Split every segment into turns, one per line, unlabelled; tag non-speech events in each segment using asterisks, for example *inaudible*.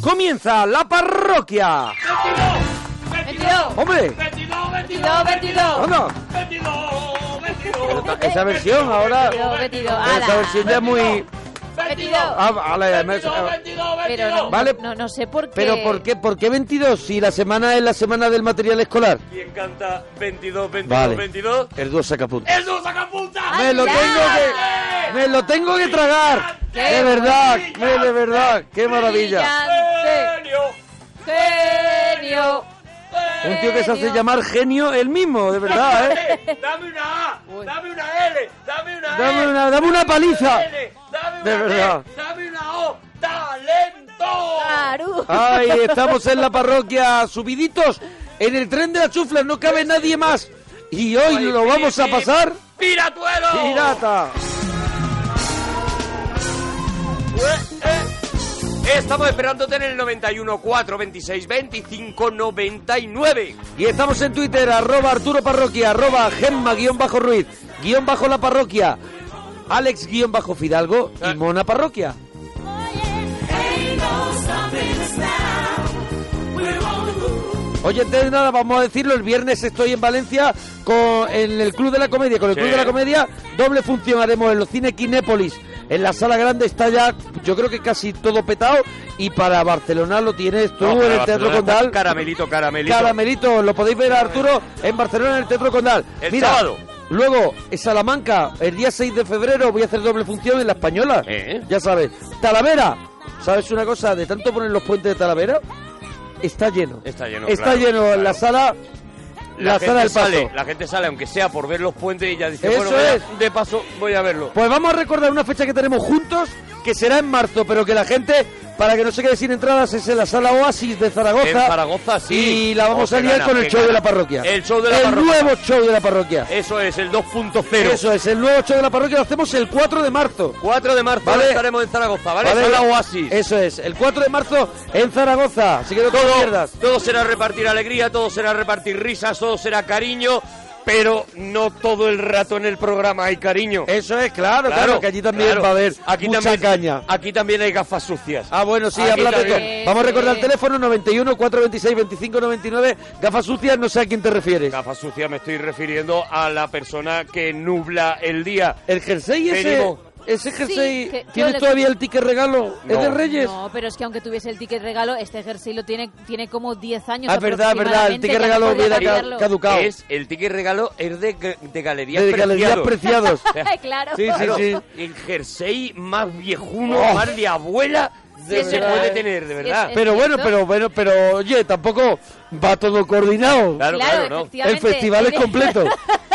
comienza la parroquia.
22,
¡Hombre!
22, 22, 22.
¡Anda!
22, 22.
Pero Esa versión ahora.
Vestido, vestido,
pero Esa
ala.
versión ya es muy.
22,
Ah, ala, y además-
22, 22,
Pero
22.
no,
Vale.
no, no sé por qué.
Pero ¿por qué, ¿por qué 22 si la semana es la semana del material escolar?
¿Quién canta 22, 22,
Vale.
22?
El dúo sacapuntas.
¡Jesús, saca punta!
Me lo
ya.
tengo que. Me lo tengo que tragar. De verdad, me- de verdad. ¡Qué maravilla!
Brillante,
¡Genio!
genio.
Un tío que se hace llamar genio él mismo, de verdad, ¿eh?
Eh, ¡Dame una A! ¡Dame una L! ¡Dame una E!
Dame una, dame una paliza.
L, ¡Dame una
De
T,
verdad.
¡Dame una O! ¡Talento!
Aru.
Ay, estamos en la parroquia, subiditos, en el tren de la chufla, no cabe nadie más. Y hoy lo vamos a pasar
¡Piratuelo!
pirata.
Eh, Estamos esperándote en el 91 4 26 25 99.
Y estamos en Twitter, arroba Arturo Parroquia, arroba Gemma, guión bajo Ruiz, guión bajo la parroquia, Alex, guión bajo Fidalgo
Ah.
y Mona Parroquia. Oye, entonces nada, vamos a decirlo, el viernes estoy en Valencia con, en el Club de la Comedia, con el
Sí.
Club de la Comedia, doble función haremos en los cines Kinépolis. En la sala grande está ya, yo creo que casi todo petado, y para Barcelona lo tienes tú en el Teatro Condal.
Caramelito, caramelito.
Caramelito, lo podéis ver a Arturo en Barcelona en el Teatro Condal.
El sábado.
Luego, en Salamanca, el día 6 de febrero voy a hacer doble función en la española.
¿Eh?
Ya sabes. Talavera. ¿Sabes una cosa? De tanto poner los puentes de Talavera, está lleno.
Está lleno,
Está
claro,
lleno
claro.
la sala. La,
gente
sala del paso.
sale, la gente sale, aunque sea por ver los puentes, y ya dice,
Eso
bueno, mira,
es.
de paso voy a verlo.
Pues vamos a recordar una fecha que tenemos juntos, que será en marzo, pero que la gente, para que no se quede sin entradas, es en la sala Oasis de Zaragoza.
En Zaragoza, sí.
Y la vamos
Oh,
a
qué
liar
gana,
con el
qué
show de
gana.
la parroquia.
El show de la parroquia.
El nuevo show de la parroquia.
Eso es, el 2.0.
Eso es, el nuevo show de la parroquia lo hacemos el 4 de marzo.
4 de marzo
Vale.
estaremos en Zaragoza, ¿vale?
¿Vale?
Sala Oasis.
Eso es, el 4 de marzo en Zaragoza. Así que no te lo
todo,
pierdas.
todo será repartir alegría, todo será repartir risas, todo será cariño, pero no todo el rato en el programa hay cariño.
Eso es, claro, claro, que allí también
claro.
va a haber
aquí
mucha
también,
caña.
Aquí también hay gafas sucias.
Ah, bueno, sí,
Aquí
habla de
también.
Eh,
Eh,
todo. Vamos a recordar el teléfono 91 426 25 99. Gafas sucias, no sé a quién te refieres.
Gafas sucias me estoy refiriendo a la persona que nubla el día.
El jersey ese,
Venimos.
ese jersey,
que yo
¿tienes
le-
todavía el ticket regalo? ¿Es
No.
de Reyes?
No, pero es que aunque tuviese el ticket regalo, este jersey lo tiene, tiene como 10 años.
Ah, es verdad, es verdad, el
aproximadamente,
ticket
ya no
regalo
podría
hubiera ca-
cambiarlo.
caducado.
Es el ticket regalo es de, ga- de galerías
de galerías
Preciado.
preciados.
*laughs*
Ay, claro.
Sí, sí,
Claro,
sí.
El jersey más viejuno,
Oh.
más de abuela
Sí,
que
es
se
verdad.
puede tener, de
Sí, es-
verdad.
es-
Pero bueno,
cierto?
pero bueno, pero oye, tampoco va todo coordinado.
Claro, claro, ¿no?
El
efectivamente.
festival es
*laughs*
completo.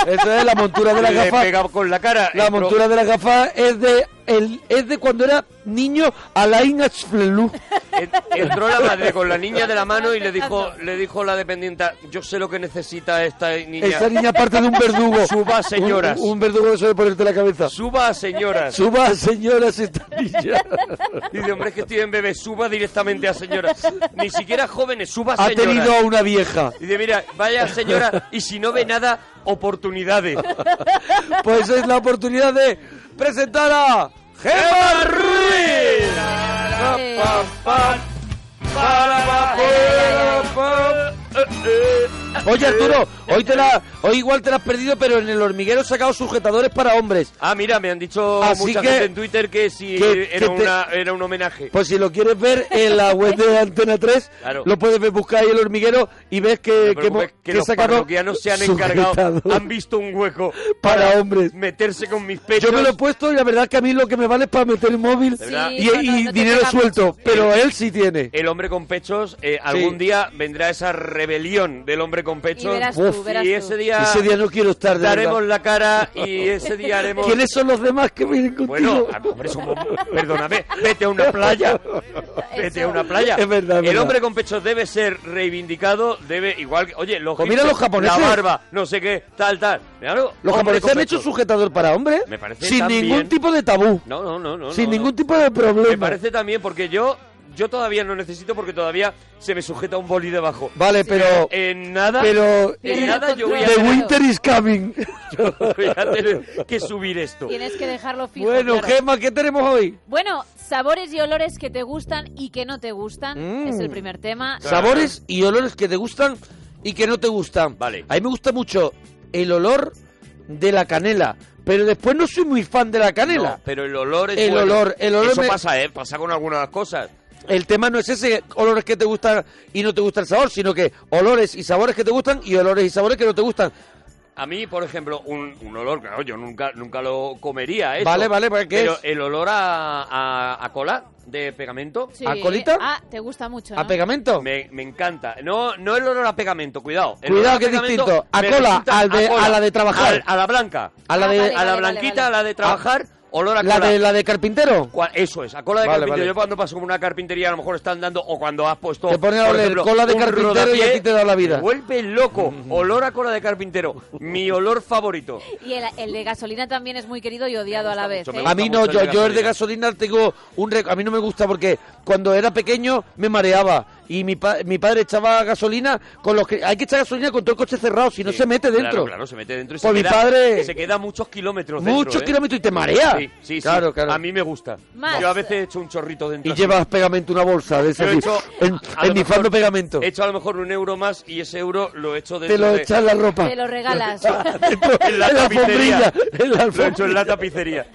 Entonces la montura de la
Le
gafa,
pega con la cara. eh,
la
entró-
montura de la gafa es de el, es de cuando era niño Alain Ashflelu.
en- Entró la madre con la niña de la mano y le dijo, le dijo la dependiente, yo sé lo que necesita esta niña.
Esa niña parte de un verdugo.
Suba, señoras.
Un, un verdugo que suele ponerte la cabeza.
Suba, señoras.
Suba, señoras, esta niña.
*laughs* Dice, hombre, es que estoy en bebé, suba directamente a señoras. Ni siquiera jóvenes, suba,
Ha
señoras.
tenido a una vieja.
Dice, mira, vaya señora, y si no ve nada,
*laughs*
oportunidades.
Pues es la oportunidad de presentar a Gemma Ruiz.
Eh,
Oye Arturo, hoy te la, hoy igual te la has perdido, pero en el hormiguero he sacado sujetadores para hombres.
Ah, mira, me han dicho
Así
mucha
que-
gente en Twitter que si
que- que
era,
te-
una- era un homenaje.
Pues si lo quieres ver en la web de Antena 3,
Claro.
lo puedes ver, buscar ahí el hormiguero y ves que,
No te
que, hemos-
preocupes, que,
que he
los
sacado
parroquianos se han encargado,
sujetador.
han visto un hueco
Para hombres.
meterse con mis pechos.
Yo me lo he puesto y la verdad que a mí lo que me vale es para meter el móvil
Sí,
verdad.
y,
no, no,
y
no te
dinero
pega
suelto,
mucho.
pero él sí tiene.
El hombre con pechos, eh, algún
Sí.
día vendrá esa rebelión del hombre con
Y
pechos.
verás
Uf,
tú, verás
y
tú.
ese día,
Ese día no quiero estar de
daremos
verdad.
la cara y ese día haremos...
*laughs* ¿Quiénes son los demás que vienen contigo?
*laughs* Bueno, a- hombre,
*laughs*
somos- perdóname, vete a una playa. Vete a una playa.
Es verdad, es
El
verdad.
hombre con pechos debe ser reivindicado, debe igual que, oye, los
Pues mira
hipsters,
los japoneses.
la barba, no sé qué, tal tal. Claro, hombre
Los japoneses
con
han hecho
pechos.
sujetador para hombres
Me parece
sin
tan
ningún
bien.
tipo de tabú,
No, no, no, no.
sin
no, no.
ningún tipo de problema.
Me parece también porque yo Yo todavía no necesito porque todavía se me sujeta un boli debajo.
Vale, pero-
En nada.
Pero
En nada yo voy a
The
tener-
Winter is coming.
voy a tener *laughs* que subir esto.
Tienes que dejarlo fijo.
bueno,
claro.
Gemma, ¿qué tenemos hoy?
Bueno, sabores y olores que te gustan y que no te gustan.
Mm.
Es el primer tema.
Claro.
Sabores y olores que te gustan y que no te gustan.
Vale.
A mí me gusta mucho el olor de la canela, pero después no soy muy fan de la canela.
No, pero el olor es
El
bueno.
olor, el olor
Eso
me-
pasa, ¿eh? Pasa con algunas cosas.
El tema no es ese olores que te gustan y no te gusta el sabor, sino que olores y sabores que te gustan y olores y sabores que no te gustan.
A mí, por ejemplo, un, un olor, claro, yo nunca, nunca lo comería, eso.
Vale, vale, ¿para qué
Pero
es?
el olor a, a- a cola de pegamento
Sí.
¿A colita?
Ah, te gusta mucho.
¿A
¿no?
pegamento?
me, me encanta. No, no el olor a pegamento, cuidado. El olor
Cuidado
a
que es
pegamento
distinto. A
me
cola,
resulta
al de-
cola.
a la de trabajar.
Al- a la blanca.
A la
Ah,
de, Ah.
a
vale,
la
vale, vale,
blanquita,
vale.
a la de trabajar, olor a
la
cola.
de la de carpintero.
Cua- Eso es, a cola de
Vale,
carpintero.
vale.
Yo cuando paso como una carpintería, a lo mejor están dando, o cuando has puesto.
Te pone a
por
oler cola de
un
carpintero y
rodapié,
a ti te da la vida.
me Vuelve
*laughs*
loco, olor a cola de carpintero. Mi olor favorito.
Y el, el de gasolina también es muy querido y odiado a la vez.
mucho, me
¿eh?
gusta.
A mí no,
mucho
yo,
el de
yo el de
gasolina.
gasolina tengo un rec- A mí no me gusta porque cuando era pequeño me mareaba y mi, pa- mi padre echaba gasolina con los que. Hay que echar gasolina con todo el coche cerrado, si no
Sí,
se mete
claro,
*laughs* dentro.
Claro, se mete dentro y
Por
se
mi
queda,
padre-
Se queda muchos kilómetros dentro,
Muchos
¿eh?
kilómetros y te marea.
Sí, sí, sí.
Claro, claro.
A mí me gusta.
Más.
Yo a veces he hecho un chorrito dentro.
Y
así.
llevas pegamento una bolsa de esas
Yo he
así,
hecho-
en,
a lo
enmifando
mejor-
pegamento.
He hecho a lo mejor un euro más y ese euro lo he hecho dentro
Te lo
de...
echas en la ropa.
Te lo regalas.
*laughs*
*laughs*
en la,
tapicería.
alfombrilla. En la
Lo he hecho en
alfombrilla.
la tapicería.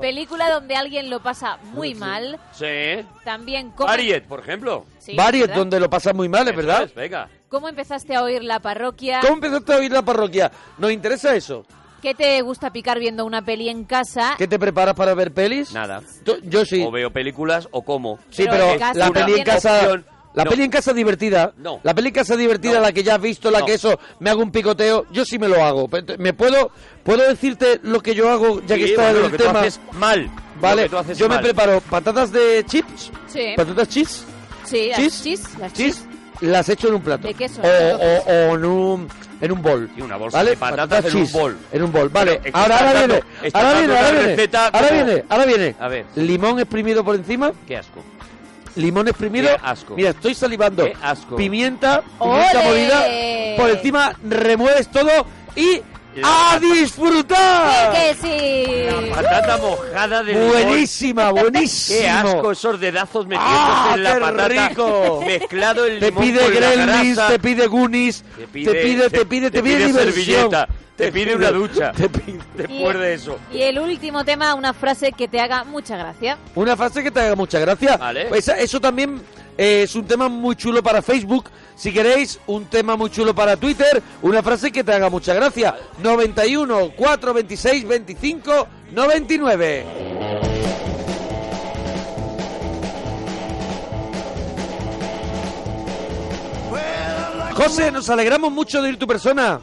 Película donde alguien lo pasa muy mal.
Sí.
También cómo...
Ariet, por ejemplo.
Sí,
Varios
¿verdad?
donde lo pasas muy mal, es verdad.
Entonces, venga.
¿Cómo empezaste a oír la parroquia?
¿Cómo empezaste a oír la parroquia? ¿Nos interesa eso?
¿Qué te gusta picar viendo una peli en casa?
¿Qué te preparas para ver pelis?
Nada.
Yo, yo sí.
O veo películas o como.
Sí,
Pero
pero,
en casa
la
no
peli en
tiene
casa.
opción.
La
No.
peli en casa divertida.
No.
La peli en casa divertida,
No.
la que ya has visto, la
No.
que eso, me hago un picoteo, yo sí me lo hago. Pero te- Me puedo, puedo decirte lo que yo hago ya que
Sí,
está
bueno,
en
lo
el
que tú
tema.
haces mal. Lo
Vale,
que tú haces
yo me
mal.
preparo patatas de chips,
Sí.
patatas chips,
Sí, las
chis,
chis, las
chis,
chis.
las echo en un plato.
De
O,
queso, ¿no?
o- o en un en un bol.
Y una bolsa de patatas en un
chis,
bol.
En un bol,
Pero
vale.
es que
ahora,
estás
ahora viene,
dando- estás
ahora
dando
viene,
una
ahora viene,
receta
ahora
como-
viene, ahora viene.
A ver.
Limón exprimido por encima.
Qué asco.
Limón exprimido.
Qué asco.
Mira, estoy salivando.
Qué asco.
Pimienta, pimienta
¡Ole!
molida.
¡Pues
Por encima remueves todo y
La-
¡a disfrutar!
¡Que sí!
Patata mojada de limón.
Buenísima, buenísimo.
*laughs* Qué asco esos dedazos metidos
¡Ah,
Pues en la
qué
patata.
rico!
Mezclado el
Te
limón
pide
con
Gremlins,
la grasa.
te pide Goonies, te pide, te pide, te pide,
te pide
diversión.
servilleta, te pide una ducha.
Te pide
Después de eso.
Y el último tema, una frase que te haga mucha gracia.
Una frase que te haga mucha gracia.
Vale.
Pues esa- eso también eh, es un tema muy chulo para Facebook. Si queréis, un tema muy chulo para Twitter. Una frase que te haga mucha gracia. 91 426 25 99. José, nos alegramos mucho de ir tu persona.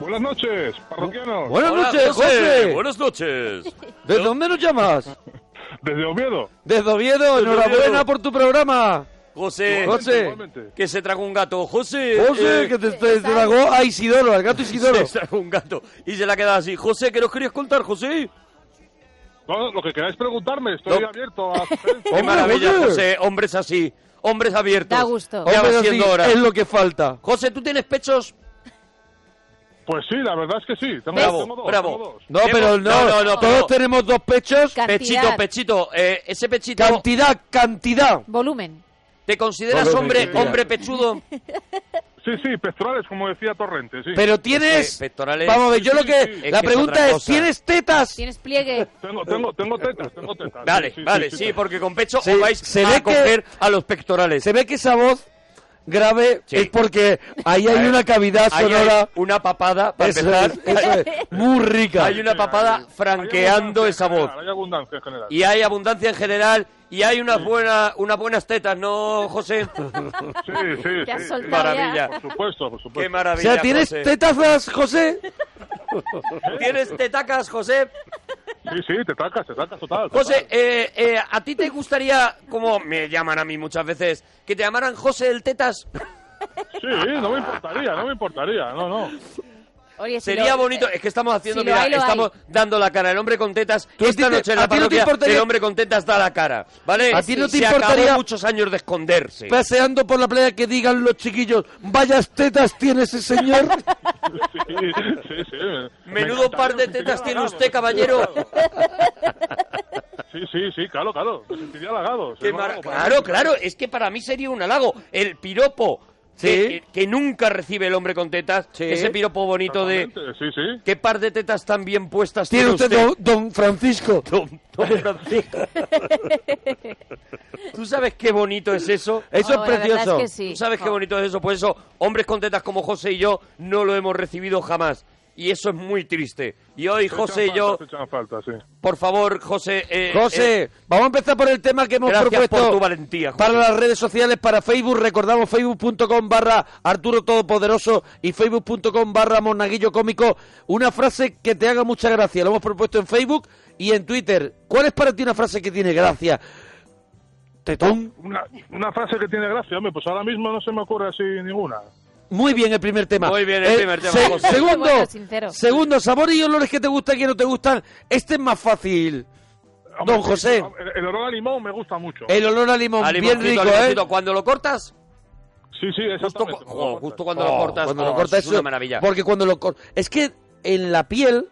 Buenas noches, parroquianos.
Buenas
Hola,
noches, José.
Buenas noches.
¿De dónde nos llamas?
Desde Oviedo.
Desde Oviedo,
Desde
enhorabuena
Oviedo.
por tu programa.
José,
José.
Igualmente.
que se tragó un gato. José,
José,
eh,
que te, te- te tragó a Isidoro, al gato
*laughs*
Isidoro.
se tragó un gato y se la quedaba así. José, ¿qué nos querías contar, José?
No, lo que queráis preguntarme, estoy
No.
abierto
*laughs*
a sugerencias.
Qué
Hombre,
maravilla,
José.
José. Hombres así, hombres abiertos.
Da gusto.
Ya va
Hombre,
siendo
así
hora.
es lo que falta.
José, ¿tú tienes pechos?
Pues sí, la verdad es que sí. Tengo,
Bravo,
tengo dos,
bravo.
tengo dos.
No,
Hemos-
pero no,
no, no, no,
todos
pero-
tenemos dos pechos.
Ca-
Pechito,
Cantidad.
pechito. eh, ese pechito.
Cantidad, cantidad.
Volumen.
¿Te consideras
Hombre,
hombre,
cantidad.
hombre pechudo?
Sí, sí, pectorales, como decía Torrente, sí.
Pero tienes...
Es que pectorales-
Vamos a ver, yo lo que...
Es que
la
es
pregunta
otra
es,
cosa.
¿tienes tetas?
*laughs*
¿Tienes pliegue?
Tengo, tengo, tengo tetas, tengo tetas.
Vale,
Sí, sí,
vale, sí,
sí.
porque con pecho
Se-
os vais
se ve
a
que-
coger a los pectorales.
Se ve que esa voz grave
Sí.
es porque ahí hay
Eh,
una cavidad
Ahí hay
sonora...
una papada, para
Eso es,
empezar. *laughs*
eso es, muy rica.
Hay una
Sí,
papada
hay-
franqueando
hay abundancia en
esa voz.
general, Hay abundancia en general.
Y hay abundancia en general y hay unas buenas, unas buenas tetas, ¿no, José?
Sí, sí,
Te has
sí, sí.
soltado
Maravilla.
Por supuesto, por supuesto.
Qué
O
maravilla.
sea, ¿tienes
José.
tetazas,
*laughs*
José?
¿Tienes tetacas, José?
¿eh? Sí, sí, te tacas, te tacas total. te
José,
tacas.
eh, eh, ¿a ti te gustaría, como me llaman a mí muchas veces, que te llamaran José el Tetas?
Sí, no me importaría, no me importaría, no, no.
Oye, si
Sería
lo-
bonito, es que estamos haciendo,
si lo
mira,
hay, lo
estamos
hay.
dando la cara. El hombre con tetas,
a ti
esta
te-
noche en
a
la
ti no te
parroquia,
importaría-
el hombre con tetas da la cara, ¿vale?
A ti no te
Se acabó
importaría- Pues-
muchos años de esconderse.
Paseando por la playa que digan los chiquillos, vayas tetas tiene
*laughs*
ese señor.
Sí, sí, sí. me- me
Menudo par de
encantaría,
tetas
me
tiene
sentiría
usted, caballero.
*laughs* halagado. Sí, sí, sí, claro, claro. Me sentiría halagado.
Qué
sería un
mara-
halago para mí.
Claro, claro, es que para mí sería un halago. El piropo
Sí.
que, que nunca recibe el hombre con tetas,
Sí.
ese piropo bonito de...
Exactamente, Sí, sí.
¿Qué par de tetas tan bien puestas
Tiene
tiene
usted don, don Francisco.
*laughs* Don Francisco. ¿Tú sabes qué bonito es eso?
Eso
Oh,
es
la verdad
precioso.
es que sí.
¿Tú sabes qué
Oh.
bonito es eso? Pues eso, hombres con tetas como José y yo no lo hemos recibido jamás. Y eso es muy triste. Y hoy José y
Echan
yo,
falta, echan falta, sí.
por favor, José... eh,
José,
eh,
vamos a empezar por el tema que hemos
Gracias
propuesto
por tu valentía, José.
para las redes sociales, para Facebook. Recordamos facebook.com barra Arturo Todopoderoso y facebook.com barra Monaguillo Cómico. Una frase que te haga mucha gracia. Lo hemos propuesto en Facebook y en Twitter. ¿Cuál es para ti una frase que tiene gracia? Tetón.
Una, una frase que tiene gracia, hombre, pues ahora mismo no se me ocurre así ninguna.
Muy bien el primer tema.
Muy bien el primer tema, José.
Eh, Segundo,
Bueno, sincero.
segundo, sabores y olores que te gustan y que no te gustan. Este es más fácil.
Hombre,
Don José.
El, el olor a limón me gusta mucho.
El olor a limón,
a limoncito,
bien rico,
a
¿eh?
limoncito. Cuando lo cortas,
Sí, sí,
justo,
exactamente.
cu- jo, justo cuando
Oh,
lo cortas,
cuando
oh,
lo cortas
es una maravilla.
Porque cuando lo cortas. Es que en la piel.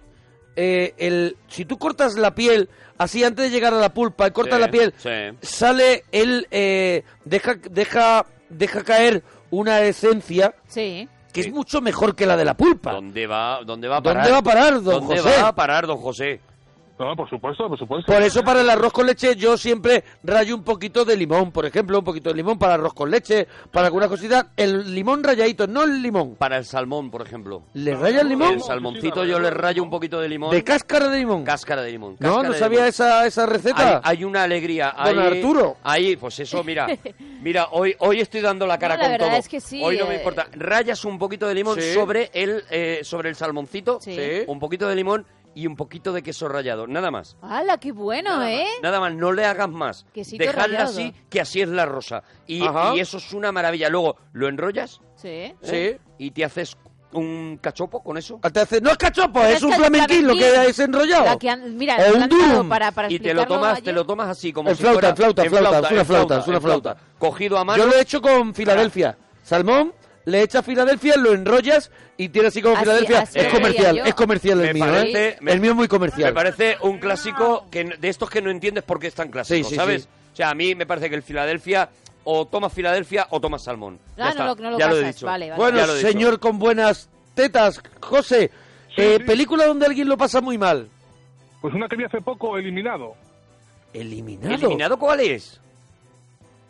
eh, el, si tú cortas la piel así antes de llegar a la pulpa y cortas
Sí,
la piel,
sí.
sale el. eh, deja, deja, deja caer una esencia
Sí.
que
Sí.
es mucho mejor que la de la pulpa.
¿Dónde va, dónde va a
¿Dónde
parar?
va a parar, don
¿Dónde
José?
va a parar, don José?
No, por supuesto, por supuesto.
Por eso para el arroz con leche yo siempre rayo un poquito de limón, por ejemplo, un poquito de limón para arroz con leche, para alguna cosita. El limón rayadito, no el limón.
Para el salmón, por ejemplo.
¿Le raya el limón?
El salmoncito yo le rayo un poquito de limón.
De cáscara de limón.
Cáscara de limón.
No,
cáscara
no
de
sabía
limón.
esa, esa
Hay,
receta.
hay una alegría.
Don
hay-
Arturo.
Ahí, pues eso, mira.
*laughs*
Mira, hoy, hoy estoy dando la cara
No, la
con
verdad
todo.
es que sí,
hoy no me
eh.
importa. Rayas un poquito de limón
Sí.
sobre, el, eh, sobre el salmoncito.
Sí.
Sí.
Un poquito de limón y un poquito de queso rallado. Nada más.
¡Hala, qué bueno, eh!
Nada más, no le hagas más.
Quesito
Dejadla
rallado.
así, que así es la rosa. Y,
Ajá.
y eso es una maravilla. Luego, lo enrollas
Sí.
¿eh? y te haces un cachopo con eso.
Ah, Te hace- no es cachopo, Pues es
Es
un
que-
flamenquín lo que
flamenquín.
es enrollado.
La que han- mira,
O
la
un
han dado
durum.
para, para
y te lo
explicarlo
tomas
ayer.
te lo tomas así como
En
si
flauta,
fuera-
en flauta,
en
flauta, es una
en
flauta, es una
en
flauta.
cogido a mano
Yo lo he hecho con Filadelfia. Salmón, le echas Filadelfia, lo enrollas y tiene así como
Así-
Filadelfia.
así
es
lo
comercial,
haría yo.
es comercial el
Me
mío, ¿eh?
parece- me-
el mío es muy
me
comercial.
parece un clásico que n- de estos que no entiendes por qué es tan clásico
Sí, sí,
sabes
sí.
o sea a mí me parece que el Filadelfia o tomas Filadelfia o tomas salmón
Ah,
ya
no
está,
lo- no lo
ya lo he
pasas,
dicho
vale, vale.
Ya
Bueno,
lo he dicho.
señor con buenas tetas, José,
Sí,
eh,
sí.
película donde alguien lo pasa muy mal.
Pues una que vi hace poco, eliminado.
Eliminado.
eliminado cuál es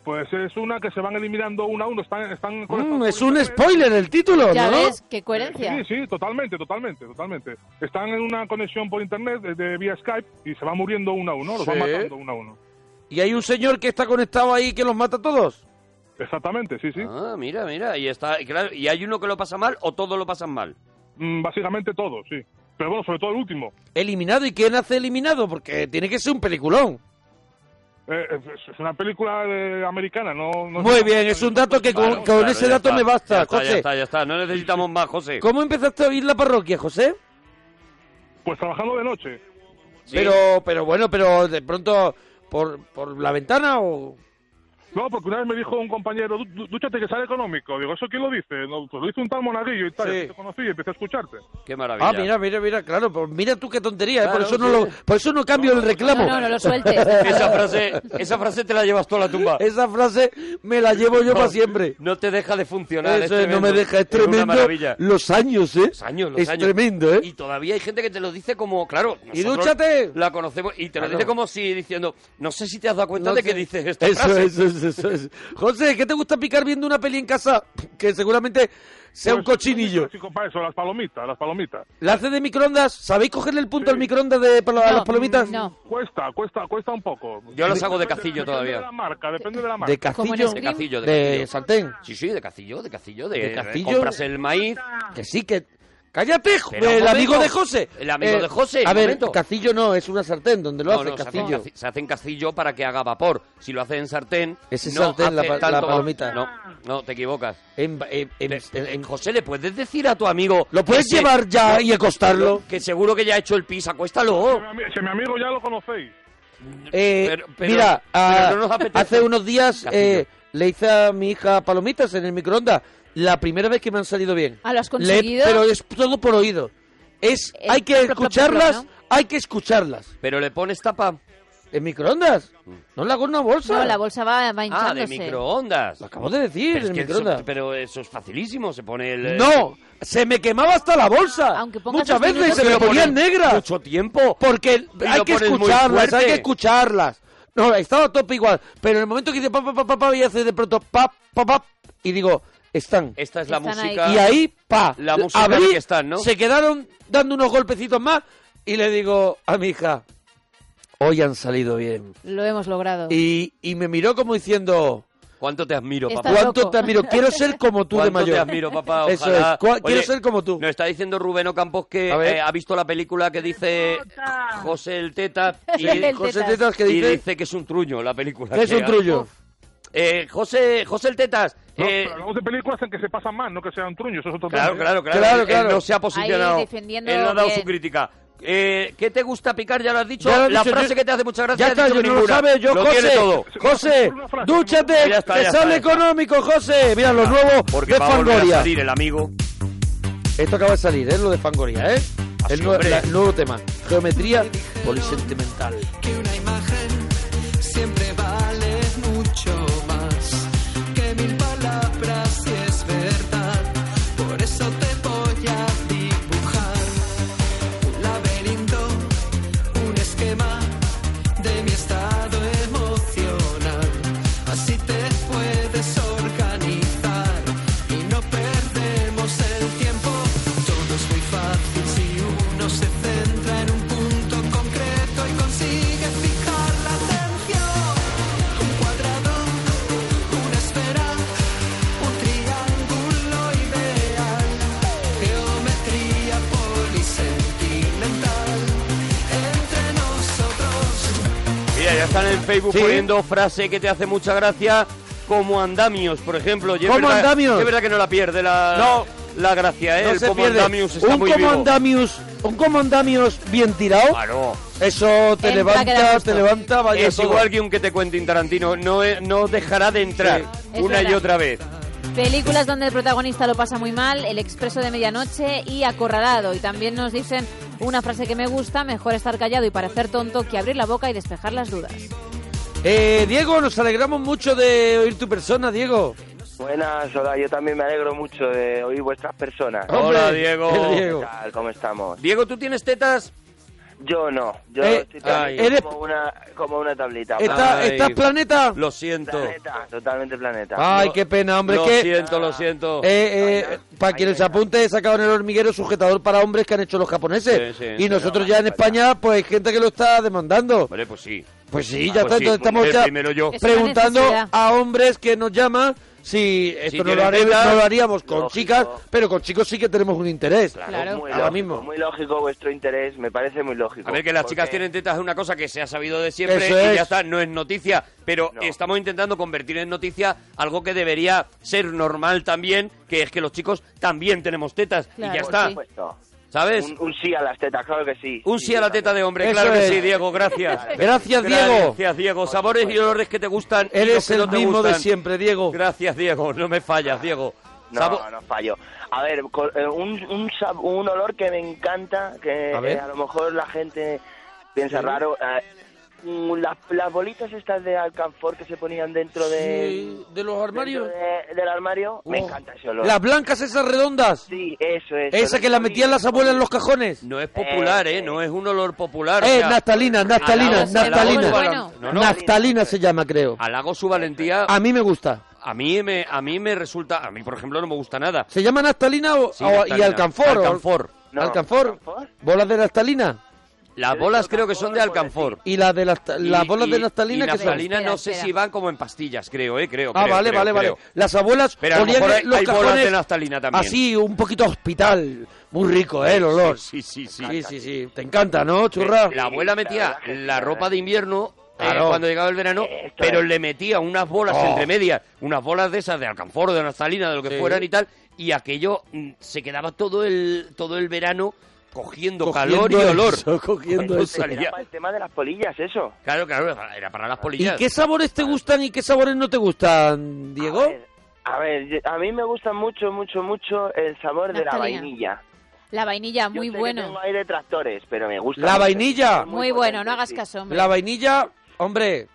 Pues es una que se van eliminando uno a uno. Están, están con
Mm,
estas
es un
publicaciones.
spoiler el título,
Ya
¿no?
ves, qué coherencia.
Sí, sí, totalmente, totalmente, totalmente. Están en una conexión por internet, de, de vía Skype, y se van muriendo uno a uno, los
Sí.
van matando uno a uno.
Y hay un señor que está conectado ahí que los mata a todos.
Exactamente, sí, sí.
ah mira mira y está y claro y hay uno que lo pasa mal o todos lo pasan mal
Mm, básicamente todo, sí. Pero bueno, sobre todo el último.
Eliminado, ¿y quién hace eliminado? Porque tiene que ser un peliculón.
Eh, es, es una película eh, americana, no... no-
Muy bien, es un dato que con,
Claro,
con
claro,
ese
ya
dato
está,
me basta,
ya está,
José.
ya está ya está no necesitamos más José
¿Cómo empezaste a oír la parroquia, José?
Pues trabajando de noche.
Sí.
Pero, pero bueno, pero de pronto por, por la ventana o
No, porque una vez me dijo un compañero, "Dú- dú- dúchate que sale económico. Digo, ¿eso quién lo dice? No, pues lo dice un tal monaguillo y tal.
Sí.
yo Te conocí y empecé a escucharte.
qué maravilla
ah mira mira mira claro pues mira tú qué tontería ¿eh? por
Claro,
eso no
sí.
lo, por eso no cambio el reclamo
No, no, no
*laughs*
lo sueltes.
esa frase esa frase te la llevas tú a la tumba
esa frase me la llevo yo para siempre
No te deja de funcionar. es
eso es, no
tremendo.
me deja es
una
tremendo
maravilla.
los años eh
Los años, los
es
años.
tremendo eh
Y todavía hay gente que te lo dice como, claro.
Y
nosotros
dúchate.
La conocemos y te lo
Claro.
dice como si diciendo, no sé si te has dado cuenta
No
de
sé.
que dices esta
eso,
frase.
Eso, eso, eso, eso. José, ¿qué te gusta picar viendo una peli en casa? Que seguramente sea un
Pues,
cochinillo.
sí, compa, eso, las palomitas, las palomitas.
¿La hace de microondas? ¿sabéis cogerle el punto
Sí.
al microondas de, para las
No,
palomitas?
No.
Cuesta, cuesta, cuesta un poco.
Yo las hago de
Depende-
castillo
depende
todavía.
de la marca, depende de la marca.
¿De
Como en
castillo?
De
Scream.
castillo, de
¿De
castillo.
sartén?
Sí, sí, de castillo, de castillo. De,
¿De castillo?
Compras el maíz.
Que sí, que, ¡Cállate!
Pero un
Pues el amigo
momento.
de José. Eh,
El amigo de José,
A
un
ver,
momento.
castillo no, es una sartén donde lo
No,
hace,
no, se hace en
castillo.
caci- Se hace en castillo para que haga vapor. Si lo hace en sartén,
Ese
no
sartén, la
hace
pa- la
tanto va-
palomita.
No, no, te equivocas.
En- en- en-
Te-
en- en-
José, ¿le puedes decir a tu amigo...
¿Lo puedes
que se-
llevar ya y acostarlo?
Que seguro que ya ha hecho el pis, acuéstalo. Ah,
Si mi ami- Si mi amigo ya lo conocéis.
Eh,
Pero- pero-
mira,
pero
ah,
no nos apetece.
hace unos días
Castillo.
eh, le hice a mi hija palomitas en el microondas. La primera vez que me han salido bien.
Ah, ¿lo has
Le-
conseguido?
pero es todo por oído. Es,
El
hay que
plop, plop, plop,
escucharlas,
plop, ¿no?
hay que escucharlas.
Pero le pones tapa... Mm.
¿En microondas? No la hago en una bolsa.
No, la bolsa va, va
Ah,
hinchándose.
de microondas.
Lo acabo de decir,
Pero es
en
que
microondas.
eso- pero eso es facilísimo, se pone el... eh,
No, se me quemaba hasta la bolsa.
Ah, Aunque pongas
Muchas
los
veces
minutos
se
que
me
lo
ponía
ponen
negra.
mucho tiempo.
Porque
Y
hay
lo
que
pones muy
escucharlas,
fuerte.
hay que escucharlas. No, estaba a tope igual. Pero en el momento que dice pa, pa, pa, pa, pa, y hace de pronto pa, pa, pa, y digo, están.
Esta es la
Están ahí.
música...
Y ahí, pa.
La música
abrí,
de que están, ¿no?
Se quedaron dando unos golpecitos más y le digo a mi hija, hoy han salido bien.
Lo hemos logrado.
Y, y me miró como diciendo,
¿Cuánto te admiro,
Esta-
papá?
Estás
¿cuánto
loco.
te admiro? Quiero ser como tú de
¿Cuánto
mayor.
te admiro, papá?
Eso
Ojalá-
es. Cua-
Oye,
quiero ser como tú.
Nos está diciendo Rubén Ocampos que
A ver.
eh, ha visto la película que dice José el
*laughs*
Teta y,
El Teta.
José Tetas que
y
dice,
dice que es un truño la película.
que es un
ha-
trullo.
Eh, José, José el Tetas.
No,
eh,
pero hablamos de películas en que se pasan más, no que sean truños. Eso es otro
claro,
tema.
claro, claro,
Claro,
Él-
claro.
Él no se ha posicionado.
Ahí defendiendo
Él no ha dado
bien.
su crítica. Eh, ¿Qué te gusta picar? Ya lo has dicho.
Ya lo he
la
dicho,
frase
yo-
que te hace mucha gracia.
Ya
has
está,
dicho
yo no lo
ninguna.
sabe, yo
Lo
José,
quiere todo.
José,
Una frase,
dúchate,
Ya está,
que
ya está,
sale
ya está.
económico, José. Mira, lo nuevo
Ah, Porque
de
va a volver a
Fangoria.
salir el amigo.
Esto acaba de salir, es lo de Fangoria, ¿eh?
Así,
El, nue-
Ah, hombre.
la- el nuevo tema, geometría polisentimental.
Eh,
que una imagen siempre vale mucho más que mil palabras si es verdad. Por eso te voy a dibujar un laberinto, un esquema de mi estado emocional. Así te puedes organizar y no perdemos el tiempo. Todo es muy fácil si uno se centra en un punto concreto y consigue fijar la atención. Un cuadrado, una esfera, un triángulo ideal. Geometría polisentimental entre nosotros.
Mira, ya están en Facebook
Sí.
poniendo frase que te hace mucha gracia, como andamios, por ejemplo. Y es
¿Cómo
verdad-
andamios?
Es verdad que no la pierde la,
No.
la gracia, ¿eh?
No
el
se
como
pierde.
andamios está
un
muy
como
vivo.
andamius, un como andamius bien tirado,
Claro.
eso te
Entra, que da
levanta,
gusto.
te levanta, vaya
es
todo.
igual que un que te cuente Tarantino, no, es- no dejará de entrar
Sí.
Es
una y
verdad.
otra vez.
Películas donde el protagonista lo pasa muy mal, El Expreso de Medianoche y Acorralado. Y también nos dicen una frase que me gusta, mejor estar callado y parecer tonto que abrir la boca y despejar las dudas.
Eh, Diego, nos alegramos mucho de oír tu persona, Diego.
Buenas, hola, yo también me alegro mucho de oír vuestras personas.
Hola, Diego.
el
¿Qué
Diego.
tal? ¿Cómo estamos?
Diego, ¿tú tienes tetas?
Yo no, yo
Eh,
estoy también
ay. eres-
como, una, como una tablita.
¿Está-
Ay.
¿Estás planeta?
Lo siento.
Planeta, totalmente planeta.
Ay,
No,
qué pena, hombre,
lo
que...
siento, lo siento.
Eh, eh,
Ahí va.
para
Ahí
quienes
va.
apunte, he sacado en el hormiguero sujetador para hombres que han hecho los japoneses.
Sí, sí,
y
sí,
nosotros
no,
ya en
vale,
España, pues hay gente que lo está demandando.
Vale, pues sí.
Pues sí,
Ah,
ya
pues
está.
sí,
entonces estamos
el
ya
primero yo.
Es una
preguntando
necesidad.
a hombres que nos llaman si esto no, lo
tienen
haré-
tetas.
no lo haríamos con
Lógico.
chicas, pero con chicos sí que tenemos un interés.
Claro.
Muy
Ahora
lógico,
mismo.
Muy lógico vuestro interés, me parece muy lógico.
A ver, que las chicas
Porque-
tienen tetas es una cosa que se ha sabido de siempre
Eso
y
es.
ya está, no es noticia. Pero
No.
estamos intentando convertir en noticia algo que debería ser normal también, que es que los chicos también tenemos tetas y
Claro,
ya
Por
está,
supuesto.
¿sabes?
Un, un sí a las tetas, claro que sí.
Un sí a la teta de hombre,
Eso
claro que
es.
sí, Diego,
*laughs*
gracias.
Gracias, Diego.
Gracias, Diego. Sabores y olores que te gustan. y los
Eres
que no
el
te
mismo de
gustan.
siempre, Diego.
Gracias, Diego. No me fallas, Diego. Sabo-
No, no fallo. A ver, col- eh, un, un, sab- un olor que me encanta, que eh,
A
a,
ver.
lo mejor la gente piensa raro. eh, mm, las, las bolitas estas de alcanfor que se ponían dentro de...
Sí, de los armarios.
dentro de- del armario, me
Oh.
encanta ese olor.
Las blancas esas redondas.
Sí, eh, eso es.
Esa que la metían las abuelas en los cajones.
No es popular,
Eh,
¿eh? No es un olor popular. o
Eh,
sea,
naftalina,
alabo-
naftalina,
alabo su
naftalina.
valen- No, no.
Naftalina se llama, creo.
Halago su valentía.
A mí me gusta.
A mí me, a mí me resulta, a mí por ejemplo no me gusta nada.
¿Se llama naftalina o,
Sí,
o- y
naftalina.
alcanfor? o-
Alcanfor.
No,
alcanfor.
alcanfor.
¿Bolas de naftalina?
Las
Pero
bolas
eso
creo que son de
alcanfor,
alcanfor.
¿Y las de las, las
Y-
bolas de
y-
naftalina
y
que son?
naftalina no
Espera,
sé
espera.
si van como en pastillas, creo, ¿eh? Creo.
Ah,
creo,
vale,
creo,
vale, vale.
creo.
Las abuelas
Pero a lo
olían
mejor hay-
los
hay bolas
cajones
de naftalina también.
así, un poquito a hospital, Muy rico, ¿eh? El olor.
Sí, sí, sí. Eh,
Sí, sí, sí. Te encanta, ¿no, churra?
La abuela metía la ropa de invierno eh,
Claro.
cuando llegaba el verano,
Esto
pero
es.
le metía unas bolas
Oh.
entre medias, unas bolas de esas de alcanforo, de naftalina, de lo que
Sí.
fueran y tal, y aquello mm, se quedaba todo el todo el verano cogiendo, calor y
Cogiendo
olor.
eso, cogiendo
Cuando
eso.
salía-
Era para el tema de las polillas, eso.
Claro, claro, era para las
¿Y
polillas.
qué sabores te gustan y qué sabores no te gustan, Diego?
A ver, a ver, yo- a mí me gusta mucho, mucho, mucho el sabor de la
Naftalina.
vainilla.
La vainilla,
Yo
muy
sé que
bueno.
tengo ahí detractores, pero me gusta.
¿La
mucho.
vainilla?
Es
Muy bueno,
potente,
no hagas
sí.
caso, hombre.
La vainilla, hombre,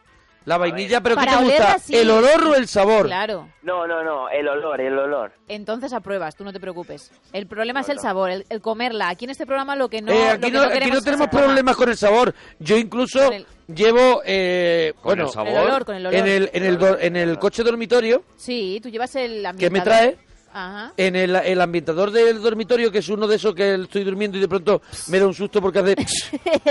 la vainilla, pero ¿qué
Para
te
olerla,
gusta?
sí.
¿El olor o el sabor?
Claro.
No, no, no, el olor, el olor.
Entonces apruebas, tú no te preocupes. El problema es el sabor, el, el comerla. Aquí en este programa lo que no,
Eh,
lo que
aquí, no, aquí
queremos
no
es que
tenemos
se coma.
problemas con el sabor. Yo incluso
Con el-
llevo, eh, bueno,
el sabor.
El olor, con el olor.
en el en el, do- en el coche dormitorio,
Sí, tú llevas el
¿Qué me
ambientador.
trae? *laughs*
Ajá.
en el, el ambientador del dormitorio, que es uno de esos que estoy durmiendo y de pronto me da un susto porque
*laughs*
hace...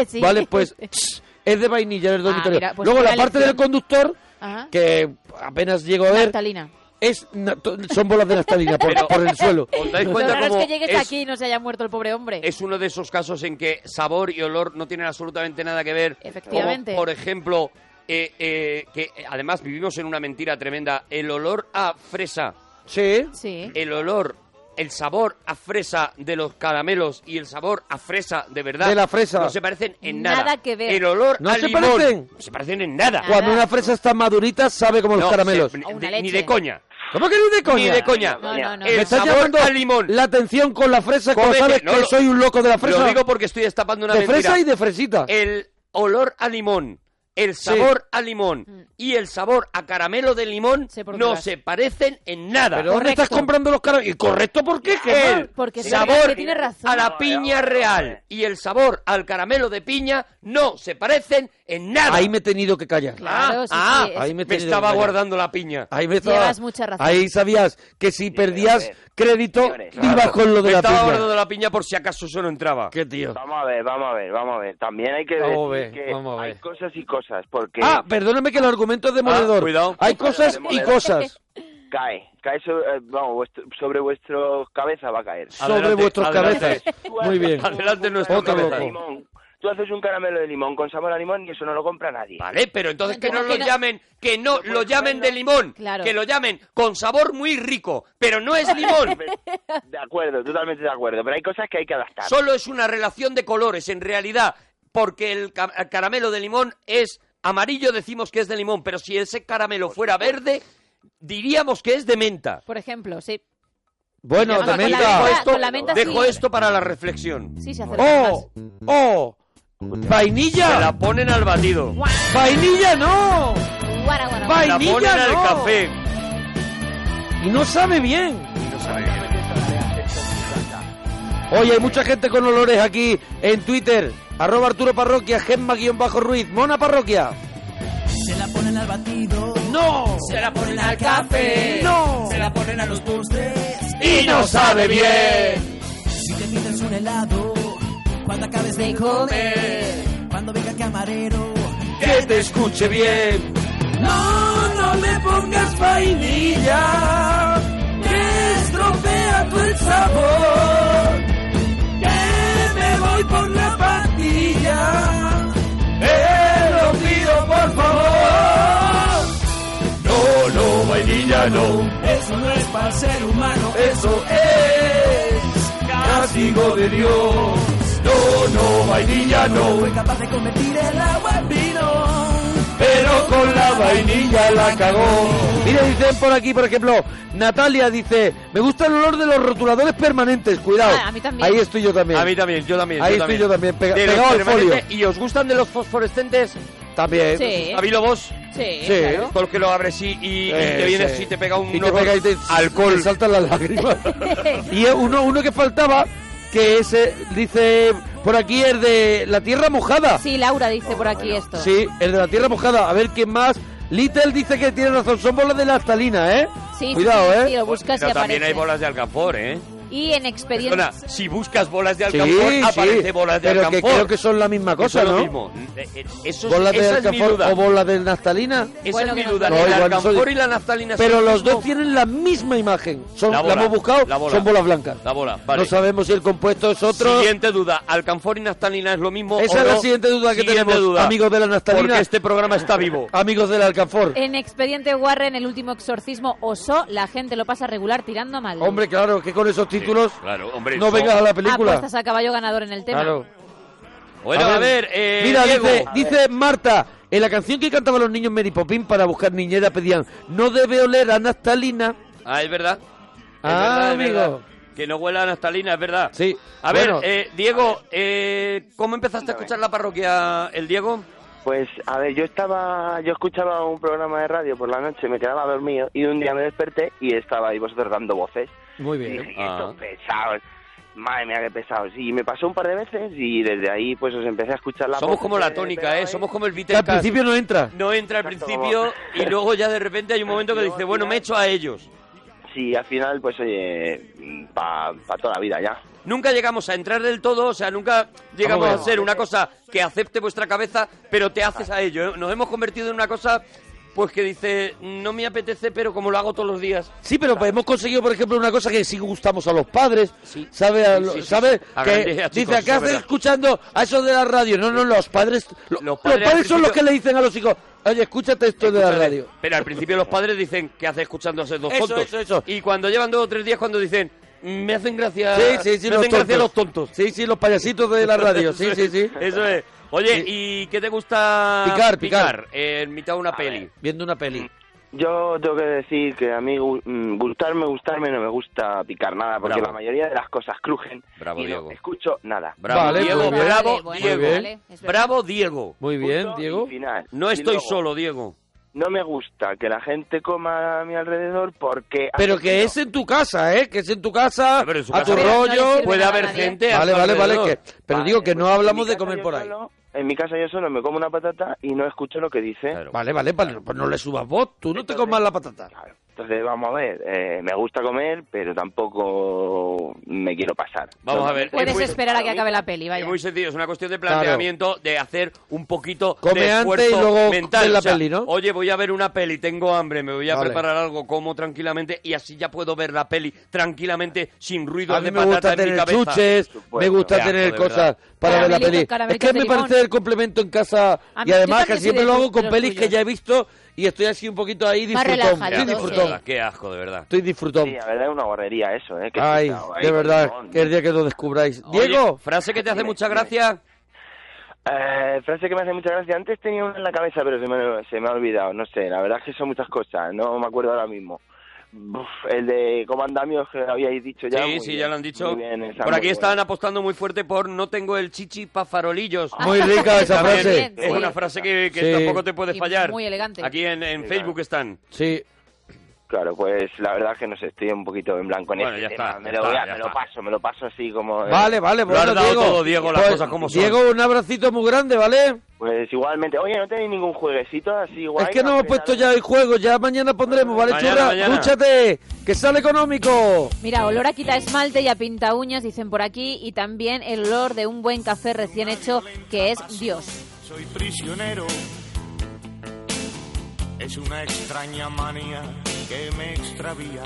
Sí.
Vale, pues es de vainilla en el dormitorio.
mira, pues
Luego
buena
la parte
elección.
del conductor,
Ajá.
que apenas llego a ver,
Naftalina.
es na- to- son bolas de naftalina por,
Pero-
por el suelo.
¿Os dais
Lo
cuenta
raro es
cómo
que llegues
es-
aquí y no se haya muerto el pobre hombre.
Eh.
es uno de esos casos en que sabor y olor no tienen absolutamente nada que ver.
Efectivamente.
Como, por ejemplo, eh, eh, que eh, además vivimos en una mentira tremenda. El olor a fresa,
Sí.
Sí.
el olor, el sabor a fresa de los caramelos y el sabor a fresa de verdad.
De la fresa.
No se parecen en nada.
Nada que ver.
El olor
No
a
se
limón.
parecen.
No se parecen en nada.
Nada.
Cuando una fresa está madurita sabe como
No,
los caramelos.
se- ni-
O una
de- ni
leche.
de coña.
¿Cómo que no de coña?
Ni de coña.
No, no, no.
Me
El
estás
sabor
llamando
a limón.
la atención con la fresa, como
Cómete,
sabes
no,
que
lo-
soy un loco de la fresa.
Lo digo porque estoy destapando una
de
mentira.
fresa y de fresita.
el olor a limón, el sabor a limón y el sabor a caramelo de limón
Mm. Sé por dónde
no
vas.
se parecen en nada.
¿Pero dónde estás
correcto.
comprando los caramelos? ¿Y correcto por qué? ¿Qué
el
mal?
Porque es verdad
sabor
que tiene razón.
a la piña real y el sabor al caramelo de piña no se parecen en nada.
Ahí me he tenido que callar.
Claro, sí,
ah,
sí, es-
ahí me he tenido
estaba
que callar.
guardando la piña.
Ahí me estaba-
Llevas mucha razón.
Ahí sabías que si perdías
señores.
crédito,
Señores.
ibas con lo de
me
la
estaba
piña.
guardando la piña por si acaso eso no entraba.
Qué tío.
Vamos a ver, vamos a ver, vamos a ver. También hay que
Vamos a
decir
ver,
que
vamos a
hay
ver.
cosas y cosas, porque
Ah, perdóname que el argumento es demoledor.
Ah, cuidado.
Hay cosas y
Demoledor.
cosas
*laughs* cae, cae sobre, eh, vamos, vuestro- sobre vuestro cabeza va a caer.
sobre
Adelante,
vuestras
adelante.
cabezas. Muy bien.
Adelante nuestro
Otro
cabeza.
loco.
de limón. Tú haces un caramelo de limón con sabor a limón y eso no lo compra nadie.
Vale, pero entonces que no
Entonces
lo
que no-
llamen, que no lo llamen de limón,
Claro.
que lo llamen con sabor muy rico, pero no
*laughs*
es limón.
*laughs* De acuerdo, totalmente de acuerdo. Pero hay cosas que hay que adaptar.
Solo es una relación de colores, en realidad, porque el, ca- el caramelo de limón es amarillo, decimos que es de limón, pero si ese caramelo fuera verde, diríamos que es de menta.
Por ejemplo, sí.
Bueno,
Vamos,
de
con la
menta.
Dejo
menta-
esto,
con la menta
dejo
sí.
esto para la reflexión.
Sí, se hace
¡Oh! ¡Oh! ¡Vainilla!
Se la ponen al batido,
¡Vainilla no!
Guara, guara,
Va-
se la
¡Vainilla
ponen al
no!
café.
Y no sabe bien. Oye, hay mucha gente con olores aquí en Twitter. Arroba Arturo Parroquia, Gemma-Ruiz, Mona Parroquia.
Se la ponen al batido.
¡No!
Se la ponen al café.
¡No!
Se la ponen a los postres.
¡Y no sabe bien!
Si te pides un helado. Cuando acabes de comer. Cuando venga el camarero.
¡Que te escuche bien!
No, no me pongas vainilla. Que estropea tu el sabor. Que me voy por la patilla.
¡Eh, lo pido, por favor! No, no, vainilla no,
Eso no es para el ser humano.
eso es castigo de Dios. No, no, vainilla no,
Fue capaz de convertir el agua en vino.
pero con la vainilla la cagó. Mira, dicen por aquí, por ejemplo, Natalia dice, me gusta el olor de los rotuladores permanentes, cuidado.
Ah, a mí también.
Ahí estoy yo también.
A mí también, yo también.
Ahí
yo también.
estoy yo también, pega-
De los
pegado al folio.
permanentes. ¿Y os gustan de los fosforescentes?
También.
Sí.
¿A lo vos?
Sí,
Sí.
claro.
Porque lo abres y, y- y
Eh,
te viene
sí.
así, te pega un
Y te
olor-
pega y te-
*laughs* alcohol.
te saltan las lágrimas. y uno, uno que faltaba, que ese dice por aquí es de la tierra *laughs* mojada.
Sí, Laura dice por aquí esto.
Sí, el de la tierra mojada. A ver quién más. Little dice que tiene razón, son bolas de la astalina, ¿eh?
Sí, sí,
Cuidado,
sí,
¿eh?
sí, lo buscas
Pero
y
también
aparece.
hay bolas de alcanfor, ¿eh?
Y Y en expediente...
Perdona, si buscas bolas de
Sí,
alcanfor,
sí,
aparece bolas de
pero
alcanfor.
que creo que son la misma cosa,
Eso es
¿no?
lo mismo. Eh, eh, Eso es-
¿Bolas de
esa es mi
alcanfor
duda.
o bolas de naftalina?
Esa
Bueno,
es mi
que
duda.
no.
el
No, igual no
alcanfor
soy-
y la naftalina
Pero
son lo
los
mismo.
dos tienen la misma imagen. Son,
La
la,
bola,
hemos buscado,
la bola.
son bolas blancas.
La bola, vale.
No sabemos si el compuesto es otro.
Siguiente duda. ¿Alcanfor y naftalina es lo mismo o
Esa es la
no?
siguiente duda que
Siguiente
tenemos,
duda.
amigos de la naftalina.
Porque este programa está vivo.
*laughs* Amigos del Alcanfor.
En Expediente Warren, el último exorcismo osó, la gente lo pasa regular tirando mal.
Hombre, claro, que con esos títulos
claro, hombre,
no
eso-
vengas a la película.
Apuestas a caballo ganador en el tema.
Claro.
Bueno, a ver, eh,
Mira,
Diego.
dice, dice Marta, en la canción que cantaban los niños Mary Popín para buscar niñera pedían, no debe oler a naftalina.
Ah, es verdad. Es
Ah,
verdad, es verdad.
amigo.
Que no huela a naftalina, es verdad.
Sí,
A ver,
bueno.
eh, Diego, eh, ¿cómo empezaste a escuchar la parroquia, el Diego?
Pues, a ver, yo estaba, yo escuchaba un programa de radio por la noche, me quedaba dormido y un día me desperté y estaba ahí vosotros dando voces.
Muy
Y
bien.
dije, "Y estos
Ah.
pesados, madre mía, qué pesados. Y me pasó un par de veces y desde ahí pues os empecé a escuchar la
Somos
voz
como
que
la
me
tónica,
pegaba
¿eh?
ahí.
Somos como el
Que al
Vitecas.
principio no entra.
No entra al
Exacto,
principio y
vamos.
luego ya de repente hay un momento que dice, bueno, me echo a ellos.
Sí, al final pues oye, para toda la vida ya.
Nunca llegamos a entrar del todo, o sea, nunca llegamos a
Vamos a ver.
ser una cosa que acepte vuestra cabeza, pero te haces a ello. ¿eh? Nos hemos convertido en una cosa, pues que dice, no me apetece, pero como lo hago todos los días.
Sí, pero hemos conseguido, por ejemplo, una cosa que sí gustamos a los padres.
Sí.
¿Sabe? a
Sí,
lo-
sí, sí,
¿sabe?
sí. A
Que
grandes, a chicos,
dice,
eso
¿qué
es
haces
verdad.
escuchando a eso de la radio? No, no, los padres. lo-
Los
los
padres
padres,
al
son los
principio-
que le dicen a los hijos, oye, escúchate esto de la
Escúchale.
radio.
Pero al principio los padres dicen que hace escuchándose dos
Eso,
tontos.
eso, eso.
Y cuando llevan dos o tres días cuando dicen me hacen gracia,
Sí, sí, sí,
Ah, me hacen gracia los tontos.
Sí, sí, los payasitos de la radio. Sí,
Eso
sí,
es,
sí.
*laughs* Eso es. Oye,
Sí.
¿y qué te gusta
Picar, picar.
eh, en mitad de una peli? Mm,
ver.
Viendo una peli.
Yo tengo que decir que a mí gu- mm, gustarme, gustarme no me gusta picar nada porque
Bravo.
la mayoría de las cosas crujen
Bravo,
y
Diego.
no escucho nada.
Bravo,
Vale,
Diego,
muy bien.
bravo,
Vale, bueno,
Diego.
vale, es verdad.
bravo, Diego.
Muy bien,
Punto
Diego.
y final.
No
Y
estoy
luego,
solo, Diego.
No me gusta que la gente coma a mi alrededor porque...
Pero
hace
que
frío.
es en tu casa, ¿eh? Que es en tu casa,
Ah, Pero en su
a
casa
tu
Pero no le
rollo.
sirve
Puede
nada a
haber
nadie.
gente. a
Vale,
tu
vale, vale.
alrededor.
que- pero
Vale,
digo que
pues
no
en mi
hablamos de
casa
comer
yo
por ahí.
solo- en mi casa yo solo me como una patata y no escucho lo que dice.
Claro.
Vale, vale, vale. Pues no le subas vos. Tú no te
Entonces-
comas la patata.
Claro. Entonces, vamos a ver, eh, me gusta comer, pero tampoco me quiero pasar.
Vamos a ver.
Puedes
Es muy-
esperar a que acabe la peli,
Es
vaya.
muy sencillo, es una cuestión de planteamiento, de hacer un poquito
Come
de
antes
esfuerzo
y luego
mental.
ves la
O sea,
peli, ¿no?
Oye, voy a ver una peli, tengo hambre, me voy a
Vale.
preparar algo, como tranquilamente y así ya puedo ver la peli tranquilamente sin ruido
A
de
mí me
patata
gusta
en mi
tener
cabeza.
chuches,
supuesto.
me gusta
Qué asco,
tener
de
cosas
verdad.
para ver la
Caramelitos,
peli. Es
caramelitos
que
de
me
limón.
parece el complemento en casa
A
y
mí- yo
además
también
que
soy
siempre
de
lo hago
los-
con
de los
pelis que
tuyos.
ya he visto y estoy así un poquito ahí
Más
disfrutón.
Qué
relajado,
asco,
Estoy
sí.
de verdad,
disfrutón.
qué asco, de verdad.
Estoy disfrutón.
Sí, la verdad es una guarrería eso, ¿eh? Que
Ay,
está ahí
de
con
verdad,
limón.
que el día que lo descubráis.
Oye,
Diego,
frase que te hace
Dime,
mucha
dime.
gracia.
Eh, frase que me hace mucha gracia. Antes tenía una en la cabeza, pero se me, se me ha olvidado. No sé, la verdad es que son muchas cosas. No me acuerdo ahora mismo. Buf, el de comandamios que habíais dicho ya.
sí,
muy
sí,
bien,
ya lo han dicho.
muy bien, esa,
por
muy
aquí
buena.
estaban apostando muy fuerte por no tengo el chichi pa' farolillos. *laughs*
muy rica esa
También
frase.
Es
Sí.
una frase que, que
Sí.
tampoco te puede
Y
fallar.
muy elegante.
Aquí en, en
Sí,
Facebook
claro.
están.
Sí,
Claro, pues la verdad es que no sé, estoy un poquito en blanco en
Bueno,
este
ya
tema.
está,
me
ya
lo, voy a-
está, ya
me lo
está.
paso, me lo paso así como. eh,
vale, vale. pues
Lo has
Bueno,
dado
Diego.
todo, Diego, las
Pues,
cosas como son.
Diego, un abracito muy grande, ¿vale?
Pues igualmente. Oye, ¿no tenéis ningún jueguecito así guay?
es que no hemos
Aunque
puesto
nada-
ya el juego, ya mañana pondremos, ¿vale,
Mañana,
churra?
mañana.
Escúchate, que sale económico.
Mira, olor a quita esmalte y a pinta uñas, dicen por aquí, y también el olor de un buen café recién hecho, que es Dios.
Soy prisionero. Es una extraña manía que me extravía.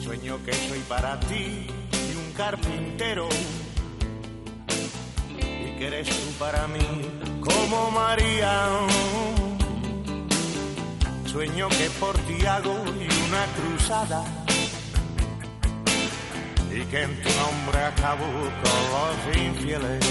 Sueño que soy para ti y un carpintero. Y que eres tú para mí como María. Sueño que por ti hago y una cruzada. Y que en tu nombre acabo con los infieles.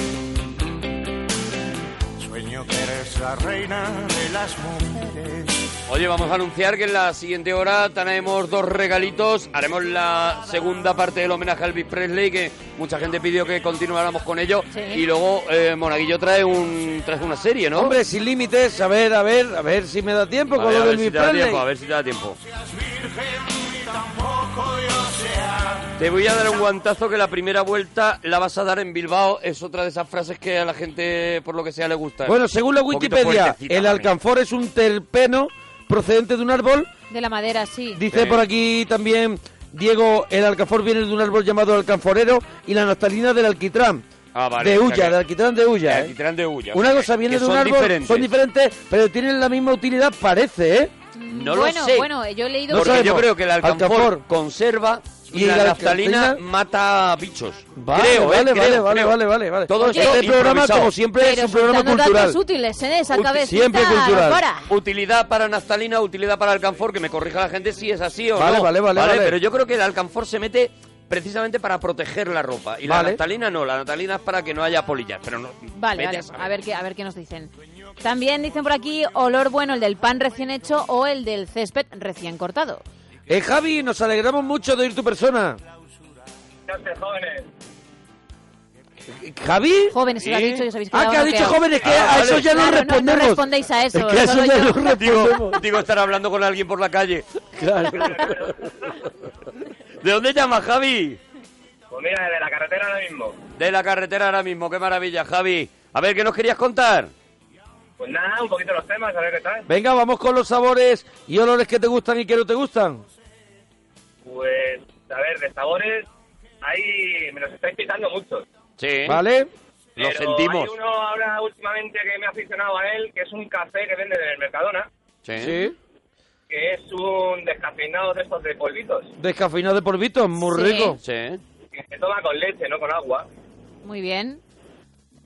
Sueño que eres la reina de las mujeres.
Oye, vamos a anunciar que en la siguiente hora tenemos dos regalitos. Haremos la segunda parte del homenaje a Elvis Presley, que mucha gente pidió que continuáramos con ello.
Sí.
Y luego eh, Monaguillo trae, un, trae una serie, ¿no?
Hombre, sin límites, a ver, a ver, a ver si me da tiempo
a
con
ver,
lo
a
de
ver si
mi
te da
Presley.
tiempo, a ver si te da tiempo.
Virgen ni tampoco yo sea.
Te voy a dar un guantazo que la primera vuelta la vas a dar en Bilbao. Es otra de esas frases que a la gente, por lo que sea, le gusta. ¿eh?
Bueno, según la
Un poquito
Wikipedia,
fuertecita,
el
hombre.
alcanfor es un terpeno procedente de un árbol.
De la madera, sí.
Dice
Sí.
por aquí también Diego, el alcafor viene de un árbol llamado alcanforero y la naftalina del alquitrán.
Ah, vale,
de
o sea
Ulla,
que-
del alquitrán de Ulla.
El
¿eh?
alquitrán de Ulla, o
Una
sea
cosa
que-
viene
que
de un
son
árbol,
diferentes.
son diferentes, pero tienen la misma utilidad, parece, ¿eh?
No
bueno,
lo sé.
bueno, yo he leído
porque yo
sabemos.
creo que el alcanfor,
Alcanfor.
conserva y,
¿Y
la
la
naftalina
alcantina?
mata bichos.
Vale,
creo,
vale,
eh,
vale,
creo,
vale,
creo.
vale, vale, vale.
Todo
Oye,
esto
este programa,
improvisado.
como siempre, es
pero
un programa
soltando
cultural.
datos útiles, ¿eh? Esa
Uti-
cabecita,
siempre cultural.
Bárbara.
Utilidad para naftalina, utilidad para alcanfor, que me corrija la gente si es así o
Vale,
no.
vale, vale, vale.
Pero yo creo que el alcanfor se mete precisamente para proteger la ropa. Y la
Vale.
naftalina no, la naftalina es para que no haya polillas. Pero no,
Vale,
vete
vale.
a saber.
A ver, qué, a ver qué nos dicen. También dicen por aquí olor bueno el del pan recién hecho o el del césped recién cortado.
Eh, Javi, nos alegramos mucho de oír tu persona. ¿Javi?
Jóvenes, se lo ha dicho y os habéis
Ah,
quedado
que ha dicho
bloqueados.
jóvenes, que
Ah,
a
vale.
eso ya
Claro,
no
no- no
respondemos.
respondéis a eso,
Es que a eso
solo
ya
*laughs* yo.
no
Digo,
respondemos.
digo estar hablando con alguien por la calle.
Claro.
*laughs* ¿De dónde llamas, Javi?
Pues mira, desde la carretera ahora mismo.
De la carretera ahora mismo, qué maravilla, Javi. A ver, ¿qué nos querías contar?
Pues nada, un poquito los temas, a ver qué tal.
Venga, vamos con los sabores y olores que te gustan y que no te gustan.
Pues, a ver, de sabores, ahí me los estáis pitando muchos.
Sí,
¿Vale?
lo
Pero
sentimos.
Hay uno ahora últimamente que me ha aficionado a él, que es un café que venden en el Mercadona,
Sí.
Sí.
que es un descafeinado de estos de polvitos,
Descafeinado de polvito, es muy
Sí.
rico.
Sí.
que se toma con leche, no con agua,
Muy bien.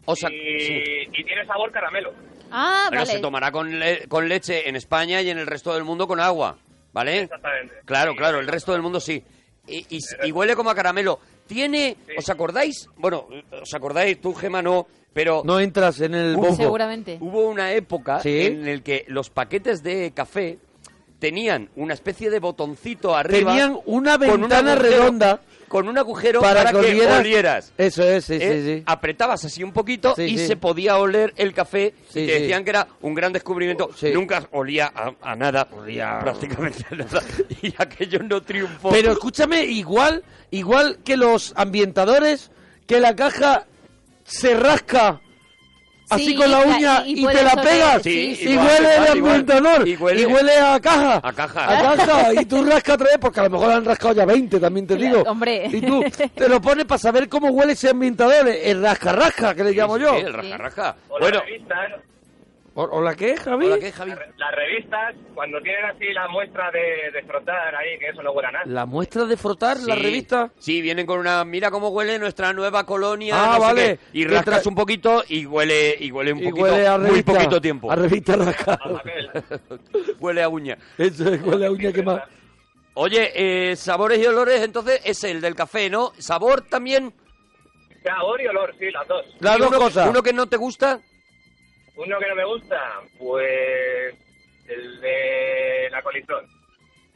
O sea,
y,
Ah, sí.
y tiene sabor caramelo.
Ah,
Pero
vale.
se tomará con, le- con leche en España y en el resto del mundo con agua, ¿vale?
Exactamente.
Claro,
Sí,
claro, el resto del mundo sí. Y, y- y huele como a caramelo. Tiene, ¿os acordáis? Bueno, ¿os acordáis? Tú, Gema, no, pero
No entras en el bombo.
Seguramente.
hubo una época
Sí.
en el que los paquetes de café tenían una especie de botoncito arriba.
Tenían una
con un
ventana
agujero-
redonda
Con un agujero para,
para,
que
olieras.
olieras.
Eso es, sí,
¿eh?
sí, sí.
apretabas así un poquito
Sí,
y
sí.
se podía oler el café y
Sí,
te
sí.
decían que era un gran descubrimiento.
Sí.
Nunca olía a, a nada, prácticamente a nada. *laughs* Y aquello no triunfó.
Pero escúchame, igual, igual que los ambientadores, que la caja se rasca así
Sí,
con la
y la-
uña
y
y,
puede
te la
oler.
pegas
Sí,
y,
igual,
huele
igual,
el
igual.
ambientador
Y huele-
y huele a caja.
A caja.
A caja. Y tú rascas tres porque a lo mejor han rascado ya 20, también te
Claro,
digo.
hombre.
Y tú te lo pones para saber cómo huele ese ambientador, el rasca-rasca que le
Sí,
llamo
sí,
yo.
sí, el raja, raja.
O
Bueno,
las revistas,
¿O, o la qué, Javi?
hola, ¿qué, Javi?
las revistas, cuando tienen así la muestra de, de frotar ahí, que eso no huele a nada.
¿La muestra de frotar la
Sí.
revista?
Sí, vienen con una. Mira cómo huele nuestra nueva colonia.
Ah,
no sé
vale.
qué. Y
Que
rascas
tra-
un poquito y huele, y huele un
Y
poquito.
huele a revista.
muy poquito tiempo. *laughs*
A revista rascada.
Papel.
huele a uña.
Eso es, huele a uña quemada.
Oye, eh, sabores y olores, entonces es el del café, ¿no? Sabor también.
Sabor y olor, sí, las dos.
Las
¿Y
dos
uno-
cosas.
Uno que no te gusta.
Uno que no me gusta, pues el de la coliflor.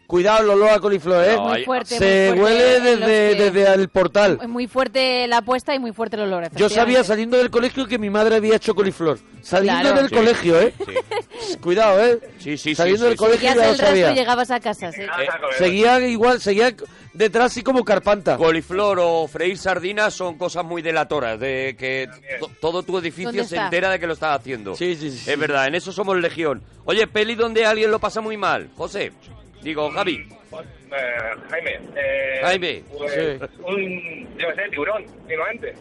Cuidado el olor a coliflor, ¿eh?
No,
Muy
ahí-
fuerte,
Se
muy fuerte
huele
en los
desde,
que-
desde el portal.
Es muy fuerte la apuesta y muy fuerte el olor.
Yo sabía
efectivamente.
saliendo del colegio que mi madre había hecho coliflor. Saliendo
Claro.
del colegio, ¿eh? Cuidado, ¿eh?
Sí, sí, sí,
Saliendo
sí,
del
sí. Eh,
colegio
Seguías
ya lo
el resto y
sabía.
llegabas a casa. sí.
Ah, con el-
Seguía igual, seguía detrás así como carpanta.
Coliflor o freír sardinas son cosas muy delatoras, de que to- todo tu
¿Dónde
edificio se
está?
entera de que lo estás haciendo.
Sí, sí, sí.
Es verdad, en eso somos legión. Oye, peli donde alguien lo pasa muy mal. José, digo, Javi.
Eh, Jaime. eh,
Jaime,
pues,
sí.
Un, yo qué sé, tiburón, últimamente.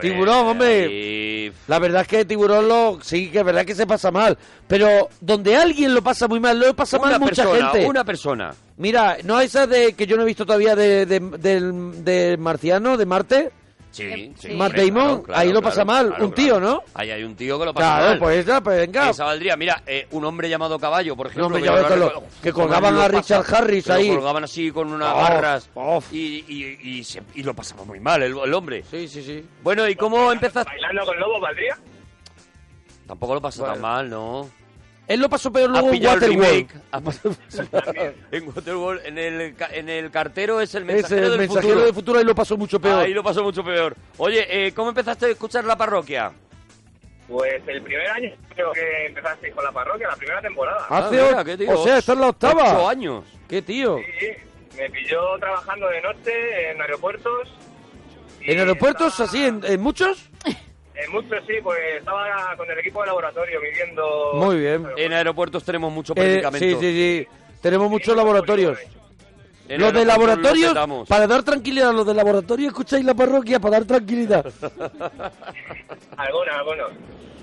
Tiburón, hombre.
ahí-
La verdad es que Tiburón lo, sí, que es verdad que se pasa mal. Pero donde alguien lo pasa muy mal, lo pasa
Una
mal mucha
persona,
gente.
una persona.
Mira, ¿no esa de que yo no he visto todavía de, de- del, del marciano, de Marte?
Eh,
Sí, sí,
Matt
hombre,
Damon, ahí lo pasa mal. Un tío, ¿no?
Ahí hay un tío que lo pasa
Claro,
mal.
pues ya, pues venga.
Esa valdría, mira, eh, un hombre llamado Caballo, por ejemplo.
Un hombre
yo
llamado
lo
Caballo,
recuerdo.
que colgaban
Lo
a
pasa-
Richard Harris
que lo
ahí.
colgaban así con unas
Of,
barras.
of.
Y, y- y se- y lo pasaba muy mal el, el hombre.
Sí, sí, sí.
Bueno, ¿y cómo empezaste?
¿Bailando con lobos valdría?
Tampoco lo pasó tan mal, ¿no?
Él lo pasó peor
Has
luego en
pillado el
*laughs* Waterworld.
remake, has pasado- en Waterworld, en el, ca- en el cartero es el
Es
mensajero
el
del
mensajero
futuro.
del futuro y lo pasó mucho peor.
Ahí lo pasó mucho peor. Oye, eh, ¿cómo empezaste a escuchar la parroquia?
Pues el primer año creo que empezasteis con la parroquia, la primera temporada.
Hace
Ah,
o-
mira, qué tío.
o sea, esta es la octava.
Ocho años.
¿Qué tío?
Sí, me pilló trabajando de noche en aeropuertos. y
¿En aeropuertos
estaba-
así, en, en muchos?
En muchos sí, pues estaba con el equipo de laboratorio midiendo...
Muy bien.
En aeropuertos tenemos mucho
Eh,
predicamento.
sí, sí, sí. Tenemos muchos laboratorios.
En
los
el
de
aeropuerto
laboratorio,
lo petamos.
para dar tranquilidad a los de laboratorio, escucháis la parroquia para dar tranquilidad.
*laughs* Algunos, algunos.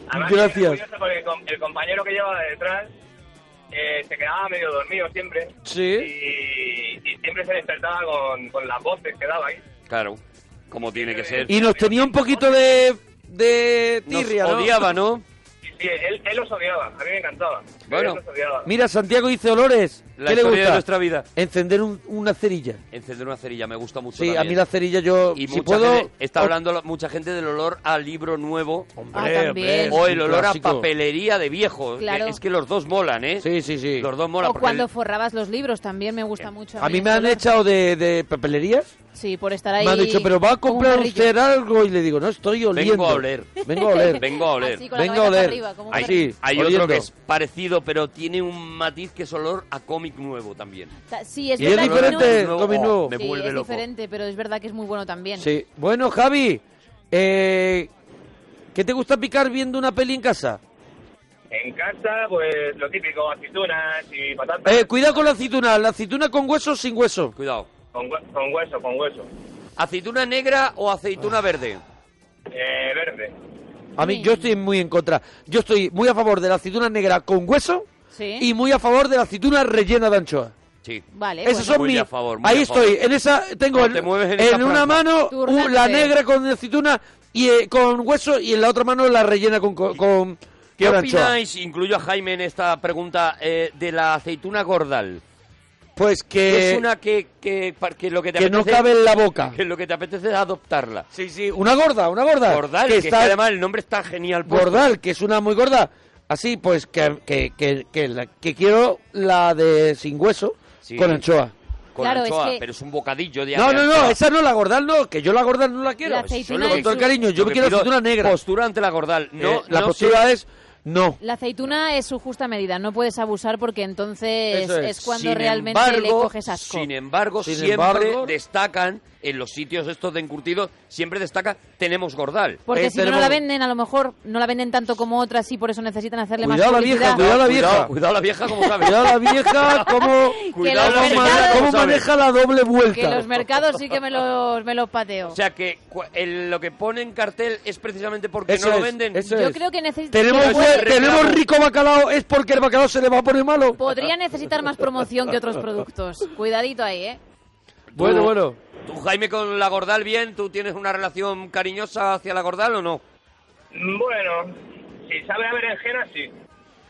Además,
Gracias.
es curioso porque el com- el compañero que llevaba detrás eh, se quedaba medio dormido siempre.
Sí.
Y, y siempre se despertaba con, con las voces que daba ahí.
Claro, como tiene que ser.
Y nos tenía un poquito de, de
Nos
tirria, ¿no?
odiaba, ¿no?
Y sí, él, él los odiaba, a mí me encantaba.
Bueno.
Él los odiaba.
Mira, Santiago dice olores.
La
¿Qué le
historia
gusta?
de nuestra vida.
Encender un- una cerilla.
Encender una cerilla, me gusta mucho.
Sí, a
también.
mí la cerilla yo,
Y
si
mucha
puedo... Oh.
gente- está hablando la- mucha gente del olor a libro nuevo
Ah, también.
o el
un
olor
clásico.
a papelería de viejo.
Claro.
Es que los dos molan, ¿eh?
Sí, sí, sí.
Los dos molan.
o
porque
cuando
el-
forrabas los libros también me gusta mucho.
A mí me
ese
han
olor.
echado de, de papelerías.
Sí, por estar ahí.
Me han dicho, pero va a
como un
comprar
perrillo.
usted algo. Y le digo, no, estoy oliendo.
a oler.
Vengo a
*laughs*
oler.
Vengo a oler.
Así, con la
Venga
cabeza
a oler.
para arriba, como un
Hay,
Sí.
perrillo.
hay
oliendo.
otro que es parecido, pero tiene un matiz que es olor a cómic nuevo también.
Ta- Sí, es
Y es
verdad que no-
diferente,
Nuevo,
Tommy Nuevo.
me
Sí,
vuelve
es
loco.
diferente, pero es verdad que es muy bueno también.
Sí. Bueno, Javi, eh, ¿qué te gusta picar viendo una peli en casa?
En casa, pues lo típico, aceitunas y patatas.
Eh, cuidado con la aceituna. ¿La aceituna con hueso o sin hueso?
Cuidado.
Con, hue- con hueso, con hueso.
¿Aceituna negra o aceituna verde?
Eh, verde.
A mí, yo estoy muy en contra. Yo estoy muy a favor de la aceituna negra con hueso
Sí.
y muy a favor de la aceituna rellena de anchoa.
Sí.
Vale,
Esos
bueno.
son
Muy
mis-
a favor, muy
Ahí
a favor.
estoy. En esa tengo
No
el-
te mueves en
en,
esa
una
franja.
mano
Tu
un-
rante.
la negra con aceituna y eh, con hueso y en la otra mano la rellena con co- con,
¿Qué
con anchoa.
opináis? Incluyo a Jaime en esta pregunta eh, de la aceituna gordal.
Pues que,
es una que, que, par- que lo que te
que no
apetece,
cabe en la boca.
*laughs* que lo que te apetece es adoptarla.
Sí, sí, una gorda, una gorda.
Gordal, que, es que además el nombre está genial. puesto.
gordal, que es una muy gorda. Así pues que que, que, que la- que quiero la de sin hueso
Sí.
con anchoa.
Con
Claro, es
anchoa,
que-
pero es un bocadillo de
No, no, no,
anchoa.
esa no la gordal no, que yo la gordal no la quiero.
La aceituna
Con
es
todo el
su-
cariño, yo
Lo
me
que
quiero
pido, Pues,
aceituna negra.
Postura ante la gordal. No,
Eh, la
no
postura
sé-
es no.
La aceituna es su justa medida, no puedes abusar porque entonces
Eso es.
es. cuando
Sin
realmente le
embargo-
coges asco.
Sin embargo,
Sin
siempre
embargo-
destacan, en los sitios estos de encurtidos, siempre destaca, tenemos gordal.
Porque
Eh,
si no, no
tenemos-
la venden, a lo mejor no la venden tanto como otras y por eso necesitan hacerle
Cuidado la
más
vieja,
publicidad.
Cuidado la vieja.
Cuidado, cuidado la vieja, como sabes.
Cuidado la
*laughs*
vieja cómo
Cuidado
cómo
los
mane-
mercados.
cómo
Sabe.
maneja la doble vuelta.
Que los mercados sí que me los, me los pateo.
O sea que cua- el- lo que pone en cartel es precisamente porque
Eso
no
es,
lo venden.
eso
Yo
es.
creo que necesita...
Tenemos,
Pero
buen-
ese reclamo-
tenemos rico bacalao, es porque el bacalao se le va a poner malo.
*laughs* Podría necesitar más promoción que otros productos. Cuidadito ahí, ¿eh?
Bueno, bueno.
Tú, Jaime, con la Gordal bien, ¿tú tienes una relación cariñosa hacia la Gordal o no?
Bueno, si sabe a berenjena, sí.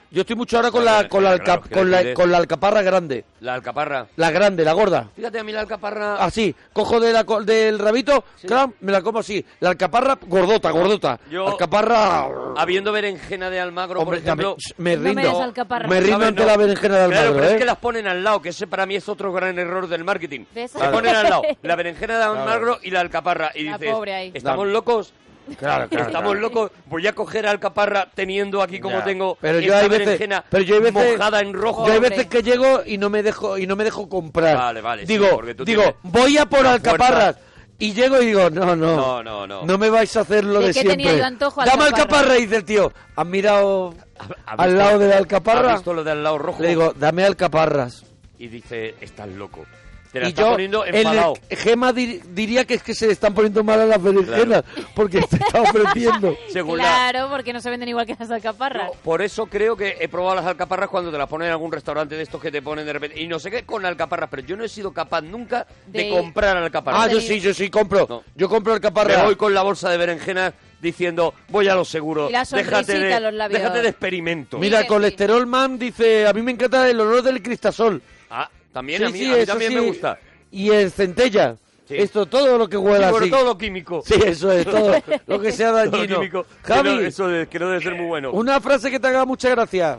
Yo estoy mucho ahora con
Claro,
la con la,
claro,
alca-
claro,
con, la,
quiere-
con la alcaparra grande,
La alcaparra.
la grande, la gorda.
Fíjate, a mí la alcaparra...
Así, cojo de la co- del rabito, clam, me la como así. La alcaparra gordota, gordota.
Yo-
Alcaparra.
Habiendo berenjena de Almagro,
Hombre,
por ejemplo...
ya me, me
No me des
rindo.
alcaparra.
me rindo
¿sabes?
ante
No.
la berenjena de Almagro,
Claro, pero
¿eh?
es que las ponen al lado, que ese para mí es otro gran error del marketing.
¿Ves?
La
Claro.
ponen al lado, la berenjena de Almagro y la alcaparra. Y
La
dices,
pobre ahí.
¿estamos
La-
locos?
Claro, claro,
Estamos
claro.
locos. Voy a coger alcaparra teniendo aquí como
Ya.
tengo
pero yo
esta
hay veces,
berenjena
pero yo hay veces,
mojada en rojo.
Yo hay
Pobre.
veces que llego y no me dejo y no me dejo comprar.
Vale, vale, sí,
Digo,
porque tú
digo,
tienes
voy a por
una
alcaparras y llego y digo, no,
No,
no.
no, no.
me vais a hacer lo de,
¿De qué
siempre.
tenía yo antojo?
Dame
Alcaparra.
alcaparra y dice el tío, ¿has mirado
¿Ha- ha
al
visto-
lado de la
¿Has
alcaparra?
visto lo del lado rojo?
Le digo, dame alcaparras.
y dice, estás loco. Te la
y
está
yo,
poniendo
el-
enfadado.
Gema dir- diría que es que se le están poniendo mal a las berenjenas porque se
*laughs*
está
*laughs*
ofreciendo.
Según la-
Claro, porque no se venden igual que las alcaparras.
Por eso creo que he probado las alcaparras cuando te las ponen en algún restaurante de estos que te ponen de repente. Y no sé qué con alcaparras, pero yo no he sido capaz nunca de,
De-
comprar alcaparras.
ah, yo sí, yo sí compro.
No.
Yo compro
Me
alcaparra.
voy con la bolsa de berenjenas diciendo, voy a lo seguro.
Y la
déjate de,
sonrisita, los labios.
déjate de experimentos.
Mira,
Sí, sí.
colesterol man dice, a mí me encanta el olor del cristasol.
Ah, también
Sí,
a mí,
sí,
a mí
eso
también
sí.
me gusta.
Y el centella.
Sí.
Esto, todo lo que huele
Sí, por
así.
todo lo químico.
Sí, eso es, todo lo que
*laughs*
sea
Todo lo
dañino.
químico. Que
Javi,
no, eso de- que no debe ser muy bueno.
una frase que te haga mucha gracia.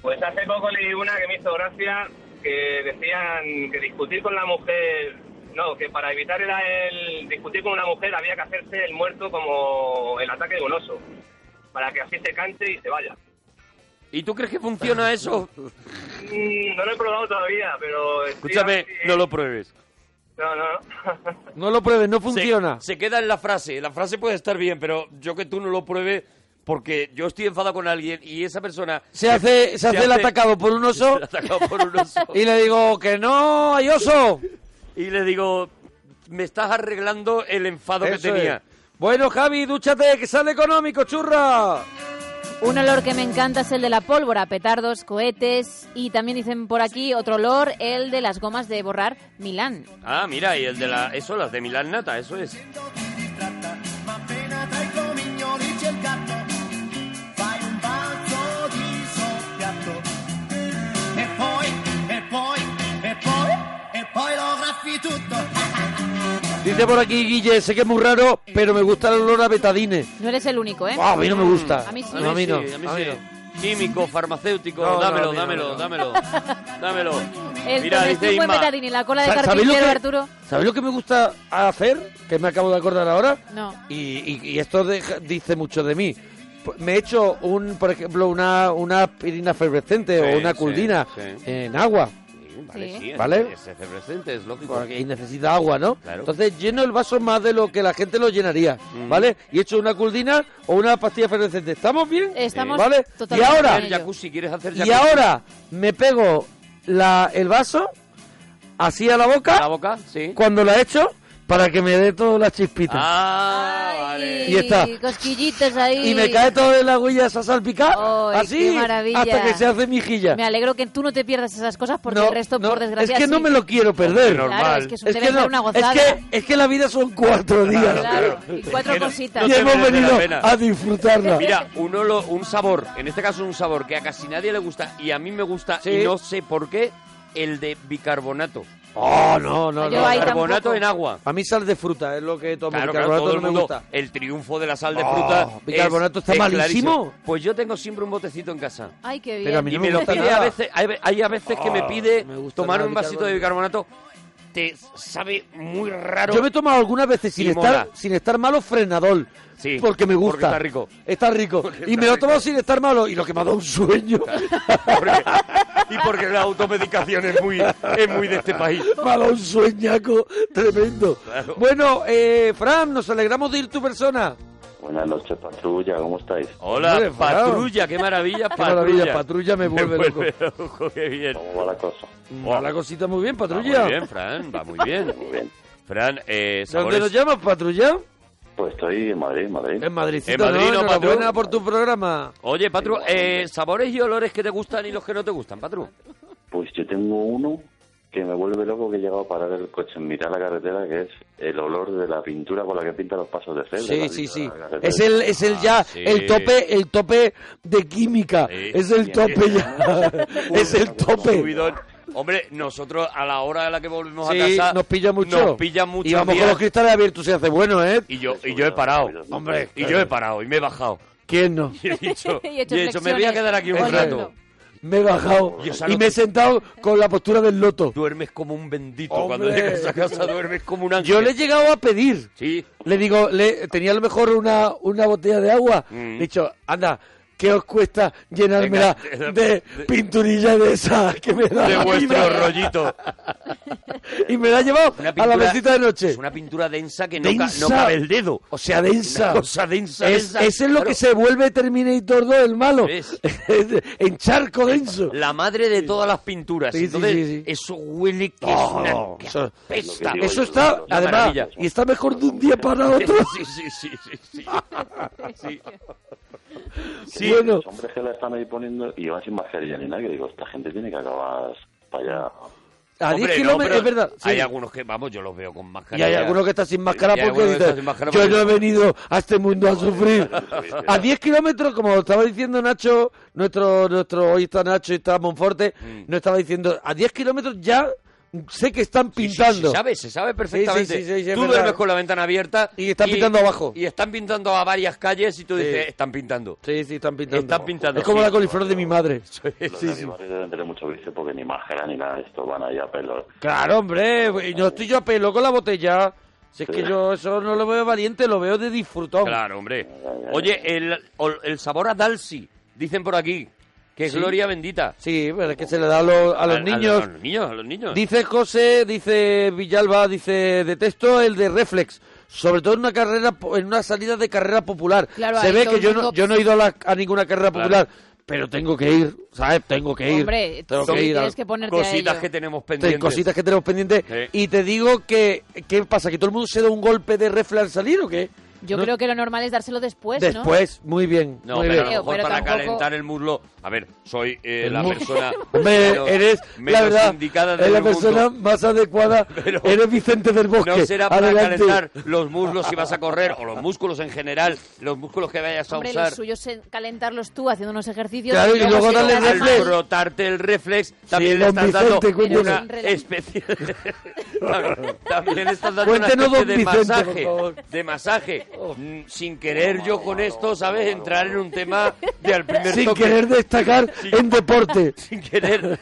Pues hace poco leí una que me hizo gracia, que decían que discutir con la mujer, no, que para evitar era el discutir con una mujer había que hacerse el muerto como el ataque de un oso, para que así se canse y se vaya.
¿Y tú crees que funciona eso?
Mm, no lo he probado todavía, pero... eh, estoy
Escúchame,
así-
no lo pruebes.
No, no, no.
No lo pruebes, no
Se-
funciona.
Se, queda en la frase. La frase puede estar bien, pero yo que tú no lo pruebes, porque yo estoy enfadado con alguien y esa persona...
Se hace, se hace el atacado por un
*laughs*
oso
se hace atacado por un oso.
*laughs* y le digo que no hay oso.
Y le digo, me estás arreglando el enfado que
Eso
tenía.
es. Bueno, Javi, dúchate, que sale económico, churra.
Un olor que me encanta es el de la pólvora, petardos, cohetes y también dicen por aquí otro olor, el de las gomas de borrar Milán.
Ah, mira, y el de la... Eso, las de Milán Nata, eso es.
Dice por aquí Guille, sé que es muy raro, pero me gusta el olor a betadine.
No eres el único, ¿eh?
Ah, a mí no me gusta.
A mí sí.
No, a mí no.
sí, a mí
a mí
sí.
no.
Químico, farmacéutico,
No, no, a
dámelo,
mí no,
dámelo,
no.
dámelo, dámelo.
El
Mira, dice
comestible
Inma,
Betadine, la cola de
Sa- ¿Sabéis lo,
carpintero, Arturo.
que, sabéis lo que me gusta hacer? Que me acabo de acordar ahora.
No.
Y, y- y esto deja- dice mucho de mí. P- Me he hecho, un, por ejemplo, una, una aspirina efervescente
Sí,
o una
sí,
culdina
sí.
en agua.
Sí, vale,
Sí.
sí, es-
¿Vale?
Es efervescente, es lógico.
Porque necesita agua, ¿no?
Claro.
Entonces lleno el vaso más de lo que la gente lo llenaría, ¿vale? Y he hecho una culdina o una pastilla efervescente. ¿Estamos bien?
Estamos
¿Vale? Y
totalmente
ahora,
bien.
Hacer jacuzzi, ¿quieres hacer
y
jacuzzi?
ahora me pego la, el vaso así a la boca.
¿A la boca? Sí.
cuando la he hecho para que me dé todas las chispitas.
Ah,
Ay,
vale.
Y está.
Cosquillitas ahí.
Y me cae toda la huella esa salpicada,
Ay,
así,
qué maravilla.
hasta que se hace mijilla.
Me alegro que tú no te pierdas esas cosas porque
No,
el resto,
no,
por desgracia,
Es que no
sí.
me lo quiero perder.
Claro,
Normal. es que es- debe ser una
es,
gozada.
que, es que la vida son cuatro días.
Claro, y cuatro
Es *laughs* que no-
cositas.
no
Y
te
hemos
merece la
venido
pena.
a disfrutarla.
Mira, un, olo- un sabor, en este caso un sabor que a casi nadie le gusta y a mí me gusta
Sí.
y no sé por qué, el de bicarbonato.
Oh, no, no,
Yo
no.
ahí
bicarbonato
tampoco.
en agua.
A mí sal de fruta es lo que tomo.
Claro, claro,
bicarbonato
todo el
no me
mundo,
gusta.
el triunfo de la sal de
Oh,
fruta. es-
bicarbonato está
es
malísimo.
clarísimo. Pues yo tengo siempre un botecito en casa.
Ay, Ah, qué bien.
Pero a mí
y
no
me,
me
lo
gusta
pide
nada.
a veces, hay, ve- hay a veces que me
Ah,
pide
me gusta
tomar
nada
un
el
vasito de bicarbonato. Te sabe muy raro.
Yo me he tomado algunas veces sin
Y
estar,
mola.
sin estar malo frenadol.
Sí,
porque me gusta.
porque está rico.
Está rico. Y
está
me lo he
rico.
tomado sin estar malo. Y lo que me ha dado un sueño.
Porque- y porque la automedicación es muy, es muy de este
*laughs*
país.
me ha dado un sueñaco tremendo.
Claro.
Bueno, eh, Fran, nos alegramos de ir tu persona.
Buenas noches, patrulla, ¿cómo estáis?
Hola,
Hombre, Fran.
patrulla, qué maravilla,
*laughs* Qué
patrulla.
maravilla, patrulla
*laughs*
me
Me
vuelve loco.
vuelve loco, qué bien. Oh.
¿Cómo va la cosa?
Va La cosita muy bien,
Va muy
patrulla.
bien, Fran, va muy bien.
*laughs* Muy bien.
Fran, eh,
¿Dónde nos
sabores...
llamas, patrulla?
Pues estoy en Madrid, en Madrid.
En Madridcito,
En Madrid, no,
¿no?
patru.
Enhorabuena por tu programa.
Oye, Patru, eh, sabores y olores que te gustan y los que no te gustan, Patru.
Pues yo tengo uno que me vuelve loco que he llegado a parar el coche en mitad de la carretera, que es el olor de la pintura con la que pinta los pasos de cebra.
Sí,
la
sí,
pinta
sí.
de la carretera.
Es el, es el ya,
Ah, sí.
el tope, el tope de química.
Sí.
Es el tope ya. *laughs*
*laughs*
es el tope.
Subidón. Hombre, nosotros a la hora a la que volvemos a
Sí,
casa...
nos pilla mucho.
Nos pilla mucho.
Y vamos
día.
con los cristales abiertos, se hace bueno, ¿eh?
y, yo, y yo he parado.
Hombre,
Y yo he parado y me he bajado.
¿Quién no?
*laughs* Y he dicho,
*laughs* Y he hecho
y he dicho, me voy a
flexiones.
quedar aquí un
Oye,
rato.
Me he bajado
Yo
y
salgo-
me he sentado con la postura del loto.
Duermes como un bendito. Cuando
Hombre.
llegas a casa duermes como un ángel.
Yo le he llegado a pedir.
Sí,
Le digo, le, tenía a lo mejor una, una botella de agua.
Mm.
Le he dicho, anda, ¿qué os cuesta llenármela
Venga,
de pinturilla de esa que me da?
de
la
vuestro
vida?
rollito.
*laughs* Y me la ha llevado
Una
a la
pintura-
mesita de noche.
Es una pintura densa que no, ca-
Densa.
no cabe el dedo.
O sea, densa.
Una cosa densa,
Es,
densa.
ese es lo
Claro.
que se vuelve Terminator 2, el malo.
¿Ves?
en charco denso.
La madre de todas las pinturas.
Sí, sí,
Entonces,
sí, sí.
eso huele que es
Oh,
una que
eso-
apesta.
digo
Eso
yo,
está,
una
además,
maravilla.
y está mejor de un
*laughs*
día para otro.
Sí,
*laughs*
sí, sí, sí, sí. Sí. Sí.
Bueno,
Los hombres que la están ahí poniendo y van sin mascarilla ni nada, que digo, esta gente tiene que acabar para allá.
a 10
Hombre, no,
kilómetros,
pero
es verdad. sí.
Hay algunos que, vamos, yo los veo con
Y
mascarilla.
hay algunos que están sin máscara
Y hay
porque
algunos que están
dicen,
sin máscara
yo
porque-
no he venido a este mundo *laughs*
*laughs*
a sufrir.
Joder,
A 10 kilómetros, como estaba diciendo Nacho, nuestro, nuestro, hoy está Nacho y está Monforte, nos estaba diciendo, a 10 kilómetros ya sé que están
Sí, sí,
pintando.
se sabe, se sabe perfectamente.
Sí, sí, sí, sí, sí, es
tú
verdad.
duermes con la ventana abierta.
Y están pintando abajo.
Y están pintando a varias calles y tú
Sí.
dices, están pintando.
Sí, sí, están pintando.
Están pintando.
Es como la coliflor de mi madre.
Los de mi barrio deben tener mucho vicio porque ni máscara ni nada de esto van ahí a pelo.
Claro, hombre, y no estoy yo a pelo con la botella. Si es que
Sí.
yo eso no lo veo valiente, lo veo de disfrutón.
Claro, hombre. Oye, el, ol- el sabor a Dalsi, dicen por aquí, que es
Sí.
gloria bendita.
Sí, pero es que se le da a los, a los niños.
A, los niños, a los niños.
Dice José, dice Villalba, dice, detesto el de reflex. sobre todo en una carrera, po- en una salida de carrera popular.
Claro,
Se
ahí
ve
todo
que
el
yo no,
mundo-
yo no he ido a, la- a ninguna carrera popular, pero tengo que ir, ¿sabes? Tengo que ir.
Hombre,
tengo
sí,
que ir a-
tienes que ponerte a
Cositas
ello.
que tenemos
te-
pendientes.
cositas que tenemos pendientes.
Sí.
Y te digo que, ¿qué pasa? ¿Que todo el mundo se da un golpe de refle al salir o qué?
Yo
No-
creo que lo normal es dárselo después, ¿no?
Después, muy bien.
No,
muy
pero a lo
bien.
Creo,
mejor
pero
para
tampoco-
calentar el muslo. A ver, soy eh,
El
la
mu-
persona.
*laughs* Hombre,
menos-
eres,
menos
la verdad,
indicada
eres
del
la
mundo.
persona más adecuada.
*laughs* Pero-
eres Vicente del Bosque.
No será para
Adelante.
calentar los muslos si vas a correr, o los músculos en general, los músculos que vayas a
Hombre, lo
usar.
suyo es en- calentarlos tú haciendo unos ejercicios.
Claro, y luego
si lo
darle
das
Al
reflex.
mal-
frotarte el reflex, también le
don
estás
Vicente,
dando
cuéntanos.
una
Pero sin
especie. también, también le estás dando
Cuéntenos,
una
don
especie de
Vicente, por
masaje.
favor.
De masaje. Mm, Sin querer yo con esto, ¿sabes? Entrar en un tema de al primer
Sin
toque.
querer destacar
*laughs* Sin-
en deporte.
Sin
*laughs*
querer.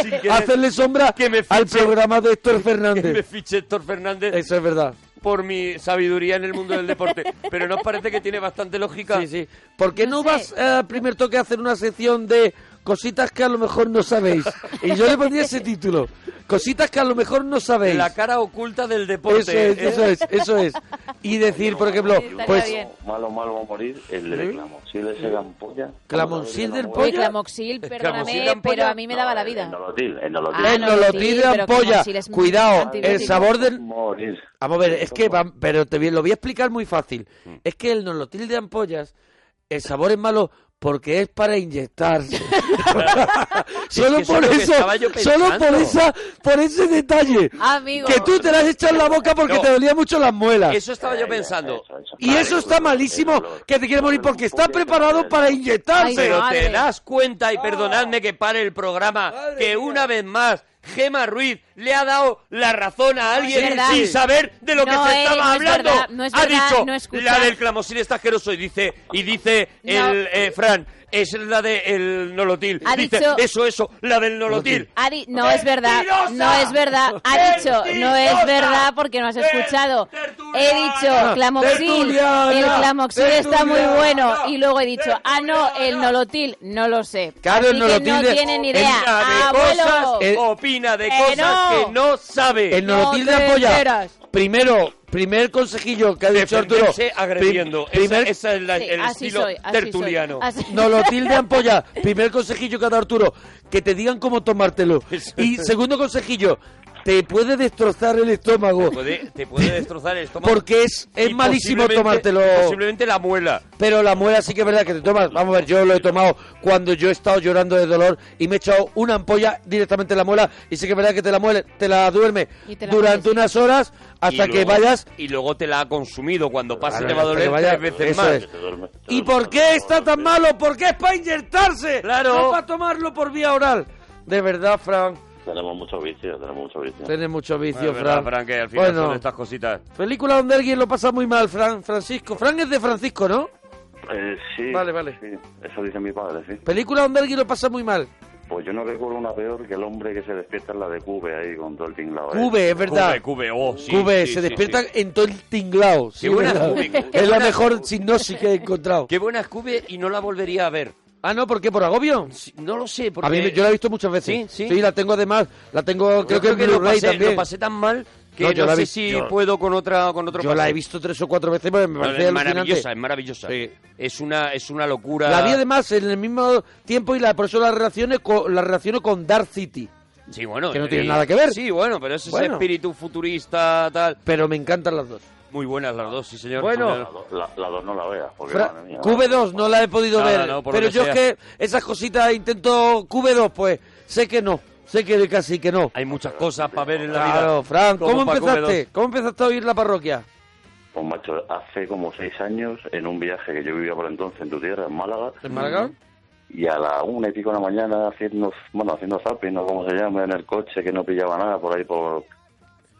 Sin querer.
Hacerle sombra
Que me
al
fiche.
programa de Héctor
que me
Fernández.
fiche Héctor Fernández
Eso es verdad.
por mi sabiduría en el mundo del deporte. Pero nos parece que tiene bastante lógica.
Sí, sí. ¿Por qué no,
No sé.
vas eh, al primer toque a hacer una sección de cositas que a lo mejor no sabéis? Y yo le pondría ese título. Cositas que a lo mejor no sabéis.
La cara oculta del deporte. ¿eh?
Eso es, eso es, eso es. Y decir, por ejemplo,
Estaría
pues
bien.
Malo, malo va a morir el de
¿Sí?
Clamoxil, ese de ampolla.
Clamoxil del
Oye,
pollo.
Clamoxil, perdóname,
Clamoxil, ampolla.
pero a mí me daba la
El
vida.
nolotil, el nolotil.
Ah,
el nolotil
nolotil,
de
pero
ampolla.
Clamoxil es muy
Cuidado, el
antibiótico.
sabor del...
Morir.
Vamos a ver, es que van, pero te vi- lo voy a explicar muy fácil.
Mm.
Es que el nolotil de ampollas, el sabor es malo porque es para inyectar.
*laughs*
*laughs* solo
que eso
por
es lo que
eso,
estaba yo
solo por
pensando.
esa, por ese detalle.
Amigo.
Que tú te las echas en la boca porque
No.
te dolía mucho las muelas.
Eso estaba yo pensando.
y eso está malísimo, que te quiere morir porque está preparado para
Ay,
inyectarse.
Pero te
madre.
das cuenta, y perdonadme que pare el programa,
Ah. Madre
que
mía.
una vez más Gema Ruiz le ha dado la razón a
es
alguien
verdad.
sin saber de lo que
No,
se
eh,
estaba
no es
hablando.
verdad, no es
ha
verdad,
dicho,
no escucha.
la del clamosil está asqueroso y dice, y dice
No.
el eh, Fran, es la del nolotil.
Ha
dice,
dicho-
eso, eso, la del nolotil.
Ha di- no es verdad,
¡Mentirosa!
no es verdad, ha dicho, no es
¡Mentirosa!
verdad porque
¡Eh,
no has escuchado. He dicho,
¡Tertuliana!
clamoxil, el
Ah, ¡Tertuliana!
clamoxil está muy
¡Tertuliana!
bueno. Y luego he dicho, ah, no, el nolotil, no lo sé.
Claro, el
Así que
nolotil
no
de-
tienen ni
el-
idea.
Opina de cosas,
Abuelo,
Eh,
opina de
eh,
cosas
no.
que no sabe.
El nolotil
No
de
te
ampolla.
enteras.
Primero, primer consejillo que ha dicho Arturo.
defenderse agrediendo.
Pri- primer
Esa, esa es la-
Sí,
el
así
estilo
soy, así
tertuliano.
soy, así-
Nolotil
*laughs*
de ampolla. Primer consejillo que ha dado Arturo, que te digan
*laughs*
cómo tomártelo. Y segundo consejillo, te puede destrozar el estómago. *laughs*
Te puede- te puede destrozar el estómago.
Porque es, es
Y
malísimo
posiblemente-
tomártelo.
Posiblemente la muela.
Pero la muela sí que es verdad que te tomas. Vamos a ver, yo lo he tomado cuando yo he estado llorando de dolor y me he echado una ampolla directamente en la muela. Y sí que es verdad que te la muele, te la duerme
Y te la
durante
mueles.
unas horas hasta
Y
que
luego-
vayas.
Y luego te la ha consumido. Cuando pase
Claro,
te va a
hasta
doler
que vaya-
tres veces
eso
más.
es. ¿Y por qué está tan malo? Porque es para inyectarse.
Claro.
No para tomarlo por vía oral. De verdad, Fran.
Tenemos mucho vicio, tenemos mucho vicio.
Tienes mucho vicio,
Bueno, es verdad,
Fran.
Fran, que al final
Bueno,
son estas cositas.
película donde alguien lo pasa muy mal, Fran. Francisco. Fran es de Francisco, ¿no?
Eh, sí.
Vale, vale.
sí, eso dice mi padre, sí.
Película donde alguien lo pasa muy mal.
Pues yo no recuerdo una peor que el hombre que se despierta en la de Cube ahí con todo el tinglado. ¿eh? ahí.
Cube, es verdad.
Cube, Cube, oh, sí,
Cube,
sí,
se
sí,
despierta
sí.
en todo el tinglao. sí,
Qué buena
¿verdad?
Cube, qué
Es la
buena-
mejor sinopsis que he encontrado.
Qué buena es Cube y no la volvería a ver.
Ah, no, ¿por qué? ¿Por agobio?
Sí, No lo sé. Porque
A mí yo la he visto muchas veces.
Sí, sí.
la tengo además. La tengo, creo,
Yo
que en
lo
Blu-ray
pasé,
también.
lo pasé tan mal que
No,
no,
yo la
sé
vi-
si
yo-
puedo con otra con otro
Yo la he
paseo.
visto tres o cuatro veces porque me
No,
parece
es
alucinante.
maravillosa, es maravillosa.
Sí.
Es una es una locura.
La vi además en el mismo tiempo y la, por eso la relaciono con, la relaciono con Dark City.
Sí, bueno,
Que no tiene
y-
nada que ver.
Sí, bueno, pero es ese
Bueno.
espíritu futurista tal.
Pero me encantan las dos.
Muy buenas las dos, sí señor.
La,
Bueno.
do- la, la dos no la veas. Porque,
Fra-
madre mía.
QV2 no la he podido
No,
ver.
no, por lo
pero
que
yo
sea.
es que esas cositas intento QV2, pues sé que no. Sé que casi que no.
hay muchas cosas para ver en la
Claro,
vida.
Fran, ¿cómo
Como para
empezaste?
comedos.
¿Cómo empezaste a oír la parroquia?
Pues macho, hace como seis años, en un viaje que yo vivía por entonces en tu tierra, en Málaga,
¿En Málaga?
y a la una y pico de la mañana haciendo, bueno, haciendo zapping, no como se llama, en el coche, que no pillaba nada por ahí por,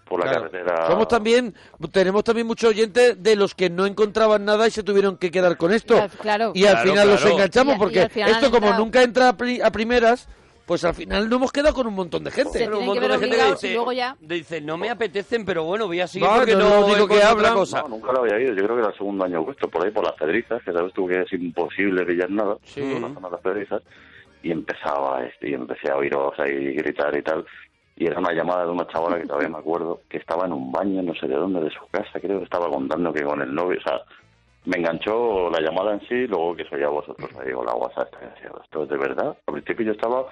por la
Claro.
carretera.
Somos también, tenemos también muchos oyentes de los que no encontraban nada y se tuvieron que quedar con esto.
Claro, claro.
Y al
Claro,
final los
claro.
enganchamos
Y- y
porque
al final
esto como
entra-
nunca entra a, pri- a primeras, pues al final no hemos quedado con un montón de gente.
Se- Tienen
un
que
montón
ver
de gente que
obligados y
dice,
luego ya.
dice, no me apetecen, pero bueno, voy a seguir
No,
porque
no
no,
es lo único que
encuentro
hablan.
otra cosa.
No, nunca lo había ido. Yo creo que era el segundo año puesto, por ahí, por las pedrizas, que sabes tú que es imposible pillar nada, por la zona de las pedrizas. Y empezaba, este, y empecé a oíros ahí gritar y tal.
y era una llamada de una chavala que todavía me acuerdo, que estaba en un baño, no sé de dónde, de su casa, creo que estaba contando que con el novio, o sea, me enganchó la llamada en sí, luego que soy a vosotros, ahí digo, la WhatsApp está demasiado, esto es de verdad, al principio yo estaba...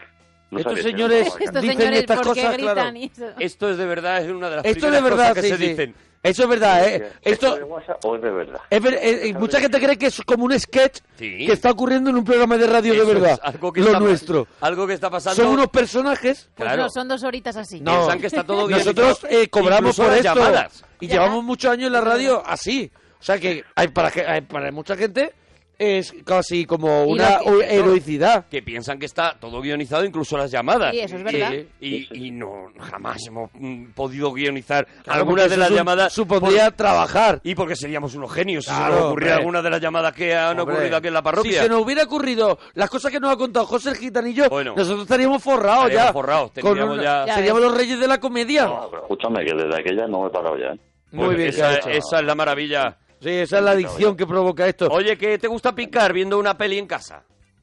no
Estos
sabía si era
señores
una vaca.
Estos
Dicen
señores,
estas
¿por qué
cosas,
gritan?
claro.
y eso?
Esto es de verdad, es una de las
Esto de
primeras
verdad,
cosas que
sí,
se
sí.
dicen.
Eso es verdad, ¿eh?
¿Esto
Esto,
de WhatsApp o es de verdad?
es ver- eh, eh, mucha gente cree que es como un sketch
Sí.
que está ocurriendo en un programa de radio
Eso
de
es
verdad.
algo que
lo
está-
nuestro.
Algo que está pasando.
Son unos personajes.
Pues
Claro.
no, son dos horitas así.
No.
Piensan que está todo bien
Nosotros
hecho.
eh, cobramos
Incluso
por
las
esto.
llamadas.
Y
Ya.
llevamos muchos años en la radio así. O sea que hay para, que- hay para mucha gente es casi como
Y
una
lo que-
o- heroicidad.
que piensan que está todo guionizado, incluso las llamadas.
Sí, eso es verdad.
Eh, y, y no, jamás hemos mm, podido guionizar
Claro,
algunas
porque
de
eso
las
su-
llamadas.
Supondría trabajar.
por- y porque seríamos unos genios si
Claro,
se nos ocurriera
hombre.
alguna de las llamadas que han
Hombre,
ocurrido aquí en la parroquia.
Si se nos hubiera ocurrido las cosas que nos ha contado José el Gitanillo,
Bueno.
nosotros estaríamos forrados
Estaríamos
ya.
forrados,
Con
tendríamos ya-
Ya
Seríamos
ves.
los reyes de la comedia.
No, pero escúchame, que desde aquella no me he parado ya. ¿eh?
Muy
Pues
bien,
esa,
que ha hecho.
esa es la maravilla.
Sí, esa es la adicción que provoca esto.
Oye, ¿qué te gusta picar viendo una peli en casa?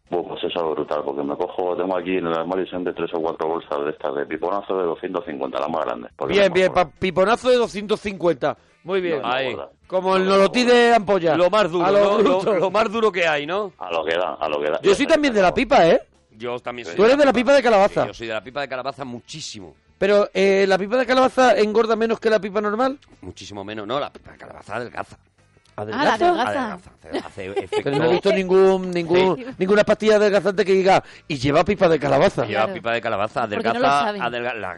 Buah, Pues eso es brutal, porque me cojo, tengo aquí en el armario son de tres o cuatro bolsas de estas de piponazo de 250, las más grandes. porque
Bien,
no me
bien,
acuerdo.
pa- piponazo de 250. Muy bien.
No, no
Ahí.
acuerdo.
Como el
No, no
nolotí
acuerdo.
de Ampolla.
Lo más duro,
A
¿no?
lo
lo,
bruto.
lo más duro que hay, ¿no?
A lo que da, a lo que da.
Yo soy también de la pipa, ¿eh?
Yo también soy.
Tú eres de la pipa de calabaza.
Yo soy de la pipa de calabaza muchísimo.
Pero eh, la pipa de calabaza engorda menos que la pipa normal.
Muchísimo menos, ¿no? La pipa de calabaza adelgaza.
Ah, la delgaza.
Adelgaza.
*laughs*
Hace efecto.
Pero no he visto ningún, ningún, ninguna pastilla adelgazante que diga y lleva pipa de calabaza.
Lleva
Claro.
pipa de calabaza,
Porque no
adelgaza,
lo saben.
adelga- la,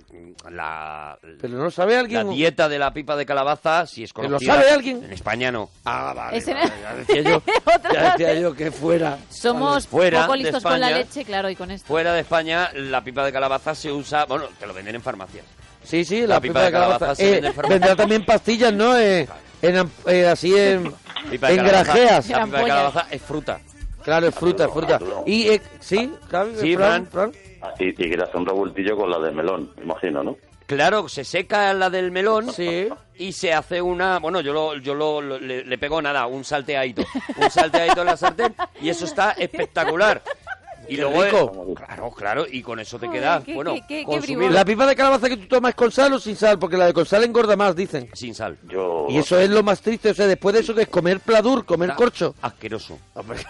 la-
Pero no lo sabe
la
alguien.
dieta de la pipa de calabaza, si es
¿Que lo
conocida...
sabe alguien?
En España no. Ah, vale.
*laughs* Ese
vale,
no-
ya *laughs* decía yo.
Otra
Ya decía
vez.
yo que fuera.
Somos
Fuera
poco
de
listos con la
España.
leche, claro, y con esto.
Fuera de España, la pipa de calabaza se usa... Bueno, te lo venden en farmacias.
Sí, sí, la, pipa, de calabaza.
se
Eh,
vende en farmacia.
vendrá también pastillas, ¿no? Eh, en, am- eh, así en,
*laughs* Pipa de
en
calabaza-
grajeas.
La pipa de
Ampollas.
calabaza es fruta.
Claro, es fruta, es fruta. Y, eh, ¿sí? Javi,
Sí,
Fran,
Fran.
Fran.
Ah, Y, y que le hace un revoltillo con la de melón, me imagino, ¿no?
Claro, se seca la del melón
Sí.
y se hace una... Bueno, yo, lo, yo lo- lo- le, le pego nada, un salteadito. Un salteadito en la sartén y eso está espectacular. Y
Qué
luego...
rico.
Claro, claro, y con eso te
Joder,
queda,
qué-
bueno,
qué- qué- qué
consumir
bribón.
La pipa de calabaza que tú tomas con sal o sin sal, porque la de con sal engorda más, dicen.
sin sal.
Yo...
Y eso es lo más triste, o sea, después de eso que es comer pladur, comer corcho.
Asqueroso.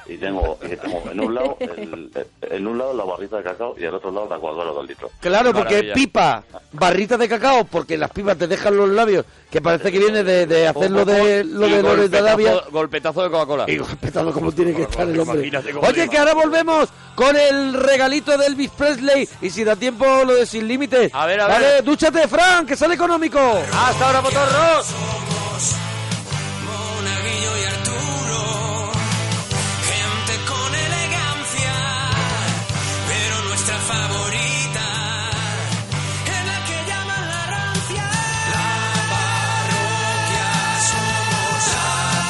Y tengo, y tengo en, un lado, el- el- en un lado la barrita de cacao y al otro lado la coadora de un litro.
Claro, porque
Maravilla.
es pipa, barritas de cacao, porque las pipas te dejan los labios, que parece que viene de, de hacer lo de lo
Y
de Lores de
golpetazo-
Arabia.
Golpetazo de Coca-Cola.
Y respetando como tiene que estar el hombre.
Imagínate cómo
Oye,
le
que
va.
ahora volvemos con el regalito de Elvis Presley. Y si da tiempo, lo de Sin Límites.
A ver, a
Vale,
ver.
dúchate, Fran, que sale económico.
¡Hasta ahora, Potorros!
Monaguillo y Arturo, gente con elegancia, pero nuestra favorita es la que llaman la rancia. La parroquia somos, la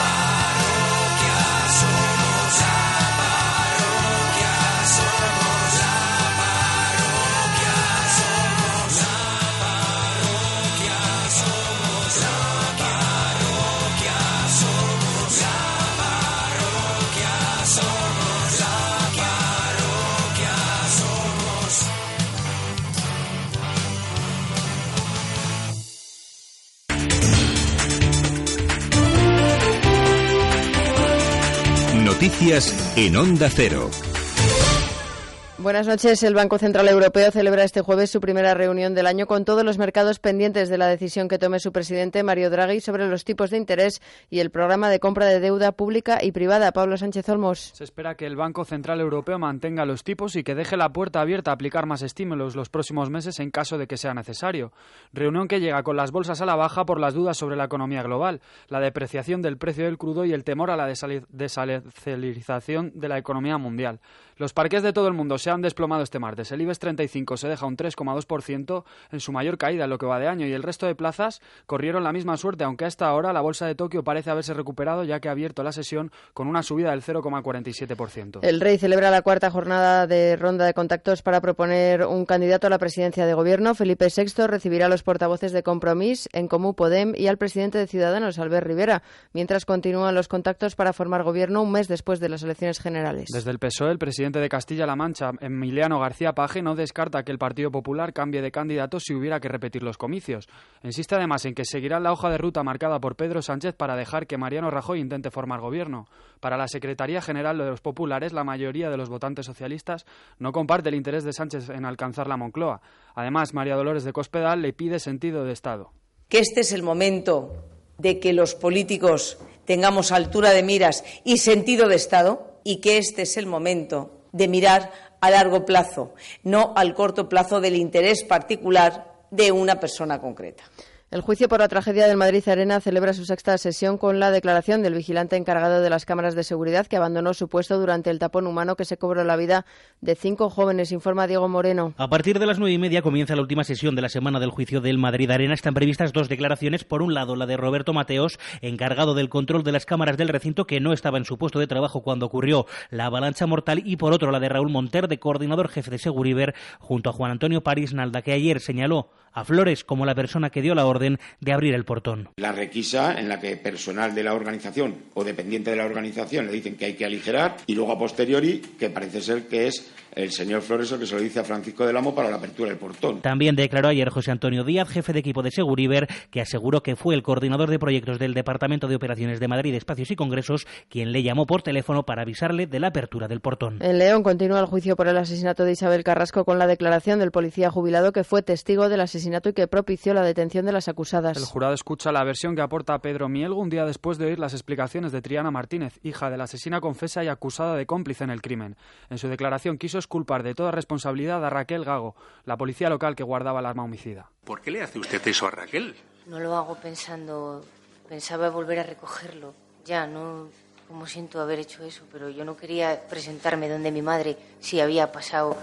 parroquia somos, la parroquia somos, la parroquia somos, la parroquia somos, la parroquia somos, la parroquia somos, la parroquia somos.
Noticias en Onda Cero.
Buenas noches. El Banco Central Europeo celebra este jueves su primera reunión del año con todos los mercados pendientes de la decisión que tome su presidente Mario Draghi sobre los tipos de interés y el programa de compra de deuda pública y privada. Pablo Sánchez Olmos.
Se espera que el Banco Central Europeo mantenga los tipos y que deje la puerta abierta a aplicar más estímulos los próximos meses en caso de que sea necesario. Reunión que llega con las bolsas a la baja por las dudas sobre la economía global, la depreciación del precio del crudo y el temor a la desali- desacelerización de la economía mundial. Los parques de todo el mundo se han desplomado este martes. El IBEX 35 se deja un 3,2% en su mayor caída en lo que va de año y el resto de plazas corrieron la misma suerte, aunque hasta ahora la bolsa de Tokio parece haberse recuperado ya que ha abierto la sesión con una subida del 0,47%.
El Rey celebra la cuarta jornada de ronda de contactos para proponer un candidato a la presidencia de gobierno. Felipe VI recibirá a los portavoces de Compromís, En Comú Podem y al presidente de Ciudadanos, Albert Rivera, mientras continúan los contactos para formar gobierno un mes después de las elecciones generales.
Desde el PSOE, el presidente E, de Castilla-La Mancha, Emiliano García Paje no descarta que el Partido Popular cambie de candidato si hubiera que repetir los comicios. Insiste además en que seguirán la hoja de ruta marcada por Pedro Sánchez para dejar que Mariano Rajoy intente formar gobierno. Para la Secretaría General de los Populares, la mayoría de los votantes socialistas no comparte el interés de Sánchez en alcanzar la Moncloa. Además, María Dolores de Cospedal le pide sentido de Estado.
que este es el momento de que los políticos tengamos altura de miras y sentido de Estado y que este es el momento de mirar a largo plazo, no al corto plazo del interés particular de una persona concreta.
El juicio por la tragedia del Madrid Arena celebra su sexta sesión con la declaración del vigilante encargado de las cámaras de seguridad que abandonó su puesto durante el tapón humano que se cobró la vida de cinco jóvenes, informa Diego Moreno.
A partir de las nueve y media comienza la última sesión de la semana del juicio del Madrid Arena. Están previstas dos declaraciones. Por un lado, la de Roberto Mateos, encargado del control de las cámaras del recinto, que no estaba en su puesto de trabajo cuando ocurrió la avalancha mortal. Y por otro, la de Raúl Monter, de coordinador jefe de Seguriver, junto a Juan Antonio París Nalda, que ayer señaló a Flores como la persona que dio la orden de abrir el portón.
La requisa en la que personal de la organización o dependiente de la organización le dicen que hay que aligerar y luego a posteriori que parece ser que es el señor Flores el que se lo dice a Francisco del Amo para la apertura del portón.
También declaró ayer José Antonio Díaz, jefe de equipo de Seguriver, que aseguró que fue el coordinador de proyectos del Departamento de Operaciones de Madrid, Espacios y Congresos quien le llamó por teléfono para avisarle de la apertura del portón.
En León continúa el juicio por el asesinato de Isabel Carrasco con la declaración del policía jubilado que fue testigo del asesinato y que propició la detención de las acusadas.
El jurado escucha la versión que aporta Pedro Mielgo un día después de oír las explicaciones de Triana Martínez, hija de la asesina confesa y acusada de cómplice en el crimen. En su declaración quiso exculpar de toda responsabilidad a Raquel Gago, la policía local que guardaba el arma homicida.
¿Por qué le hace usted eso a Raquel?
No lo hago pensando, pensaba volver a recogerlo. Ya, no, como siento haber hecho eso, pero yo no quería presentarme donde mi madre si había pasado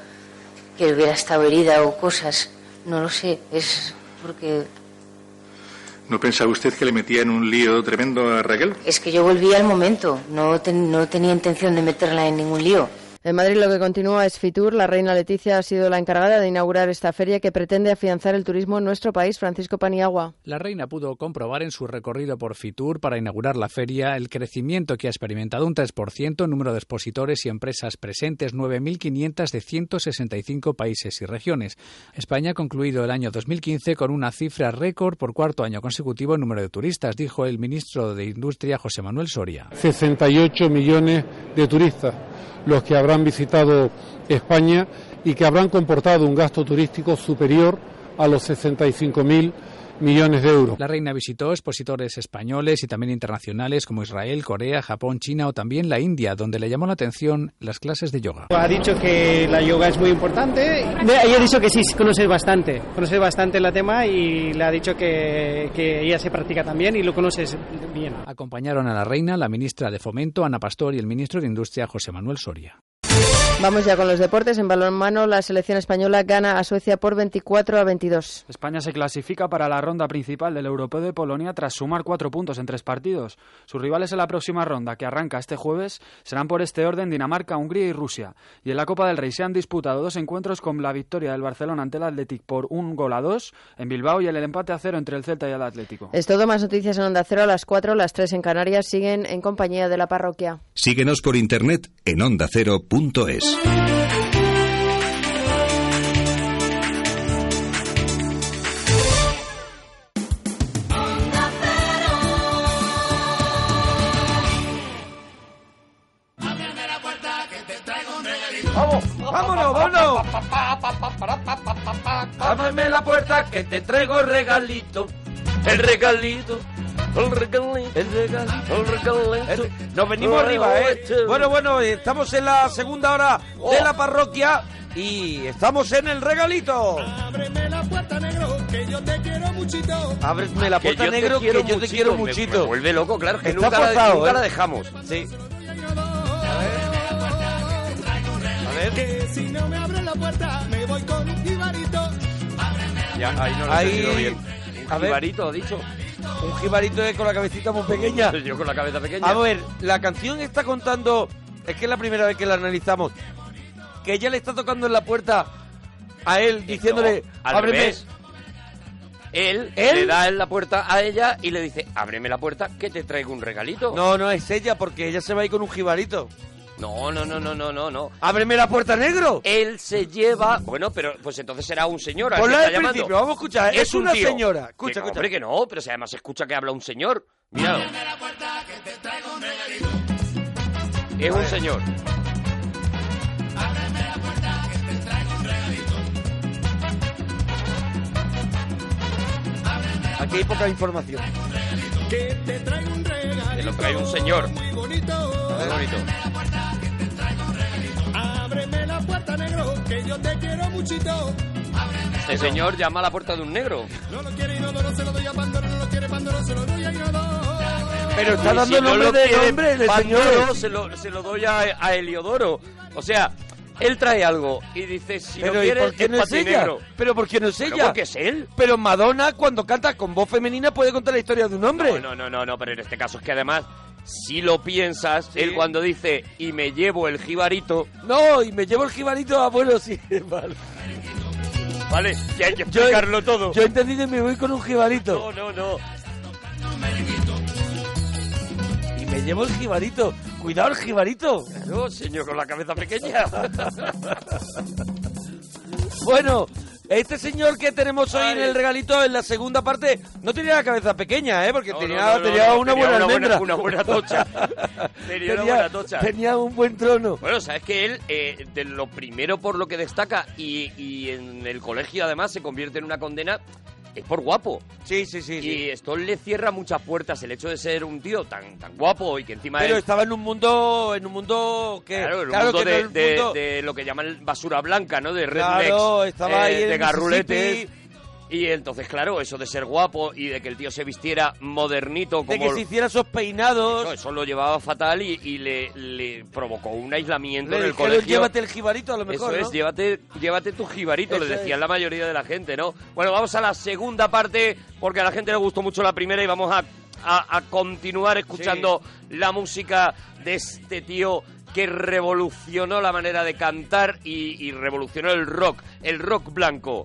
que hubiera estado herida o cosas. No lo sé, es porque
¿No pensaba usted que le metía en un lío tremendo a Raquel?
es que yo volví al momento, no, ten- no tenía intención de meterla en ningún lío.
En Madrid lo que continúa es Fitur. La reina Leticia ha sido la encargada de inaugurar esta feria que pretende afianzar el turismo en nuestro país, Francisco Paniagua.
La reina pudo comprobar en su recorrido por Fitur para inaugurar la feria el crecimiento que ha experimentado un 3% en número de expositores y empresas presentes, 9.500 de 165 países y regiones. España ha concluido el año 2015 con una cifra récord por cuarto año consecutivo en número de turistas, dijo el ministro de Industria José Manuel Soria.
68 millones de turistas los que habrán visitado España y que habrán comportado un gasto turístico superior a los 65.000 millones de euros.
La reina visitó expositores españoles y también internacionales como Israel, Corea, Japón, China o también la India, donde le llamó la atención las clases de yoga.
Ha dicho que la yoga es muy importante. Yo he dicho que sí, conoce bastante. Conoce bastante el tema y le ha dicho que, que ella se practica también y lo conoces bien.
Acompañaron a la reina la ministra de Fomento, Ana Pastor, y el ministro de Industria, José Manuel Soria.
Vamos ya con los deportes. En balonmano, la selección española gana a Suecia por 24 a 22.
España se clasifica para la ronda principal del Europeo de Polonia tras sumar cuatro puntos en tres partidos. Sus rivales en la próxima ronda, que arranca este jueves, serán por este orden Dinamarca, Hungría y Rusia. Y en la Copa del Rey se han disputado dos encuentros con la victoria del Barcelona ante el Athletic por un gol a dos en Bilbao y el empate a cero entre el Celta y el Atlético.
Es todo. Más noticias en Onda Cero a las 4, las 3 en Canarias. Siguen en compañía de la parroquia.
Síguenos por internet en ondacero.es.
¡Vamos! ¡Vámonos, vámonos! Ábreme la puerta que te traigo regalito. El regalito. El regalito. El regalito. El regalito. Eh, Nos venimos arriba, ¿eh? Bueno, bueno, eh, estamos en la segunda hora de la parroquia y estamos en el regalito.
Ábreme la puerta, negro, que yo te quiero muchito.
Ábreme la
Que
puerta,
yo te
negro, que
quiero
yo te
muchito,
quiero
me-
muchito.
me vuelve loco, claro, que
Está
nunca la-
forzado,
nunca
¿eh?
la dejamos.
Sí.
A ver. Que si no me abres la puerta, me voy con un jibarito.
Ya, ahí no lo he
Ahí-
entendido bien. Un
a ver.
jibarito, ha dicho.
Un jibarito de- con la cabecita muy pequeña.
Yo con la cabeza pequeña.
A ver, la canción está contando. Es que es la primera vez que la analizamos. Que ella le está tocando en la puerta a él diciéndole.
al
ábreme.
revés. Él,
¿Él?
le da en la puerta a ella y le dice, ábreme la puerta que te traigo un regalito.
No, no es ella, porque ella se va a ir con un jibarito.
No, no, no, no, no, no, no.
¡Ábreme la puerta, negro!
Él se lleva. Bueno, pero pues entonces será un señor. al que
Ponla
está
al
llamando.
principio, vamos a escuchar. Es
un
una
tío.
señora.
Que
Escucha,
no,
escucha.
Hombre, que no, pero si además se escucha que habla un señor. Mira. Es un señor.
Aquí hay poca información.
Que te traigo un regalo.
Te lo trae un señor.
Muy bonito.
Muy bonito.
Ábreme la puerta, negro, que yo te quiero muchito.
Este señor llama a la puerta de un negro.
No lo quiere y no, no se lo doy a Pandora, no lo quiere Pandora, se lo doy a Inodoro.
Pero está
Y
dando
si no
nombre
lo
de
quiere
nombre, el
Pandoro,
señor.
Se lo, se lo doy a, a Heliodoro. O sea, él trae algo y dice, si
Pero
lo
¿y
quieres,
por qué
es
no
pa'
es
ti,
ella?
negro.
Pero ¿por qué no es
Pero
ella?
porque es él.
Pero Madonna, cuando canta con voz femenina, puede contar la historia de un hombre.
No, no, no, no, pero en este caso es que además, si lo piensas, él cuando dice, y me llevo el jibarito,
No, y me llevo el jibarito abuelo, sí, *laughs* vale.
¿vale? Que hay que explicarlo todo.
Yo he entendido y me voy con un jibarito.
No, no, no.
Y me llevo el jibarito. Cuidado el jibarito.
No, señor, con la cabeza pequeña.
*laughs* Bueno, este señor que tenemos hoy en el regalito, en la segunda parte, no tenía la cabeza pequeña, ¿eh? Porque tenía,
no, no,
tenía
no, tenía una
una buena
buena-
almendra.
una buena
*laughs*
tocha. Tenía una buena tocha.
tenía un buen trono.
Bueno, sabes que él, eh, de lo primero por lo que destaca, y, y en el colegio además se convierte en una condena, es por guapo.
Sí, sí, sí.
Y esto le cierra muchas puertas, el hecho de ser un tío tan, tan guapo y que encima
Pero
es...
estaba en un mundo, en un mundo que...
Claro, en un
que
mundo
no
de,
el
de-
mundo-
de lo que llaman basura blanca, ¿no? De rednecks, eh,
Claro, estaba ahí en
de
el
garruletes.
Mississippi.
Y entonces, claro, eso de ser guapo y de que el tío se vistiera modernito como...
de que se hiciera esos peinados.
Eso, eso lo llevaba fatal y, y le, le provocó un aislamiento
Le
en el
dijeron,
colegio.
llévate el jibarito a lo mejor,
Eso es,
¿no?
llévate, llévate tu jibarito,
Eso
le decían
es.
la mayoría de la gente, ¿no? Bueno, vamos a la segunda parte, porque a la gente le gustó mucho la primera y vamos a, a- a continuar escuchando la música de este tío que revolucionó la manera de cantar y, y revolucionó el rock, el rock blanco.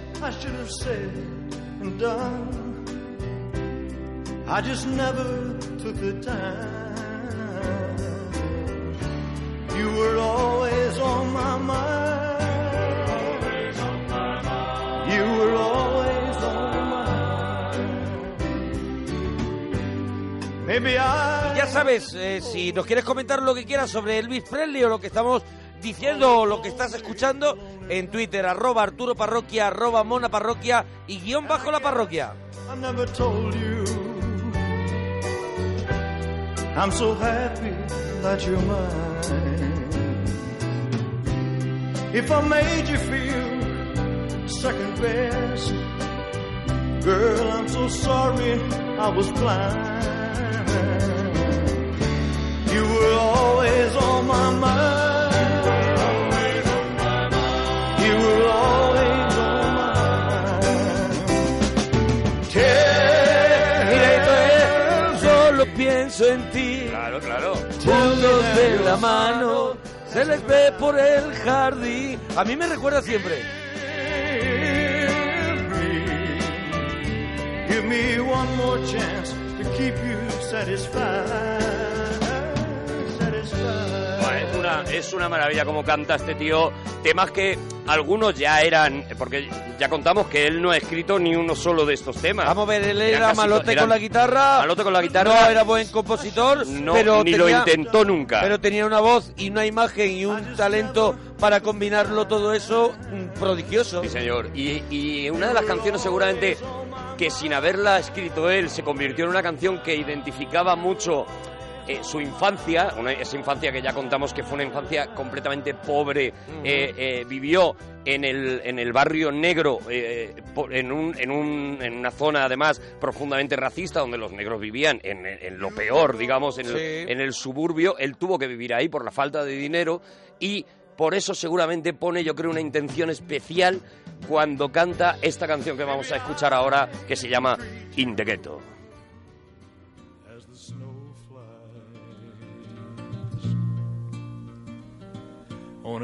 I should have said and done. I just never took the time. You were always on my mind. You were always on my mind. Maybe I
Ya sabes, eh, si nos quieres comentar lo que quieras sobre Elvis Presley o lo que estamos diciendo o lo que estás escuchando, en Twitter, arroba Arturo Parroquia, arroba Mona Parroquia y guión bajo la parroquia.
I never told you. I'm so happy that you're mine. If I made you feel second best, girl, I'm so sorry I was blind. You were always on my mind. You were always on my mind.
Mira, esto es Solo pienso en ti.
Claro, claro.
Juntos de la mano, se les ve por el jardín. A mí me recuerda siempre.
Give me one more chance to keep you satisfied. Satisfied.
Buah, Es una, es una maravilla como canta este tío. Temas que algunos ya eran. Porque ya contamos que él no ha escrito ni uno solo de estos temas.
Vamos a ver, él
Eran
era
casi to-
malote
eran-
con la guitarra.
Malote con la guitarra.
No era buen compositor.
No,
pero
ni
tenía-
lo intentó nunca.
Pero tenía una voz y una imagen y un talento para combinarlo todo eso mm, prodigioso.
Sí, señor. Y, y una de las canciones seguramente que sin haberla escrito él se convirtió en una canción que identificaba mucho eh, su infancia, una- esa infancia que ya contamos que fue una infancia completamente pobre, eh, eh, vivió en el, en el barrio negro, eh, po- en, un, en, un- en una zona además profundamente racista, donde los negros vivían en, en lo peor, digamos, en, el,
Sí.
en el suburbio. Él tuvo que vivir ahí por la falta de dinero y por eso seguramente pone, yo creo, una intención especial cuando canta esta canción que vamos a escuchar ahora, que se llama In the Ghetto.
as the snow flies. On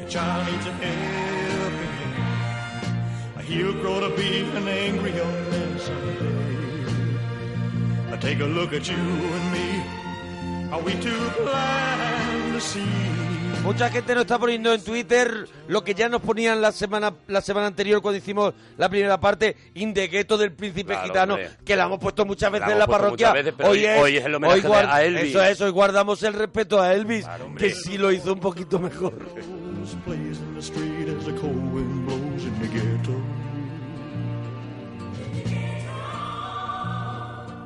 Your child needs a helping hand. He'll grow to be an angry young man someday. I take a look at you and me. Are we too blind to see?
Mucha gente nos está poniendo en Twitter lo que ya nos ponían la semana la semana anterior cuando hicimos la primera parte, Indegueto del Príncipe
Claro,
Gitano,
hombre.
que la hemos puesto muchas veces
La
en la
hemos puesto
parroquia.
muchas veces, pero hoy- hoy es el homenaje
hoy guard-
a Elvis.
Eso es, hoy guardamos el respeto a Elvis, que sí lo hizo un poquito mejor.
*laughs*
Rose plays in the street as the cold wind blows in the ghetto.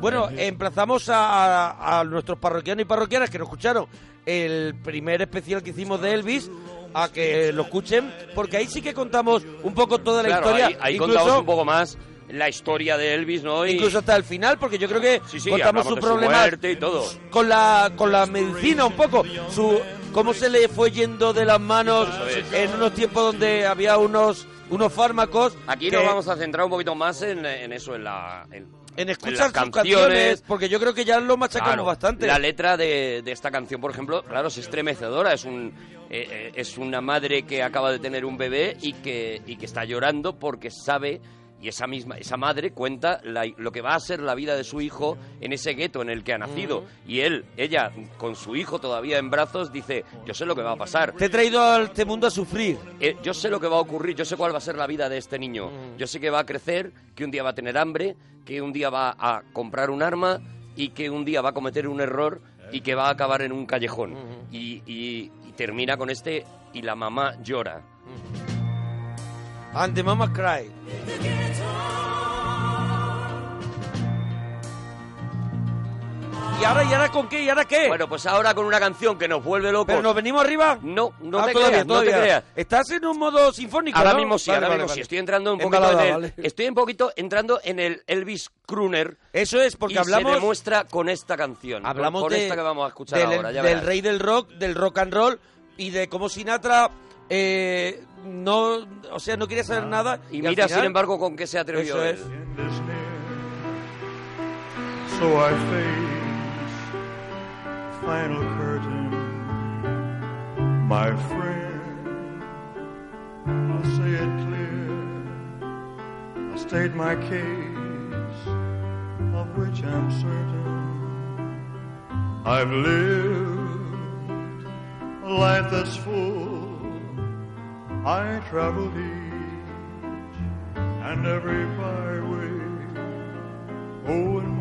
Bueno, emplazamos a, a- a nuestros parroquianos y parroquianas que nos escucharon el primer especial que hicimos de Elvis a que lo escuchen, porque ahí sí que contamos un poco toda la
Claro,
historia.
Ahí, ahí
incluso-
contamos un poco más la historia de Elvis, ¿no? Y-
incluso hasta el final, porque yo creo que
Sí, sí, hablamos
contamos sus
de su
problemas
muerte y todo.
con la con la medicina un poco, su cómo se le fue yendo de las manos en unos tiempos donde había unos unos fármacos.
Aquí
que-
nos vamos a centrar un poquito más en, en eso, en la... En,
en
las
escuchar sus canciones, porque yo creo que ya lo machacamos
Claro,
bastante.
La letra de, de esta canción, por ejemplo, claro, es estremecedora. Es un eh, eh, es una madre que acaba de tener un bebé y que, y que está llorando porque sabe y esa misma esa madre cuenta la- lo que va a ser la vida de su hijo en ese gueto en el que ha nacido y él ella con su hijo todavía en brazos dice yo sé lo que va a pasar Eh,
te he traído a este mundo a sufrir
yo sé lo que va a ocurrir yo sé cuál va a ser la vida de este niño yo sé que va a crecer que un día va a tener hambre que un día va a comprar un arma y que un día va a cometer un error y que va a acabar en un callejón y, y- y termina con este y la mamá llora
And the mama cry. ¿Y ahora, y ahora con qué? ¿Y ahora qué?
Bueno, pues ahora con una canción que nos vuelve locos.
¿Pero nos venimos arriba?
No, no
Ah,
te
todavía,
creas, no te
todavía.
creas.
Estás en un modo sinfónico,
Ahora
¿no?
mismo sí,
Vale,
ahora
vale,
mismo
vale.
sí. Estoy entrando un
En
poquito
balada,
en el-
vale.
Estoy un poquito entrando en el Elvis Crooner.
Eso es, porque
y
hablamos-
se demuestra con esta canción. con-
Hablamos
con,
de-
esta que vamos a escuchar
del,
ahora. ya
del
verás.
rey del rock, del rock and roll y de cómo Sinatra eh, no, o sea, no quería saber nada.
Y,
al
mira,
final-
sin embargo, con qué se atrevió
Eso
él.
es.
So I face the final curtain, my friend. I'll say it clear. I state my case, of which I'm certain. I've lived a life that's full. I traveled each and every byway. Oh, and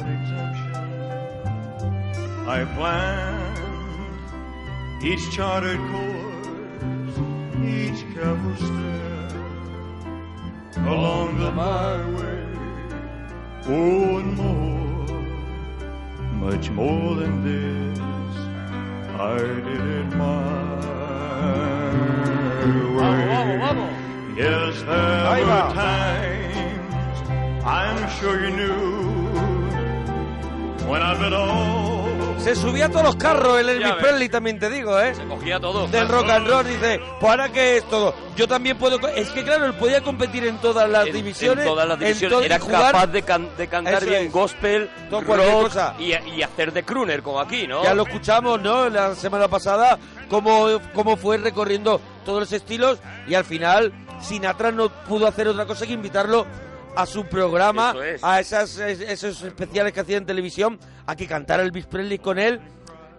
exemption. I planned each charted course, each careful step along the byway. Oh, and more, much more than this, I did it my way. Yes,
Ahí
there
va.
were times I'm sure you knew when I bit off
Se subía a todos los carros el Elvis
ves.
Presley, también te digo, ¿eh? Se
cogía todo.
Del rock and roll, dice, pues ahora que es todo. Yo también puedo... co- Es que claro, él podía competir en todas las divisiones.
en todas las
en
divisiones.
todo- y
Era
jugar-
capaz de, can- de cantar
Eso
bien
es.
gospel,
Todo cualquier
rock
cosa.
Y, y hacer de crooner, como aquí, ¿no?
Ya lo escuchamos, ¿no? La semana pasada, cómo, cómo fue recorriendo todos los estilos y al final Sinatra no pudo hacer otra cosa que invitarlo a su programa,
Eso es.
a esas, es- esos especiales que hacía en televisión, a que cantara Elvis Presley con él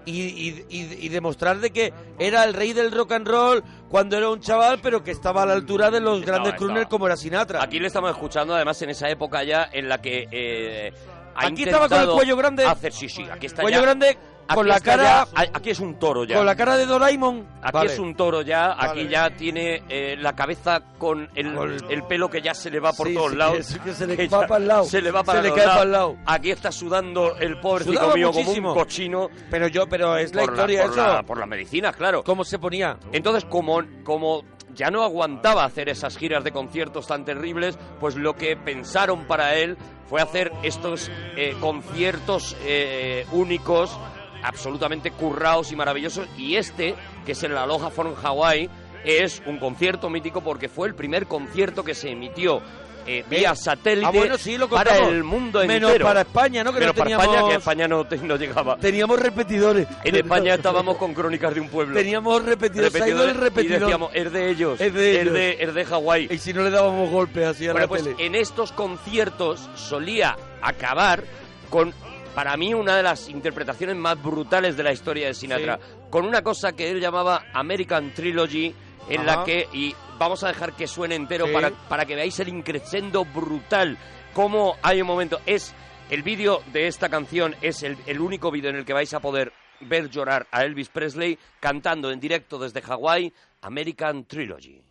y, y- y- y demostrar de que era el rey del rock and roll cuando era un chaval, pero que estaba a la altura de los grandes
estaba.
crooners como era Sinatra.
Aquí le estamos escuchando, además, en esa época ya en la que. eh, ha
Aquí estaba con el
intentado
cuello grande.
Hacer, sí, sí, aquí está
Cuello
ya-
grande,
aquí
con la
está
cara-
ya- aquí es un toro ya.
Con la cara de Doraemon.
Aquí
Vale.
es un toro ya, aquí ya tiene eh, la cabeza con el, el pelo que ya se le va por
Sí,
todos
sí,
lados.
que se- que
*laughs*
se le
ya
va pa'l lado.
Se le va para
Se le
los
cae
lados.
pa'l lado.
Aquí está sudando el pobre
Sudaba
mío
muchísimo.
como un cochino.
Pero yo, pero es la
Por
historia
por
eso.
la- por las medicinas, claro.
¿Cómo se ponía?
Entonces, como, como ya no aguantaba hacer esas giras de conciertos tan terribles, pues lo que pensaron para él fue hacer estos eh, conciertos eh, únicos, absolutamente currados y maravillosos. Y este, que es en la Aloha Forum Hawaii, es un concierto mítico porque fue el primer concierto que se emitió. eh, vía
¿Eh?
satélite
Ah, bueno, sí, lo
para
contamos.
el mundo entero.
Menos para España, ¿no? Que
Menos
no
para España,
teníamos-
que España no, te- no llegaba.
Teníamos repetidores.
En España estábamos con Crónicas de un Pueblo.
Teníamos repetidores, se ha ido el repetidor.
Y decíamos, es de ellos,
Es de ellos.
de, es de Hawái.
Y si no le dábamos golpes así a
Bueno,
la
pues
tele.
en estos conciertos solía acabar con, para mí, una de las interpretaciones más brutales de la historia de Sinatra. Con una cosa que él llamaba American Trilogy, en
Ajá.
la que, y vamos a dejar que suene entero
Sí.
para, para que veáis el increscendo brutal, cómo hay un momento, es... El vídeo de esta canción es el, el único vídeo en el que vais a poder ver llorar a Elvis Presley cantando en directo desde Hawái American Trilogy.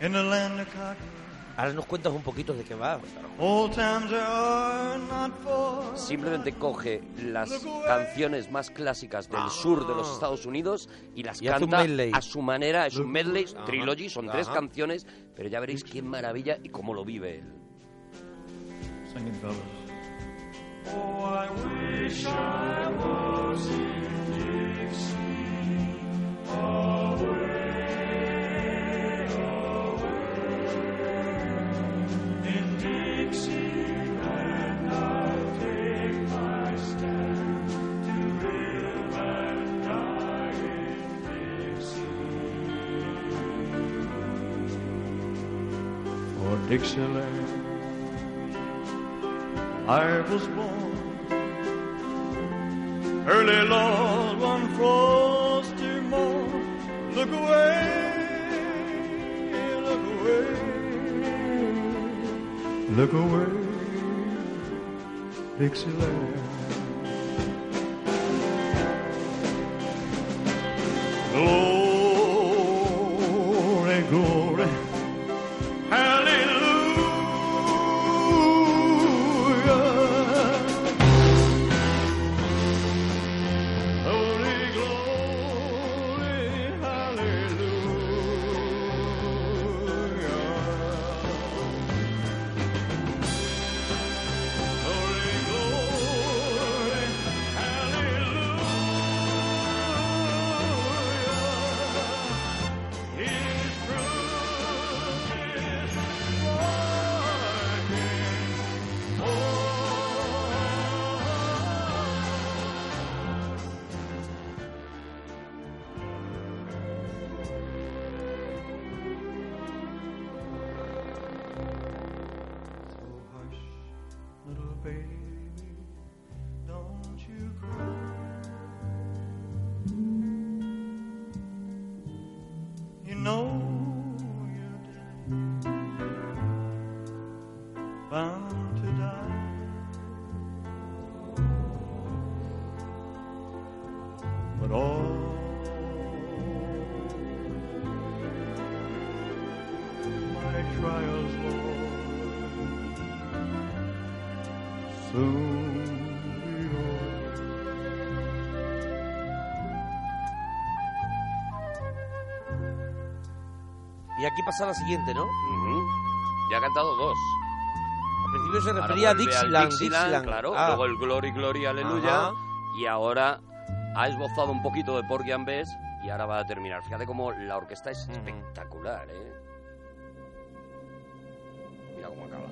In the land of cotton,
Ahora nos cuentas un poquito de qué va.
old times are not for.
Simplemente coge las canciones más clásicas del sur de los Estados Unidos y las
Ah. Y hace un
canta
medley.
a su manera. Es un medley,
Ajá,
trilogy, son tres
ajá.
canciones, pero ya veréis qué maravilla y cómo lo vive él.
Sing it, fellas.
Oh, I wish I was in Dixie. Away, away. In Dixieland I take my stand to live and die in Dixie.
Oh, Dixieland, I was born early, Lord, one frosty morn. Look away, look away, look away, Dixieland. Glory, glory, hallelujah. Holy glory, hallelujah. Holy glory, hallelujah. His truth is working Little baby, don't you cry. You know you're dead, bound to die. But all my trials, Lord, soon be over.
Y aquí pasa la siguiente, ¿no?
Ya ha cantado dos.
Ha principio se
Ahora
refería a
vuelve al
Dixieland.
Dixieland,
Dixieland.
claro.
Ah.
Luego el Glory, Glory, Aleluya.
Ajá.
Y ahora ha esbozado un poquito de Porgy and Bess y ahora va a terminar. Fíjate cómo la orquesta es espectacular, ¿eh? Mira cómo acaba.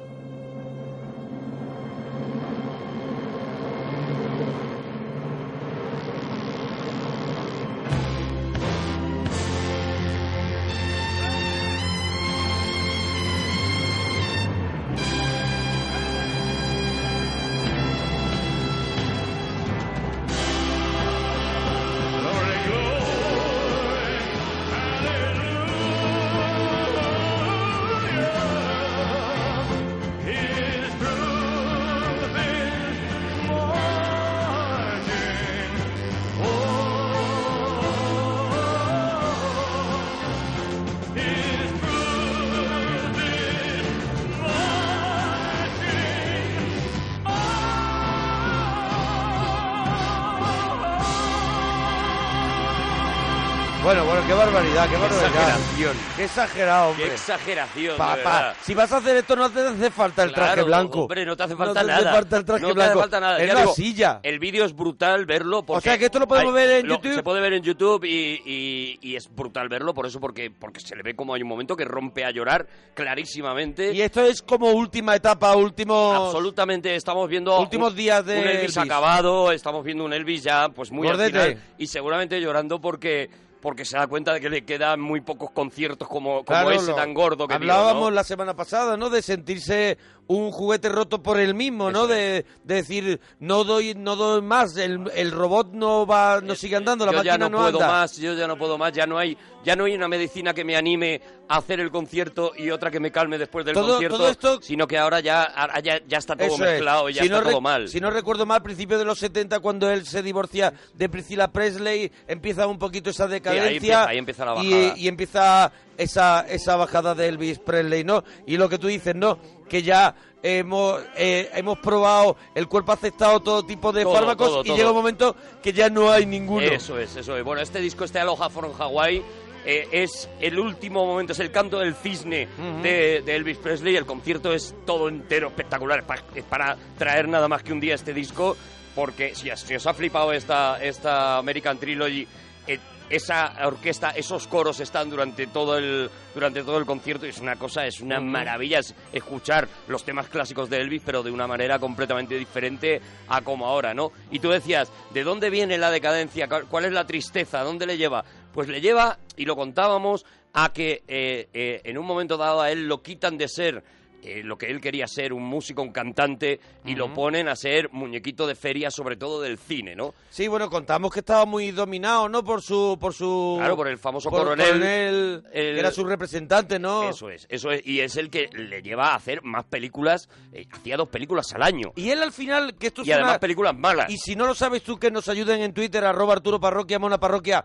Bueno, bueno, qué barbaridad, qué
Qué
barbaridad.
exageración.
Qué exagerado, hombre.
Qué exageración, de
Papá,
verdad.
si vas a hacer esto no te hace falta el traje
Claro,
blanco.
Hombre, no te hace falta
No te
nada.
hace falta el traje
No te hace
blanco.
falta nada.
Es
Ya
una
digo,
silla.
El vídeo es brutal verlo. Porque,
sea, que esto lo podemos ver en YouTube.
Se puede ver en YouTube y, y- y es brutal verlo por eso, porque, porque se le ve como hay un momento que rompe a llorar clarísimamente.
Y esto es como última etapa, último...
Absolutamente, estamos viendo
Últimos
un-
días de
un Elvis,
Elvis.
acabado, estamos viendo un Elvis ya pues muy al
Gordete.
final y seguramente llorando porque porque se da cuenta de que le quedan muy pocos conciertos como, como
Claro,
ese
lo-
tan gordo que dio, ¿no?
Hablábamos la semana pasada, ¿no? De sentirse un juguete roto por él mismo, ¿no? De, de decir, no doy no doy más, el, el robot no va no sigue andando, la
Eh, yo ya
máquina
no, puedo
anda.
más, yo ya no puedo más, ya no hay ya no hay una medicina que me anime a hacer el concierto y otra que me calme después del
Todo-
concierto,
todo esto-
sino que ahora ya ahora ya, ya está todo
Eso es.
mezclado, y ya
Si
está
no
todo
rec-
mal.
Si no recuerdo mal, al principio de los 70, cuando él se divorcia de Priscilla Presley, empieza un poquito esa decadencia.
empieza- ahí empieza la
y-
bajada.
Y, empieza esa, esa bajada de Elvis Presley, ¿no? Y lo que tú dices, ¿no? Que ya hemos, eh, hemos probado, el cuerpo ha aceptado todo tipo de
Todo,
fármacos
todo,
y
todo.
llega un momento que ya no hay ninguno.
Eso es, eso es. Bueno, este disco, este Aloha from Hawaii, eh, es el último momento, es el canto del cisne de, de Elvis Presley. El concierto es todo entero espectacular. Es pa- es para, traer nada más que un día este disco, porque si, os- si os ha flipado esta, esta American Trilogy. eh, esa orquesta, esos coros están durante todo el durante todo el concierto y es una cosa, es una
Ujú.
maravilla es escuchar los temas clásicos de Elvis, pero de una manera completamente diferente a como ahora, ¿no? Y tú decías, ¿de dónde viene la decadencia? ¿Cuál- ¿Cuál es la tristeza? ¿A ¿Dónde le lleva? Pues le lleva, y lo contábamos, a que eh, eh, en un momento dado a él lo quitan de ser eh, lo que él quería ser, un músico, un cantante, y lo
Ujú.
ponen a ser muñequito de feria, sobre todo del cine, ¿no?
Sí, bueno, contamos que estaba muy dominado, ¿no? Por su... Por su
Claro, por el famoso
por-
coronel.
que
El-
era su representante, ¿no?
Eso es, eso es, y es el que le lleva a hacer más películas, eh, hacía dos películas al año.
Y él al final, que esto
Y
es
además
una-
películas malas.
Y si no lo sabes tú, que nos ayuden en Twitter, arroba Arturo Parroquia, Mona Parroquia.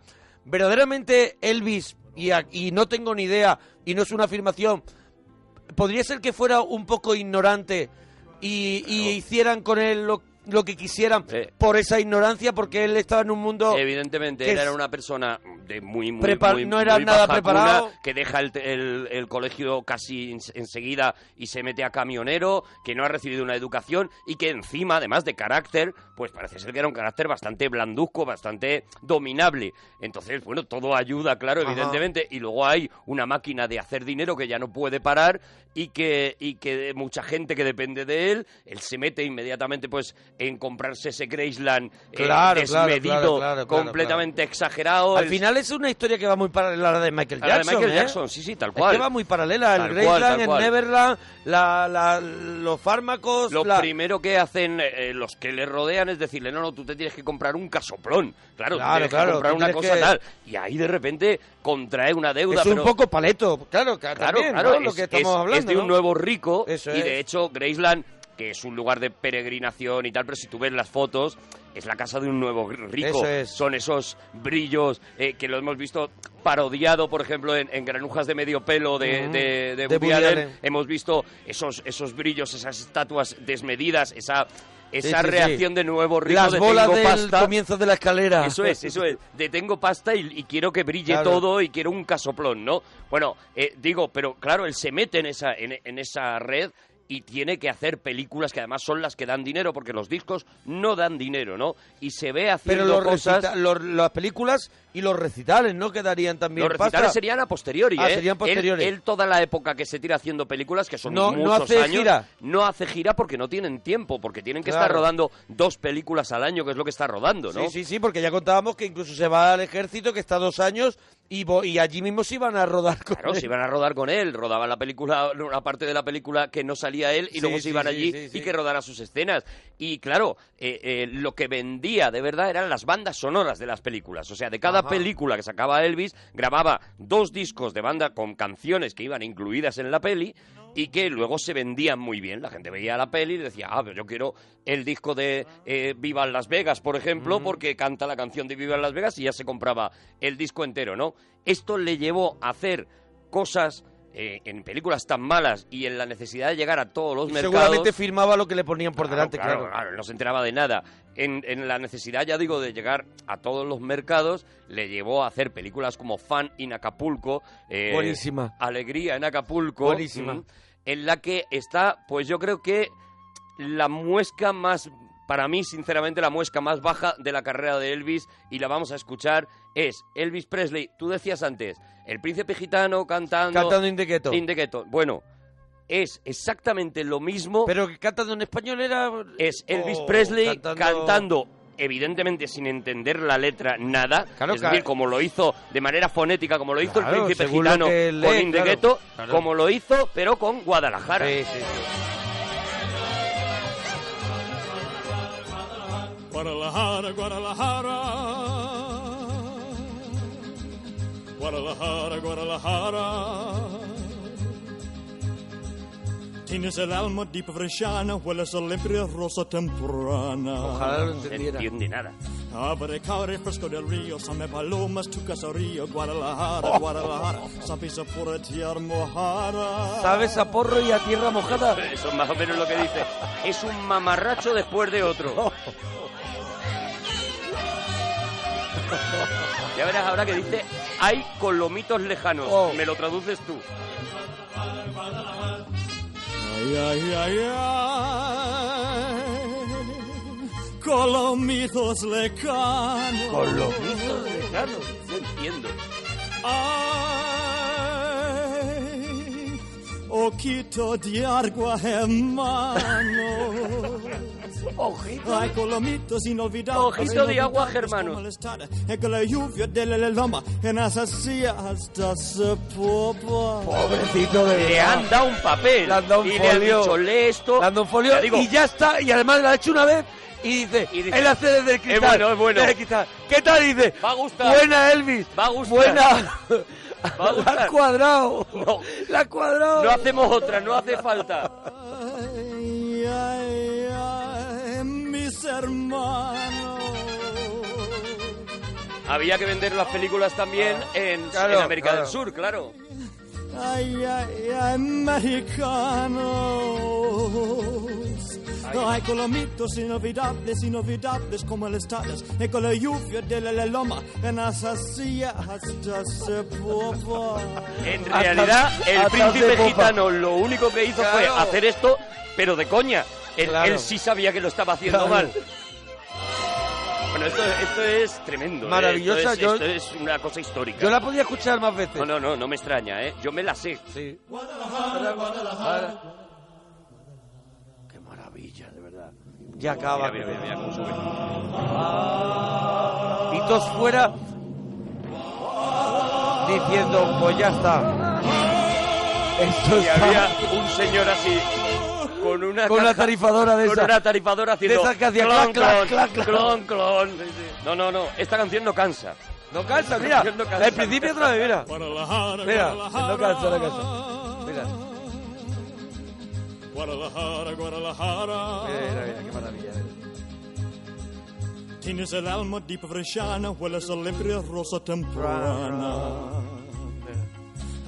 Verdaderamente Elvis, y, a- y no tengo ni idea, y no es una afirmación, podría ser que fuera un poco ignorante y, y hicieran con él lo, lo que quisieran por esa ignorancia, porque él estaba en un mundo...
Evidentemente,
que
él
es-
era una persona de muy, muy,
Prepa-
muy-
no era
muy
nada
baja
preparado.
cuna, que deja el, te- el- el colegio casi ens- enseguida y se mete a camionero, que no ha recibido una educación y que encima, además de carácter, pues parece ser que era un carácter bastante blanduzco, bastante dominable. Entonces, bueno, todo ayuda, claro,
Ajá.
evidentemente. Y luego hay una máquina de hacer dinero que ya no puede parar y que, y que mucha gente que depende de él, él se mete inmediatamente pues en comprarse ese Graceland eh,
Claro, claro,
desmedido,
claro, claro, claro,
completamente exagerado.
Al
el-
final es una historia que va muy paralela a la de Michael
a la de
Jackson.
Michael
¿eh?
Jackson, sí, sí, tal
Es
cual.
que va muy paralela. El
Tal cual,
Graceland,
tal
el
cual.
Neverland, la- la- los fármacos.
Lo
la-
primero que hacen eh, eh, los que le rodean es decirle, no, no, tú te tienes que comprar un casoplón. Claro, tú
Claro,
tienes
claro,
que comprar
tú
una
tienes
cosa
que-
tal. Y ahí de repente contrae una deuda.
es un
pero-
poco paleto, claro, claro,
Claro,
también,
claro,
¿no? lo
es-
que estamos
es-
hablando.
es de un
¿no?
nuevo rico
Eso
y de
es.
hecho Graceland, que es un lugar de peregrinación y tal, pero si tú ves las fotos, es la casa de un nuevo rico.
Eso es.
Son esos brillos eh, que lo hemos visto parodiado, por ejemplo, en, en Granujas de Medio Pelo de,
Ujú.
de, de Woody
De Woody
Allen.
Allen.
Hemos visto esos, esos brillos, esas estatuas desmedidas, esa... Esa
Sí, sí, sí.
reacción de nuevo rico
Las
de
bolas
tengo
del
pasta.
comienzo de la escalera.
Eso es, eso es. De tengo pasta y, y quiero que brille
Claro.
todo y quiero un casoplón, ¿no? Bueno, eh, digo, pero claro, él se mete en esa, en, en esa red y tiene que hacer películas que además son las que dan dinero, porque los discos no dan dinero, ¿no? Y se ve haciendo
Pero los
cosas...
recita- los- las películas y los recitales, ¿no? Quedarían también
Los recitales
pasta.
serían a posteriori,
Ah,
¿eh?
serían
Él-
posteriores.
Él, toda la época que se tira haciendo películas, que son
No- no
muchos
hace
años,
gira.
no hace gira porque no tienen tiempo, porque tienen que estar
Claro.
rodando dos películas al año, que es lo que está rodando, ¿no?
Sí, sí, sí, porque ya contábamos que incluso se va al ejército, que está dos años, y, vo- y allí mismo se iban a rodar con
Claro,
él.
se iban a rodar con él, rodaban la película, una parte de la película que no salía él y
Sí,
luego se
sí,
iban
sí,
allí
sí,
y que rodara sus escenas. Y claro, eh, eh, lo que vendía de verdad eran las bandas sonoras de las películas. O sea, de cada
Ajá.
película que sacaba Elvis, grababa dos discos de banda con canciones que iban incluidas en la peli y que luego se vendían muy bien. La gente veía la peli y decía, ah, pero yo quiero el disco de eh, Viva en Las Vegas, por ejemplo, porque canta la canción de Viva en Las Vegas y ya se compraba el disco entero, ¿no? Esto le llevó a hacer cosas eh, en películas tan malas y en la necesidad de llegar a todos los
Y
mercados.
seguramente firmaba lo que le ponían por delante, claro.
no se enteraba de nada. En, en la necesidad, ya digo, de llegar a todos los mercados, le llevó a hacer películas como Fan in Acapulco. eh,
Buenísima.
Alegría en Acapulco.
Buenísima.
mm, En la que está, pues yo creo que la muesca más, para mí, sinceramente, la muesca más baja de la carrera de Elvis, y la vamos a escuchar, es Elvis Presley. Tú decías antes, el príncipe gitano cantando.
Cantando In the Ghetto.
In the Ghetto. Bueno, es exactamente lo mismo.
Pero que cantando en español era.
Es Elvis
Oh,
Presley
cantando-
cantando... Evidentemente sin entender la letra nada,
Claro,
es
ca-
decir, como lo hizo de manera fonética, como lo hizo
Claro,
el príncipe
según lo
gitano
que lee,
con In the
claro.
Ghetto,
Claro.
como lo hizo pero con Guadalajara.
Guadalajara, Guadalajara. Guadalajara, Guadalajara. Tienes el alma deep freshana, hueles a limpia rosa temprana.
no entiende nada.
Abricare fresco del río, same palomas, tu caserío, Guadalajara, Guadalajara, sapisa por el tierra mojada.
¿Sabes a porro y a tierra mojada?
*laughs* Eso es más o menos lo que dice. Es un mamarracho después de
*laughs*
otro. Ya verás ahora que dice, hay colomitos lejanos.
Oh.
Me lo traduces tú.
Ay, ay, ay, ay. Colomitos lecanos.
Colomitos lejanos. No entiendo.
Ay, Oquito de agua,
*laughs*
hermano. Ay, colomitos inolvidables.
Ojito de agua, hermano.
como la estada, En que la lluvia de la loma en asesía hasta se popa.
Pobrecito de
Le
verdad.
han dado un papel.
Le han dado un
y le
folio.
han dicho, lee esto.
Le han dado un folio
Ya digo-
y ya está. Y además lo ha hecho una vez y dice,
dice,
él hace desde el
"Es
cristal.
bueno, es bueno".
desde el cristal. ¿Qué tal? Dice,
Va a gustar.
buena Elvis.
Va a gustar. *laughs*
Buena. *laughs*
Va a
La
gustar.
has cuadrado.
No.
La has cuadrado.
No hacemos otra, no hace falta.
Ay, ay, ay, mis hermanos.
Había que vender las películas también
Ah,
en,
Claro,
en América
claro.
del Sur, claro.
Ay, ay, ay, mexicanos. Ay, colomitos inolvidables, inolvidables como el estados. Y con la lluvia de la loma en Asasía hasta se popa.
En realidad, el príncipe gitano lo único que hizo fue
Claro.
hacer esto, pero de coña. Él,
Claro.
él sí sabía que lo estaba haciendo
Claro.
mal. Bueno, esto, esto es tremendo. ¿eh?
Maravillosa,
Esto
yo-
es, esto es una cosa histórica.
Yo la podía escuchar más veces.
No, no, no, no me extraña, ¿eh? Yo me la sé.
Sí.
Qué maravilla, de verdad.
Ya acaba.
Mira, mira, mira, mira cómo sube.
Pitos fuera. Diciendo, pues ya está. Esto
Y
está-
había un señor así, con una,
Con una
caja-
tarifadora de
con
esas.
una tarifadora haciendo...
De esas que hacía
clon,
clac,
clon,
clac, clac,
clon, clon. Sí, sí. No, no, no, esta canción no cansa.
No cansa, mira.
Yo no canso.
Al principio otra vez, mira. Mira, no cansa, no cansa. Mira,
Guadalajara, Guadalajara.
mira, mira, qué maravilla. eh.
Tienes el alma deep freshana, hueles a limpia rosa temprana.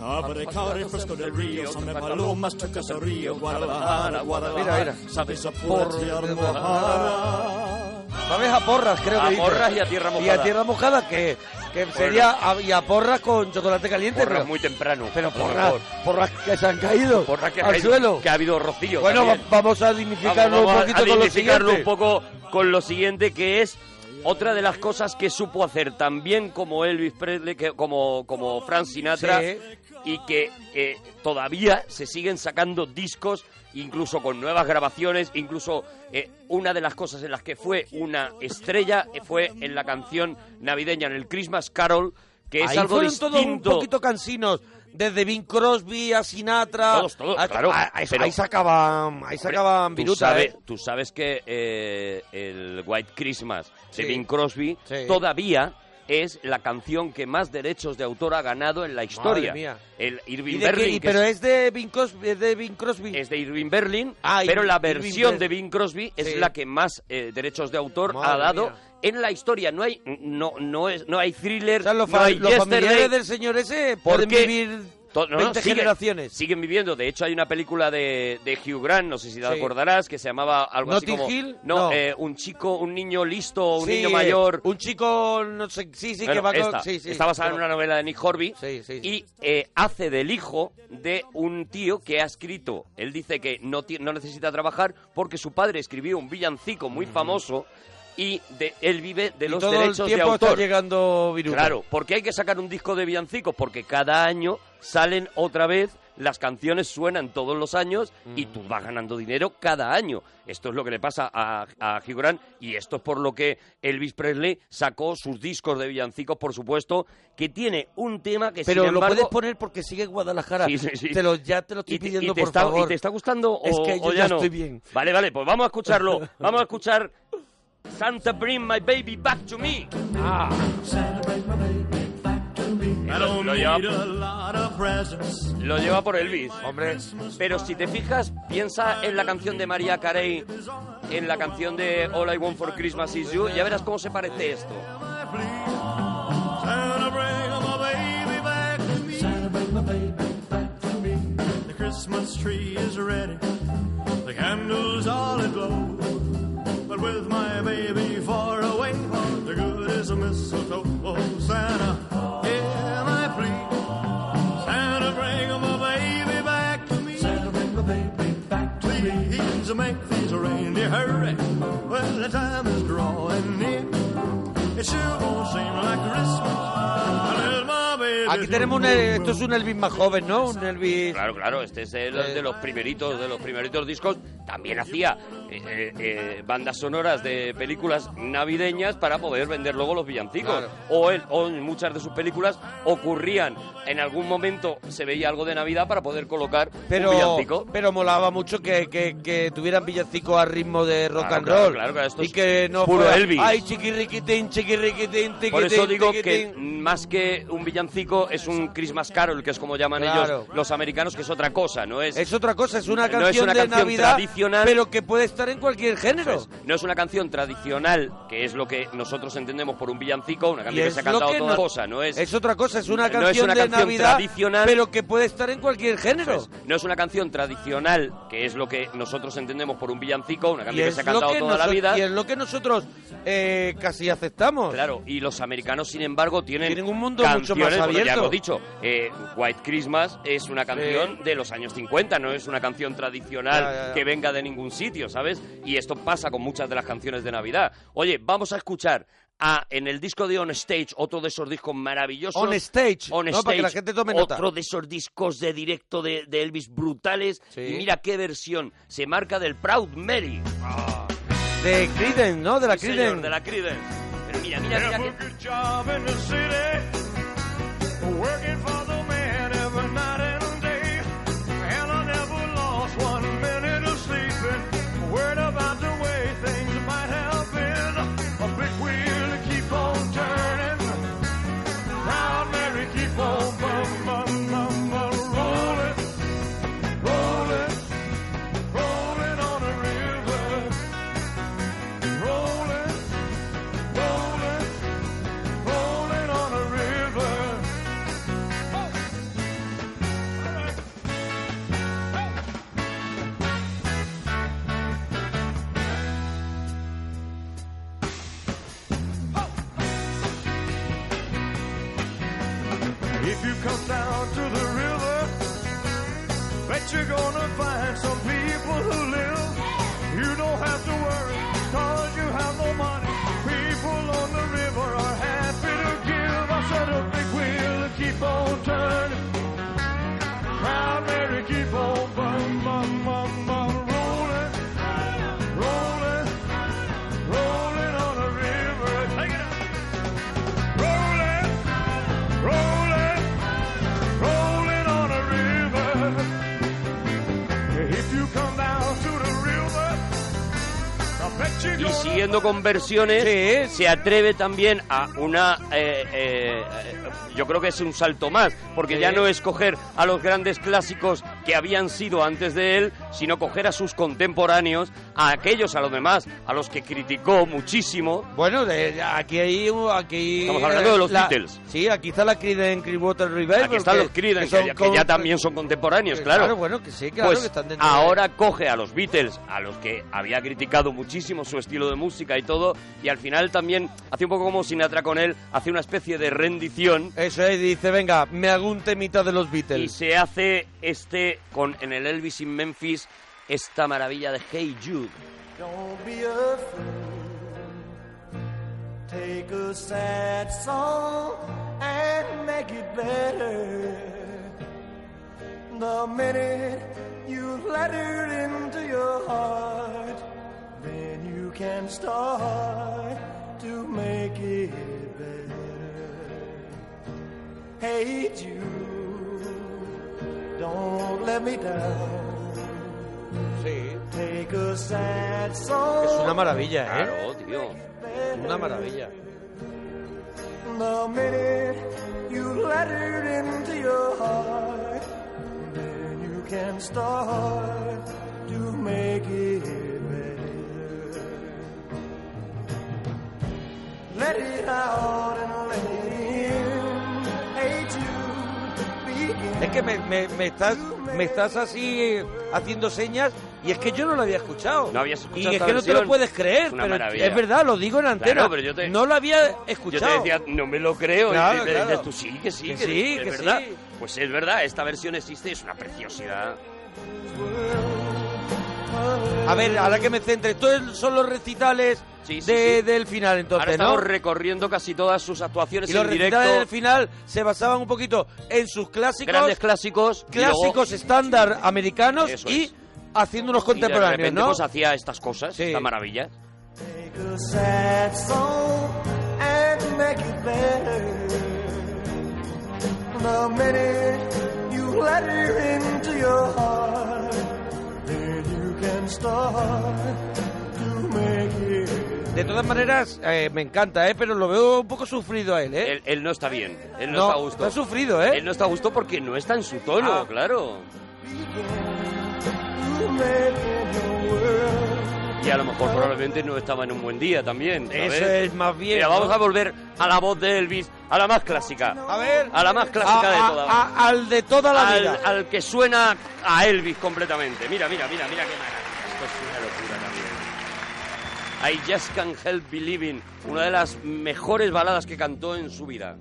Abre cari fresco del río, same palomas, tu caserío, Guadalajara, Guadalajara.
Mira, mira.
Sabes a
Por-
pura tierra mojada.
¿Sabes a porras, creo
A
que dice.
porras y a tierra
Y a
mojada.
tierra mojada, que Que sería a- y a porras con chocolate caliente.
Porras
pero-
muy temprano.
Pero
Por
porras,
favor.
porras que se han caído
Porras que ha
al
caído-
suelo.
Que ha habido rocillo.
Bueno,
también.
va- vamos a dignificarlo
Vamos
un
a-
poquito
a
con lo
dignificarlo
siguiente.
un poco con lo siguiente que es otra de las cosas que supo hacer tan bien como Elvis Presley, que, como, como Frank Sinatra,
Sí.
y que eh, todavía se siguen sacando discos, incluso con nuevas grabaciones, incluso eh, una de las cosas en las que fue una estrella fue en la canción navideña, en el Christmas Carol, que es
Ahí
algo
fueron todos un
distinto.
poquito cansinos. Desde Bing Crosby a Sinatra.
Todos, todos,
a-
claro.
a- a-
Pero-
ahí sacaban, ahí sacaban
Tú
viruta,
sabes,
¿eh?
tú sabes que eh, el White Christmas
Sí.
de Bing Crosby
Sí.
todavía es la canción que más derechos de autor ha ganado en la historia.
mía.
El Irving
¿Y de qué?
Berlin.
¿Y
que
pero es de Bing Crosby. Es de Bing Crosby.
es de Irving Berlin,
Ah,
pero
Ir-
la
Irving
versión
Berlin.
de Bing Crosby es
Sí.
la que más eh, derechos de autor
Madre
ha dado
mía.
en la historia. No hay, no, no es, no hay thriller,
Los,
no
fa-
hay
los
yesterday.
familiares del señor ese
¿Por
pueden
qué?
vivir
To- no, no,
20
siguen-
generaciones.
Siguen viviendo. De hecho, hay una película de, de Hugh Grant, no sé si te
Sí.
acordarás, que se llamaba algo así
¿Notting
como...
Hill?
No,
No.
eh, un chico, un niño listo, un
Sí,
niño
eh,
mayor...
Un chico, no sé, sí, sí,
Bueno,
que va con...
esta.
sí, sí,
Está basada
pero-
en una novela de Nick Horby y eh, hace del hijo de un tío que ha escrito. Él dice que no, ti- no necesita trabajar porque su padre escribió un villancico muy famoso y de, él vive de
y
los
todo
derechos
el tiempo
de autor.
está llegando viruta.
Claro, porque hay que sacar un disco de villancicos, porque cada año salen otra vez, las canciones suenan todos los años y
Mm.
tú vas ganando dinero cada año. Esto es lo que le pasa a, a Hugh Grant, y esto es por lo que Elvis Presley sacó sus discos de villancicos, por supuesto, que tiene un tema que
Pero
sin
lo
embargo,
puedes poner porque sigue Guadalajara.
Sí, sí, sí.
Te lo, ya te lo estoy
y te- y
pidiendo,
te
por
está-
favor.
¿Y te está gustando o,
Es que yo
o
ya
ya, no?
estoy bien.
Vale, vale, pues vamos a
*laughs*
escucharlo. vamos a escuchar Santa Bring My Baby Back to Me.
Ah.
Lo, lo lleva, lo lleva por Elvis. Hombre. Pero si te fijas, piensa en la canción de María Carey, en la canción de All I Want for Christmas Is You, ya verás cómo se parece esto.
Santa, bring my baby back to me. Santa, bring my baby back to me. The Christmas tree is ready. The candles all aglow. But with my baby far away, the good is a mistletoe. Oh, Santa, hear my plea. Santa, bring my baby back to me. Santa, bring my baby back to me. Please make these reindeer hurry. Well, the time is drawing near. It sure won't seem like Christmas. unless my baby's
Aquí tenemos un... eh, Esto es un Elvis más joven, ¿no? Un Elvis...
Claro, claro, este es el,
Eh.
de los primeritos, de los primeritos discos. También hacía eh, eh, eh, bandas sonoras de películas navideñas para poder vender luego los villancicos.
Claro.
O, él- o en muchas de sus películas ocurrían, en algún momento se veía algo de Navidad para poder colocar un
Pero,
villancico.
pero molaba mucho que, que, que tuvieran villancicos a ritmo de rock
Claro,
and
claro,
roll.
claro, claro, esto
y
es
que no
puro
fuera,
Elvis.
Ay, chiquirriquitín, chiquirriquitín, tiquitín,
Por eso digo que
tiquitín".
más que un villancico es un Christmas Carol, que es como llaman
Claro.
ellos los americanos, que es otra cosa, ¿no es?
Es otra cosa, es una
No es
canción
una
de
canción
Navidad,
tradicional.
pero que puede estar en cualquier género.
Eso es. No es una canción tradicional, que es lo que nosotros entendemos por un villancico, una
Y
canción que
es
se ha
lo
cantado
que
toda
no-
cosa, no es.
Es otra cosa, es una
No es
canción
una
de
canción
Navidad,
tradicional.
pero que puede estar en cualquier género.
Eso es. No es una canción tradicional, que es lo que nosotros entendemos por un villancico, una
Y
canción que
es,
se ha
lo
cantado
que
toda la
noso-
vida.
y es lo que nosotros eh, casi aceptamos.
Claro, y los americanos, sin embargo, tienen,
Tienen un mundo
canciones,
mucho más
bueno, ya
abierto.
hemos dicho, eh, White Christmas es una canción de los años 50, no es una canción tradicional
Ya, ya, ya.
que venga de ningún sitio, ¿sabes? Y esto pasa con muchas de las canciones de Navidad. Oye, vamos a escuchar a, en el disco de On Stage, otro de esos discos maravillosos.
On Stage,
On
¿no? Para que la gente tome nota.
Otro de esos discos de directo de, de Elvis brutales. Y mira qué versión se marca del Proud Mary.
De Creedence, ¿no? De la
Sí, señor,
Creedence.
de la Creedence. Pero mira, mira,
Have
mira.
a good job in the city, working for the man every night and day. And I never lost one minute of sleeping, worried about the way things might have been. A big wheel to keep on turning, proud Mary keep on bum, bum, bum, bum, rolling, rolling, rolling on the river, rolling, rolling rolling on a river. If you come down to the river, bet you're gonna find some people who live. You don't have to worry, cause you have no money. People on the river are happy to give. I said a big wheel to keep on turning. Proud Mary, keep on bum, bum, bum, bum, rolling, rolling, rolling on the river. Take it up. Rolling, rolling, rolling on the river. If you come down to the river, I bet you're
Y
gonna
siguiendo con versiones, se atreve también a una... eh, eh, eh, yo creo que es un salto más, porque
Sí.
ya no es coger a los grandes clásicos que habían sido antes de él, sino coger a sus contemporáneos, a aquellos, a los demás, a los que criticó muchísimo.
Bueno, de- aquí hay... Aquí,
Estamos hablando de los
la-
Beatles.
Sí aquí está la Creedence Clearwater Revival.
Aquí están
que-
los Creedence,
que son
que, ya- que
con- eh,
ya también son contemporáneos, claro.
Claro, bueno, que sí, claro,
pues
que están dentro de-
ahora coge a los Beatles, a los que había criticado muchísimo su estilo de música y todo, y al final también hace un poco como Sinatra con él, hace una especie de rendición.
Eso es, dice, venga, me hago un temita de los Beatles.
Y se hace este con en el Elvis in Memphis esta maravilla de Hey Jude.
Don't be afraid. Take a sad song and make it better. The minute you let it into your heart, then you can start to make it better. Hey Jude, don't let me down. Take a sad song.
Es una maravilla, ¿eh?
Claro, tío.
Es una maravilla.
The minute you let it into your heart, then you can start to make it better. Let it out and let it in. Hey, to begin.
Es que me, me- me estás, me estás así eh, haciendo señas y es que yo no lo había escuchado.
No habías escuchado
Y es
esta
que no te lo
versión.
puedes creer,
Es una
pero
maravilla.
es verdad, lo digo en antena.
Claro, pero yo te-
No lo había
Yo
escuchado.
te decía, no me lo creo.
Claro,
y me
claro.
dices tú sí, que sí,
Que
que,
sí,
es
que
verdad.
sí.
Pues es verdad, esta versión existe, es una preciosidad.
A ver, ahora que me centre, estos son los recitales
sí,
de-
sí.
del final,
Ahora
entonces, ¿no?
estamos recorriendo casi todas sus actuaciones
Y los
en directo.
recitales del final se basaban un poquito en sus clásicos.
Grandes clásicos. y luego-
Clásicos estándar americanos
Eso
y
es.
haciendo unos
Y de
contemporáneos,
repente
¿no?
pues hacía estas cosas, esta maravilla.
Take a sad song and make it better. The minute you let her into your heart, then you can start to make it.
pues,
De todas maneras, eh, me encanta, ¿eh? Pero lo veo un poco sufrido a él, ¿eh?
Él, él no está bien, él no,
No,
está a gusto.
está sufrido, ¿eh?
Él no está a gusto porque no está en su tono,
Ah.
claro.
You make it your world.
Y a lo mejor probablemente no estaba en un buen día también. ¿sabes?
Ah. Eso es, más bien,
Mira,
¿no?
vamos a volver a la voz de Elvis, a la más clásica.
A ver. Ah,
A la más clásica
A-
de
a-
todas.
a- al de toda la
al,
vida.
al que suena a Elvis completamente. Mira, mira, mira, mira qué maravilla. Esto es una locura también. I Just Can't Help Believing, una de las mejores baladas que cantó en su vida.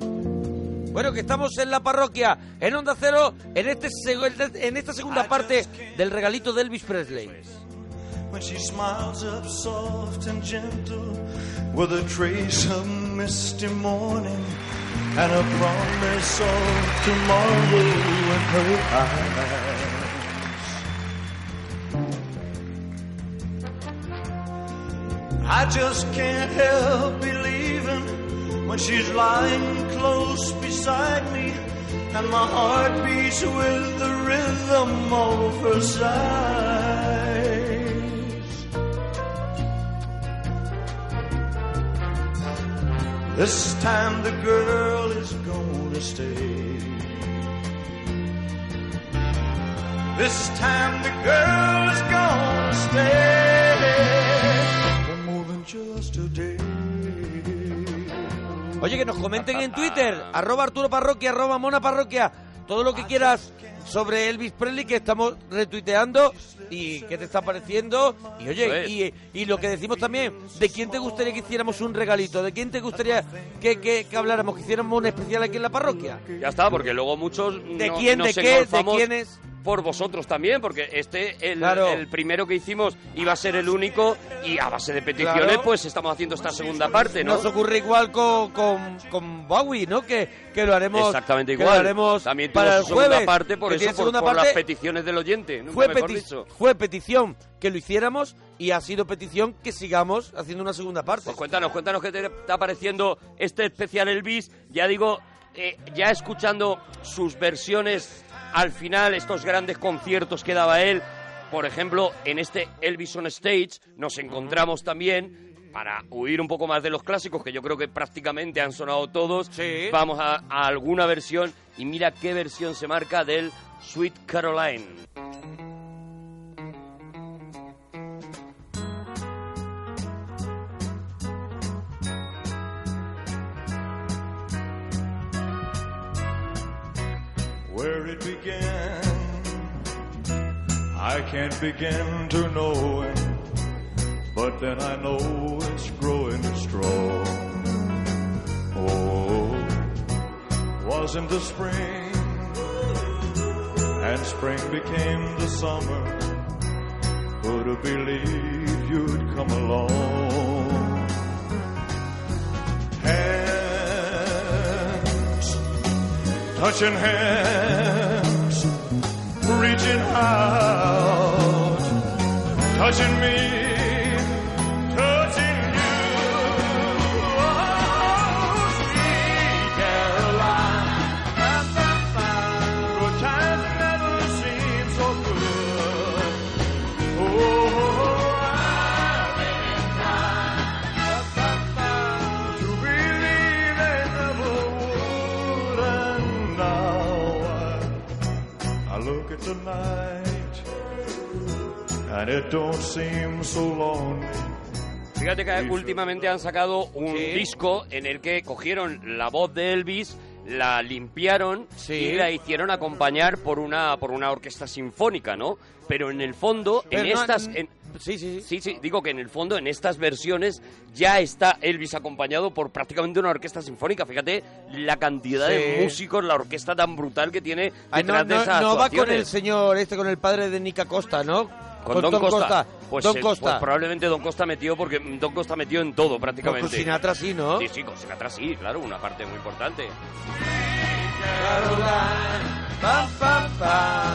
Bueno, que estamos en la parroquia, en Onda Cero, en, este, seg- en esta segunda parte del regalito de Elvis Presley.
When she smiles up soft and gentle with a trace of misty morning and a promise of tomorrow in her eyes. I just can't help believing when she's lying close beside me and my heart beats with the rhythm of her sighs. This time the girl is gonna stay. This time the girl is gonna stay. For more than just a day.
*laughs*
Oye, que nos comenten en Twitter, arroba Arturo Parroquia, arroba Mona Parroquia. todo lo que quieras sobre Elvis Presley que estamos retuiteando y qué te está pareciendo. Y
Eso
oye,
es.
y, y lo que decimos también, ¿de quién te gustaría que hiciéramos un regalito? ¿De quién te gustaría que, que, que habláramos, que hiciéramos un especial aquí en la parroquia?
Ya está, porque luego muchos.
¿De
no-
quién,
nos
de qué,
engolfamos
de quiénes?
Por vosotros también, porque este, el,
Claro.
el primero que hicimos, iba a ser el único, y a base de peticiones,
Claro.
pues estamos haciendo esta segunda parte, ¿no?
Nos ocurre igual con, con, con Bowie, ¿no? Que, que lo haremos.
Exactamente
que
igual.
lo haremos
También tuvo
para
su
el
segunda
jueves,
parte, por
que
eso,
tiene
por,
segunda
por las
parte.
peticiones del oyente. Nunca
fue,
mejor
peti-
dicho.
fue petición que lo hiciéramos y ha sido petición que sigamos haciendo una segunda parte.
Pues cuéntanos, cuéntanos qué te está pareciendo este especial Elvis. Ya digo, eh, ya escuchando sus versiones al final, estos grandes conciertos que daba él. Por ejemplo, en este Elvis on Stage nos encontramos también, para huir un poco más de los clásicos, que yo creo que prácticamente han sonado todos, vamos a, a alguna versión y mira qué versión se marca del Sweet Caroline.
where it began. I can't begin to know it, but then I know it's growing strong. Oh, wasn't the spring, and spring became the summer. Could have believed you'd come along. Hands touching hands, reaching out, touching me, touching you. Oh, sweet Caroline, good times never seem so good. Oh, I'm in time to believe they never would, and now I, I look at the night, and it don't seem so lonely.
Fíjate que últimamente han sacado un disco en el que cogieron la voz de Elvis, la limpiaron y la hicieron acompañar por una por una orquesta sinfónica, ¿no? Pero en el fondo, en
Pero no-
estas, en-
sí, sí,
sí, sí, digo que en el fondo, en estas versiones ya está Elvis acompañado por prácticamente una orquesta sinfónica. Fíjate la cantidad de
Sí.
músicos, la orquesta tan brutal que tiene detrás
Ay, no,
de
no-
esas
no va con
actuaciones.
el señor, este, con el padre de Nica Costa, ¿no?
Con, Don, Costa. Pues,
Don
eh,
Costa.
pues probablemente Don Costa metió, porque Don Costa metió en todo prácticamente.
Pues con Sinatra sí, ¿no?
Sí, sí, con Sinatra sí, claro, una parte muy importante.
Pa, pa, pa.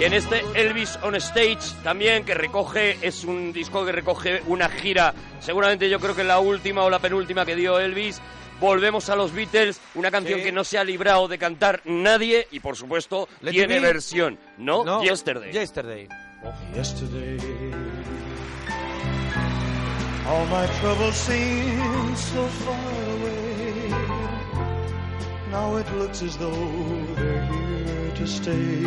Y en este Elvis on Stage también, que recoge, es un disco que recoge una gira, seguramente yo creo que la última o la penúltima que dio Elvis. Volvemos a los Beatles, una canción
Sí.
que no se ha librado de cantar nadie y por supuesto
Let
tiene
it be.
versión, ¿no? Yesterday.
Yesterday.
Yesterday, all my troubles seem so far away. Now it looks as though they're here to stay.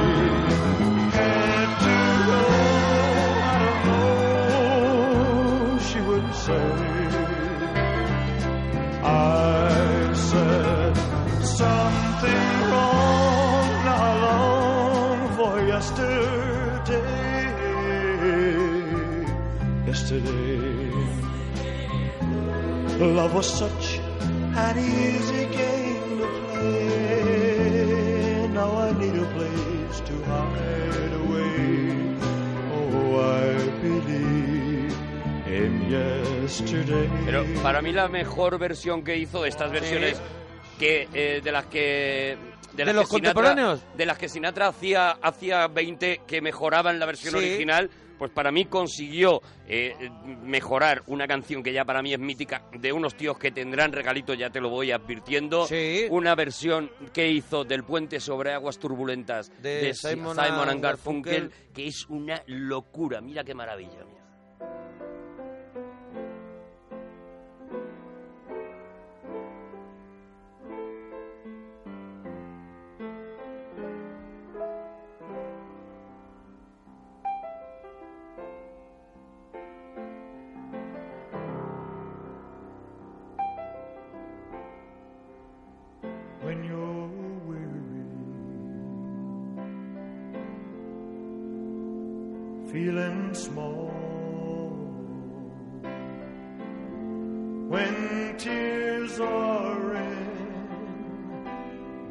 had to go, I don't know. She would say, I said something wrong not long for yesterday. Yesterday, love was such an easy game to play. Now I need a place to hide away. Oh, I believe in yesterday.
Pero para mí la mejor versión que hizo de estas versiones que eh, de las que
¿De
las
los
que Sinatra-
contemporáneos?
de las que Sinatra hacía hacía 20 que mejoraban la versión
Sí.
original pues para mí consiguió eh, mejorar una canción que ya para mí es mítica de unos tíos que tendrán regalitos, ya te lo voy advirtiendo. Una versión que hizo del puente sobre aguas turbulentas
De Simon and
Garfunkel,
Garfunkel.
que es una locura. Mira qué maravilla. mira.
when you're weary, feeling small, when tears are in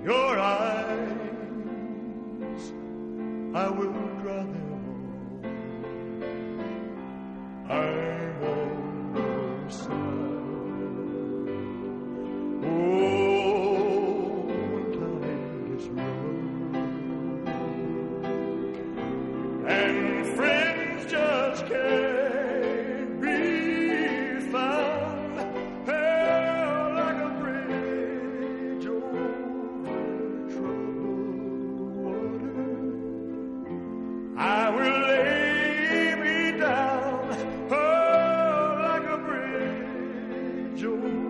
your eyes, I will dry them all. I won't go silent. Oh, time is love. and friends just can't be found. Held like a bridge over troubled water. I will lay me down, held like a bridge over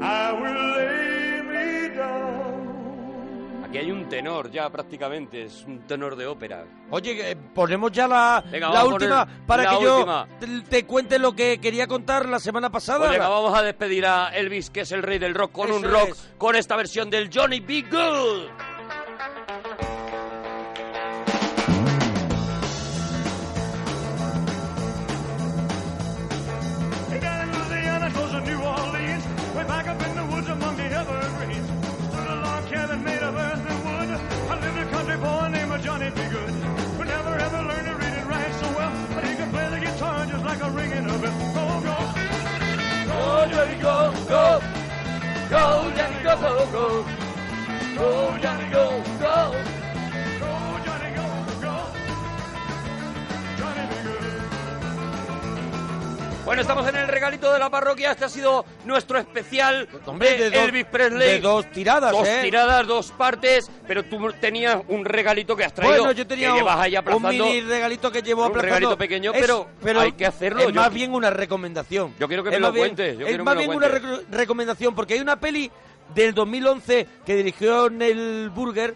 I will lay me down.
Aquí hay un tenor ya prácticamente, es un tenor de ópera.
Oye, eh, ponemos ya la,
Venga,
la
vamos a poner
última para
la
que yo
última.
te, te cuente lo que quería contar la semana pasada.
Pues venga, vamos a despedir a Elvis, que es el rey del rock, con un
Eso
rock,
es.
con esta versión del Johnny B. Good.
Hey, down in Louisiana, close to New Orleans. Way back up in the woods among the evergreens. Stood a log cabin made of earth and wood. I lived a country boy named Johnny B. Good. Who never ever learned to read and write so well. But he could play the guitar just like a ringing of it. Go, go. Go, Johnny, go, go. Go, Johnny, go, go, go. Go, Johnny, go, go. Go, Johnny, go, go. Johnny B. Good.
Bueno, estamos en el regalito de la parroquia. Este ha sido nuestro especial
Pues, Hombre,
de,
de dos-
Elvis Presley.
de dos tiradas,
Dos
¿eh?
tiradas, dos partes. Pero tú tenías un regalito que has traído.
bueno, yo tenía
que
un,
llevas ahí
un
aplazando.
mini regalito que llevo
un
aplazando.
regalito pequeño,
Es-
pero hay que hacerlo.
Es
Yo-
más bien una recomendación.
Yo quiero que
Es
me lo
más bien-
cuentes, yo
es
quiero
más
que me lo
bien una reco- recomendación, porque hay una peli del 2011 que dirigió Nel Burger,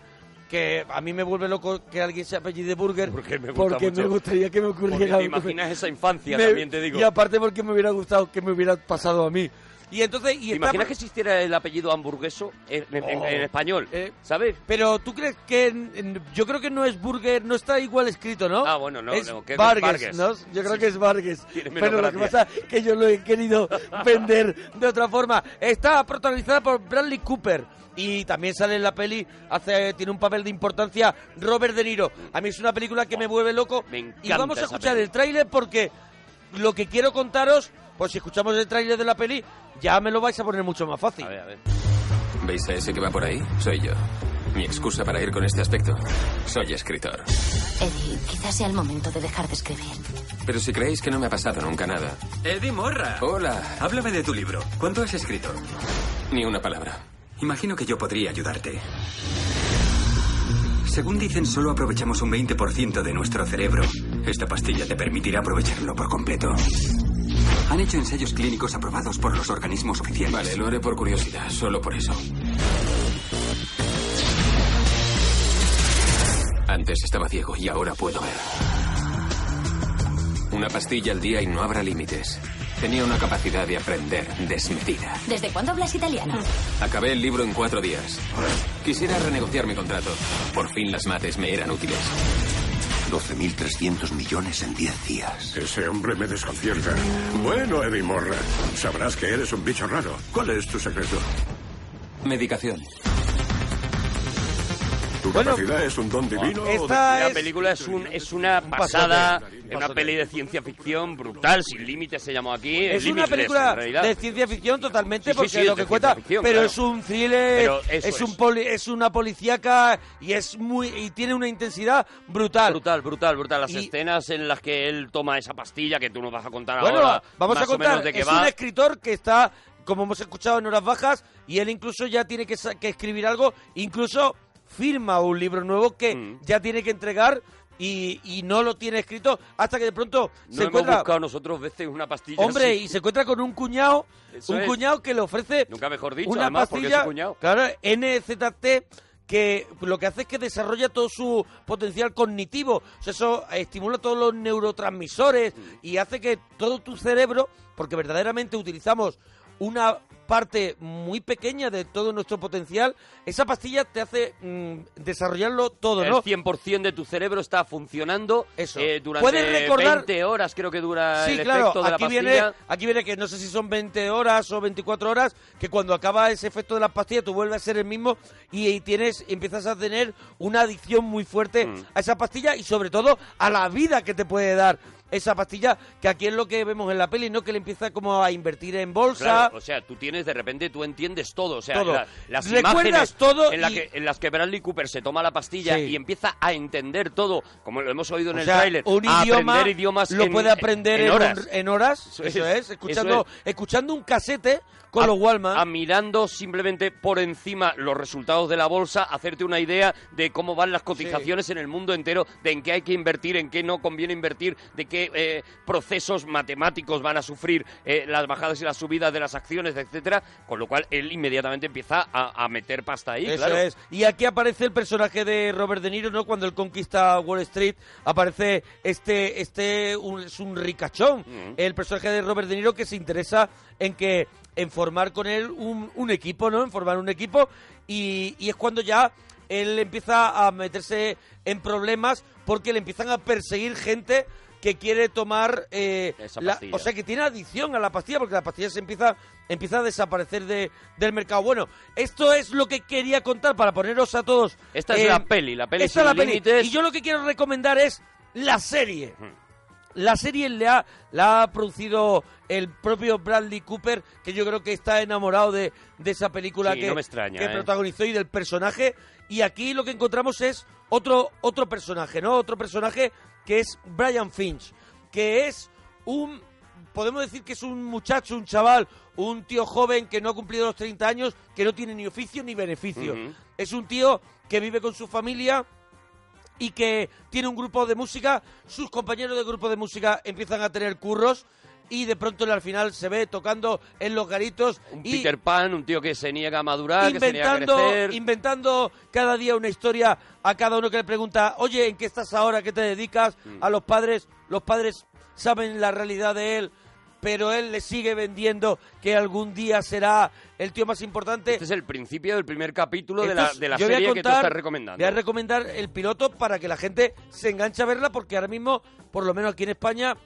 que a mí me vuelve loco que alguien se apellide Burger,
*laughs*
porque me,
gusta mucho.
gustaría que me
Porque
ocurriera
te
algo.
imaginas esa infancia,
Me-
también te digo.
Y aparte porque me hubiera gustado que me hubiera pasado a mí. Y entonces... Y
¿Te
está-
imaginas que existiera el apellido hamburgueso en, en- en-
Oh.
en español?
Eh,
¿Sabes?
Pero tú crees que... en- en- yo creo que no es Burger, no está igual escrito, ¿no?
Ah, bueno, no,
es
no, que es
Vargas,
Vargas.
¿no? Yo creo que es Vargas.
Tiene menos
Pero lo que
gracia.
pasa es que yo lo he querido vender de otra forma. Está protagonizada por Bradley Cooper. Y también sale en la peli, hace, tiene un papel de importancia Robert De Niro. A mí es una película que me vuelve loco. y
encanta
vamos a
esa
escuchar
peli.
el tráiler porque lo que quiero contaros, pues si escuchamos el tráiler de la peli, ya me lo vais a poner mucho más fácil.
¿Veis a ese que va por ahí? Soy yo. Mi excusa para ir con este aspecto. Soy escritor.
Eddie, quizás sea el momento de dejar de escribir.
Pero si creéis que no me ha pasado nunca nada.
Eddie Morra.
Hola.
Háblame de tu libro. ¿Cuánto has escrito?
Ni una palabra.
Imagino que yo podría ayudarte. Según dicen, solo aprovechamos un 20% de nuestro cerebro. Esta pastilla te permitirá aprovecharlo por completo. Han hecho ensayos clínicos aprobados por los organismos oficiales.
Vale, lo haré por curiosidad, solo por eso. Antes estaba ciego y ahora puedo ver. Una pastilla al día y no habrá límites. Tenía una capacidad de aprender desmedida.
¿Desde cuándo hablas italiano?
Acabé el libro en cuatro días. Quisiera renegociar mi contrato. Por fin las mates me eran útiles.
12.300 millones en 10 días. Ese hombre me desconcierta. Bueno, Eddie Morra, sabrás que eres un bicho raro. ¿Cuál es tu secreto?
Medicación.
Tu
Bueno,
capacidad es un don
Ah.
divino. o de-
la película es, un, es una pasada, es una peli de ciencia ficción brutal, sin límites se llamó aquí.
Es una
Limitless,
película
en realidad.
de ciencia ficción totalmente,
Sí, sí,
porque
sí, es
lo
de
que
ciencia
cuenta,
ficción,
pero
claro.
es un thriller,
Pero
es,
eso
un
es.
poli- es una policíaca y es muy y tiene una intensidad brutal.
Brutal, brutal, brutal. Las
Y-
escenas en las que él toma esa pastilla que tú nos vas a contar
Bueno,
ahora.
vamos
más
a
o menos
contar.
de qué
es
va.
un escritor que está, como hemos escuchado en horas bajas, y él incluso ya tiene que, sa- que escribir algo, incluso firma un libro nuevo que
Mm.
ya tiene que entregar y, y no lo tiene escrito hasta que de pronto
No
se
hemos
encuentra.
buscado nosotros veces una pastilla.
Hombre,
así.
y se encuentra con un cuñado,
Eso
un
es.
cuñado que le ofrece
Nunca mejor dicho,
una
además, porque es
pastilla,
un cuñado.
claro, NZT, que lo que hace es que desarrolla todo su potencial cognitivo. O sea, eso estimula todos los
Mm.
neurotransmisores y hace que todo tu cerebro, porque verdaderamente utilizamos una parte muy pequeña de todo nuestro potencial, esa pastilla te hace mm, desarrollarlo todo, ¿no?
El 100% de tu cerebro está funcionando eh, durante
Puedes recordar-
20 horas, creo que dura
Sí,
el
claro,
efecto de la
aquí
pastilla.
viene, aquí viene que no sé si son 20 horas o 24 horas, que cuando acaba ese efecto de las pastillas tú vuelves a ser el mismo y, y tienes, empiezas a tener una adicción muy fuerte
Mm.
a esa pastilla y sobre todo a la vida que te puede dar esa pastilla, que aquí es lo que vemos en la peli, ¿no? Que le empieza como a invertir en bolsa.
Claro, o sea, tú tienes de repente, tú entiendes todo. O sea,
Todo.
la- las
Recuerdas
imágenes
todo
en, la
y-
que, en las que Bradley Cooper se toma la pastilla
Sí.
y empieza a entender todo, como lo hemos oído en
O
el
sea,
tráiler.
un
a
idioma
aprender idiomas
lo
en-
puede aprender
en,
en,
horas.
un- en horas, eso,
es,
es,
eso
escuchando, escuchando un casete
con los Walmart. A mirando simplemente por encima los resultados de la bolsa, hacerte una idea de cómo van las cotizaciones en el mundo entero, de en qué hay que invertir, en qué no conviene invertir, de qué eh, procesos matemáticos van a sufrir eh, las bajadas y las subidas de las acciones, etcétera. Con lo cual él inmediatamente empieza a, a meter pasta ahí,
Eso
claro.
es. Y aquí aparece el personaje de Robert De Niro, ¿no? Cuando él conquista Wall Street, aparece este, este un- es un ricachón.
Mm.
El personaje de Robert De Niro que se interesa en que en formar con él un, un equipo, ¿no? En formar un equipo. Y, y es cuando ya él empieza a meterse en problemas porque le empiezan a perseguir gente que quiere tomar eh,
Esa
la-
pastilla.
o sea que tiene adicción a la pastilla porque la pastilla se empieza empieza a desaparecer de, del mercado bueno esto es lo que quería contar para poneros a todos
Esta es la peli, la peli
esta es
sin
la peli
límites.
y yo lo que quiero recomendar es la serie
Mm.
la serie le ha- la ha producido el propio Bradley Cooper, que yo creo que está enamorado de, de esa película
Sí,
que,
no me extraña,
que
¿eh?
protagonizó y del personaje. Y aquí lo que encontramos es otro, otro personaje, ¿no? Otro personaje que es Brian Finch, que es un... Podemos decir que es un muchacho, un chaval, un tío joven que no ha cumplido los 30 años, que no tiene ni oficio ni beneficio.
Ujú.
Es un tío que vive con su familia, y que tiene un grupo de música, sus compañeros de grupo de música empiezan a tener curros y de pronto él al final se ve tocando en los garitos y
Peter Pan, un tío que se niega a madurar, que
inventando,
se niega a crecer.
inventando cada día una historia a cada uno que le pregunta, oye, ¿en qué estás ahora? ¿Qué te dedicas?
Mm.
A los padres, los padres saben la realidad de él, pero él le sigue vendiendo que algún día será el tío más importante.
Este es el principio del primer capítulo de la,
Entonces,
de la
yo voy a
serie que tú
contar-
estás recomendando.
Voy a recomendar el piloto para que la gente se enganche a verla, porque ahora mismo, por lo menos aquí en España,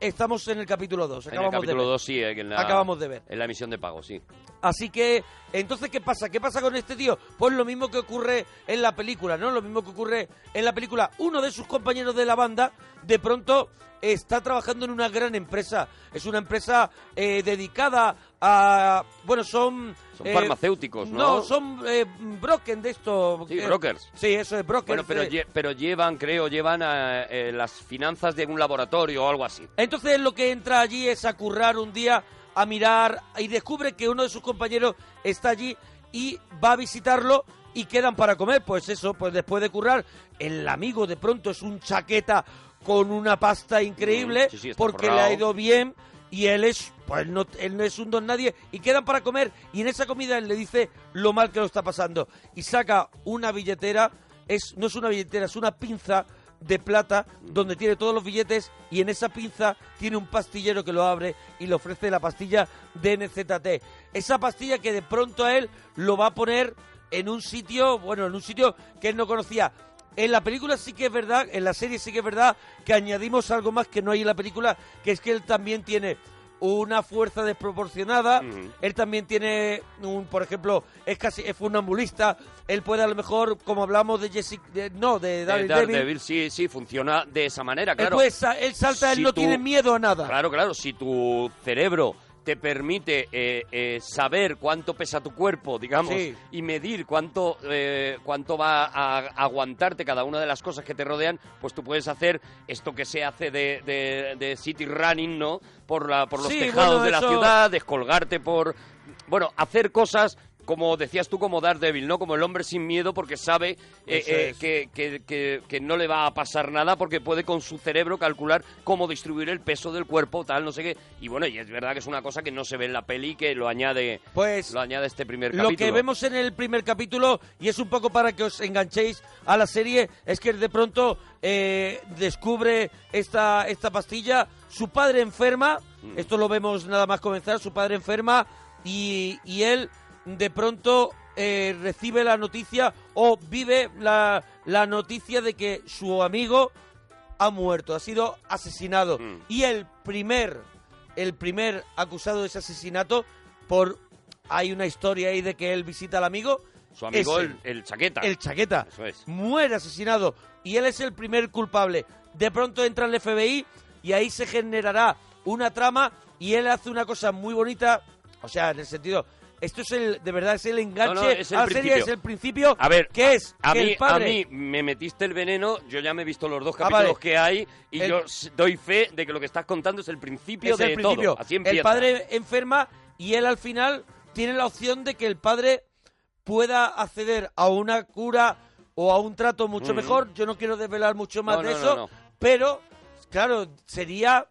estamos en el capítulo 2.
en el
Acabamos
capítulo
de ver.
2, sí, eh, que en la,
Acabamos de ver.
En la emisión de pago, sí.
Así que, entonces, ¿qué pasa? ¿Qué pasa con este tío? Pues lo mismo que ocurre en la película, ¿no? Lo mismo que ocurre en la película. Uno de sus compañeros de la banda, de pronto, está trabajando en una gran empresa. Es una empresa eh, dedicada a... Bueno, son...
Son
eh,
farmacéuticos, ¿no?
No, son eh, brokers de esto.
Sí,
eh,
brokers.
Sí, eso es brokers.
Bueno, pero,
de-
lle- pero llevan, creo, llevan eh, eh, las finanzas de un laboratorio o algo así.
Entonces lo que entra allí es a currar un día, a mirar y descubre que uno de sus compañeros está allí y va a visitarlo y quedan para comer. Pues eso, pues después de currar, el amigo de pronto es un chaqueta con una pasta increíble
Mm, sí, sí, está
porque le
forrado.
ha ido bien eh, y él es pues no, él no es un don nadie y quedan para comer y en esa comida él le dice lo mal que lo está pasando y saca una billetera es no es una billetera es una pinza de plata donde tiene todos los billetes y en esa pinza tiene un pastillero que lo abre y le ofrece la pastilla de NZT esa pastilla que de pronto a él lo va a poner en un sitio bueno en un sitio que él no conocía en la película sí que es verdad, en la serie sí que es verdad que añadimos algo más que no hay en la película, que es que él también tiene una fuerza desproporcionada. Él también tiene, un, por ejemplo, es casi es funambulista. Él puede a lo mejor, como hablamos de Jessica, de- no, de
Eh,
David
Daredevil, sí, sí, funciona de esa manera,
Él,
claro.
puede sa- él salta, él
Si
no
tú-
tiene miedo a nada.
Claro, claro, si tu cerebro te permite eh, eh, saber cuánto pesa tu cuerpo, digamos,
Sí.
y medir cuánto, eh, cuánto va a aguantarte cada una de las cosas que te rodean, pues tú puedes hacer esto que se hace de, de- de city running, ¿no? Por, la, por los
Sí,
tejados
bueno,
de la
eso-
ciudad, descolgarte por... Bueno, hacer cosas... Como decías tú, como Daredevil, ¿no? Como el hombre sin miedo porque sabe eh,
Eso
eh,
es.
que, que- que- que no le va a pasar nada porque puede con su cerebro calcular cómo distribuir el peso del cuerpo, tal, no sé qué. Y bueno, y es verdad que es una cosa que no se ve en la peli, que lo añade,
pues,
lo añade este primer
Lo
capítulo.
que vemos en el primer capítulo, y es un poco para que os enganchéis a la serie, es que de pronto eh, descubre esta, esta pastilla. Su padre enferma,
Mm.
esto lo vemos nada más comenzar, su padre enferma y, y él de pronto eh, recibe la noticia o vive la, la noticia de que su amigo ha muerto, ha sido asesinado.
Mm.
Y el primer, el primer acusado de ese asesinato por... Hay una historia ahí de que él visita al amigo.
Su amigo,
es
el, el chaqueta.
el chaqueta.
Eso es.
Muere asesinado y él es el primer culpable. De pronto entra el FBI y ahí se generará una trama y él hace una cosa muy bonita, o sea, en el sentido esto es el de verdad es el enganche
No, no, es el
a la serie,
principio.
es el principio.
A ver,
que es
a
que
mí,
el padre
a mí me metiste el veneno, yo ya me he visto los dos
Ah,
capítulos
vale.
que hay y
El-
yo s- doy fe de que lo que estás contando es el principio
es
de
el principio.
todo. Así empieza.
el padre enferma y él al final tiene la opción de que el padre pueda acceder a una cura o a un trato mucho
Mm.
mejor. Yo no quiero desvelar mucho más
No,
de
no, no,
eso,
no.
pero claro, sería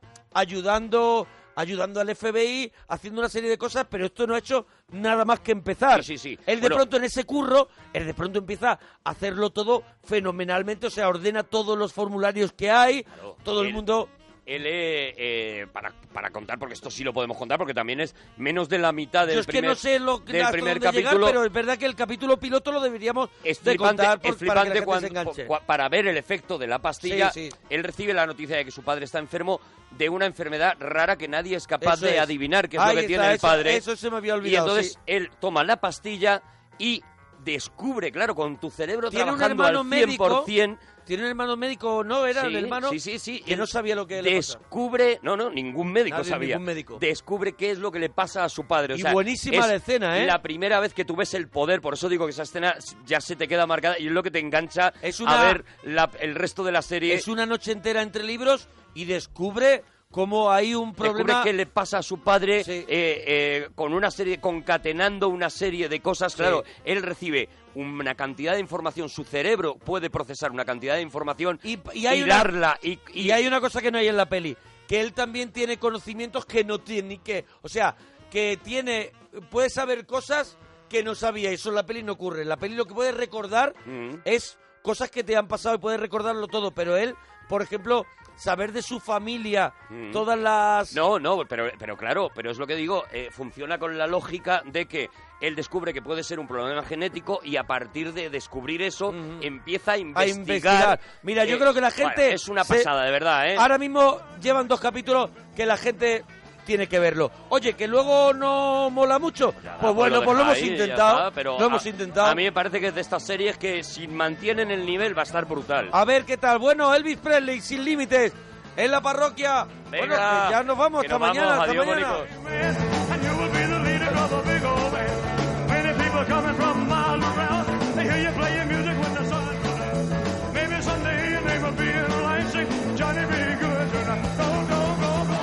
ayudando ayudando al FBI, haciendo una serie de cosas, pero esto no ha hecho nada más que empezar.
Sí, sí, sí.
Él de
Bueno.
pronto en ese curro, él de pronto empieza a hacerlo todo fenomenalmente, o sea, ordena todos los formularios que hay, todo el
Él-
mundo
Él, eh, eh, para, para contar, porque esto sí lo podemos contar, porque también es menos de la mitad del
Yo es
primer,
que no sé lo
del
hasta
primer
dónde llegar,
capítulo.
pero es verdad que el capítulo piloto lo deberíamos
es
de
flipante,
contar por-
es
para que
flipante
la gente
cuando-
se enganche.
cua- para ver el efecto de la pastilla.
Sí, sí.
Él recibe la noticia de que su padre está enfermo de una enfermedad rara que nadie es capaz
Eso
de
es.
adivinar qué es
Ahí
lo que
está,
tiene el
eso-
padre.
eso se me había olvidado,
Y entonces
sí.
él toma la pastilla y descubre, claro, con tu cerebro
Tiene un
trabajando
hermano
al 100%,
médico. Tiene un hermano médico, ¿no? Era el
Sí,
hermano
sí, sí, sí.
que
Él
no sabía lo que le pasaba.
descubre, no, no, ningún médico
Nadie,
sabía.
ningún médico.
Descubre qué es lo que le pasa a su padre. o
Y
sea,
buenísima
es
la escena, ¿eh?
La primera vez que tú ves el poder, por eso digo que esa escena ya se te queda marcada y es lo que te engancha
una-
a ver la- el resto de la serie.
Es una noche entera entre libros y descubre cómo hay un
Descubre
problema
que le pasa a su padre eh, eh, con una serie, concatenando una serie de cosas. Claro, él recibe una cantidad de información, su cerebro puede procesar una cantidad de información, y,
y hay una-
hilarla y,
y hay una cosa que no hay en la peli, que él también tiene conocimientos que no tiene que, o sea, que tiene puede saber cosas que no sabía, y eso en la peli no ocurre. En la peli lo que puede recordar
Mm.
es cosas que te han pasado y puedes recordarlo todo, pero él, por ejemplo, saber de su familia
Mm.
todas las
No, no, pero, pero claro, pero es lo que digo, eh, funciona con la lógica de que él descubre que puede ser un problema genético y a partir de descubrir eso empieza a investigar. Eh,
investigar. Mira, yo creo que la
bueno,
gente
es una
se-
pasada, de verdad, ¿eh?
Ahora mismo llevan dos capítulos que la gente tiene que verlo. Oye, que luego no mola mucho. pues bueno, pues lo
deja
hemos
ahí, ya
intentado.
está, pero
lo
a-
hemos intentado.
A mí me parece que es de estas series que si mantienen el nivel va a estar brutal.
A ver qué tal. Bueno, Elvis Presley, sin límites, en la parroquia. bueno,
Venga,
que ya nos vamos.
que
hasta
nos vamos.
mañana. hasta
Adiós,
mañana.
bonicos.
And you will be the leader of a big old band. Many people coming from miles around. They hear you play your music when the sun rises. Maybe someday your name will be in Lansing. Johnny B. Good. Go, go, go, go.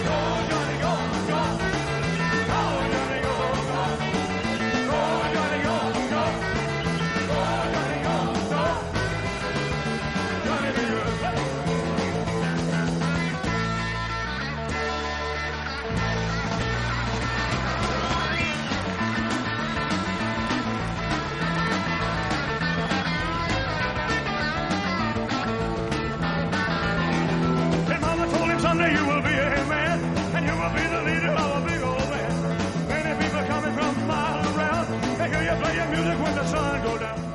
Go, Johnny, go, go. Go, Johnny, go, go. Go, Johnny, go, go. Go, Johnny, go, go. Johnny B. Good. And mama told him someday you will be a man, and you will be the leader of a big old band. Many people coming from miles around, they hear you play your music when the sun goes down.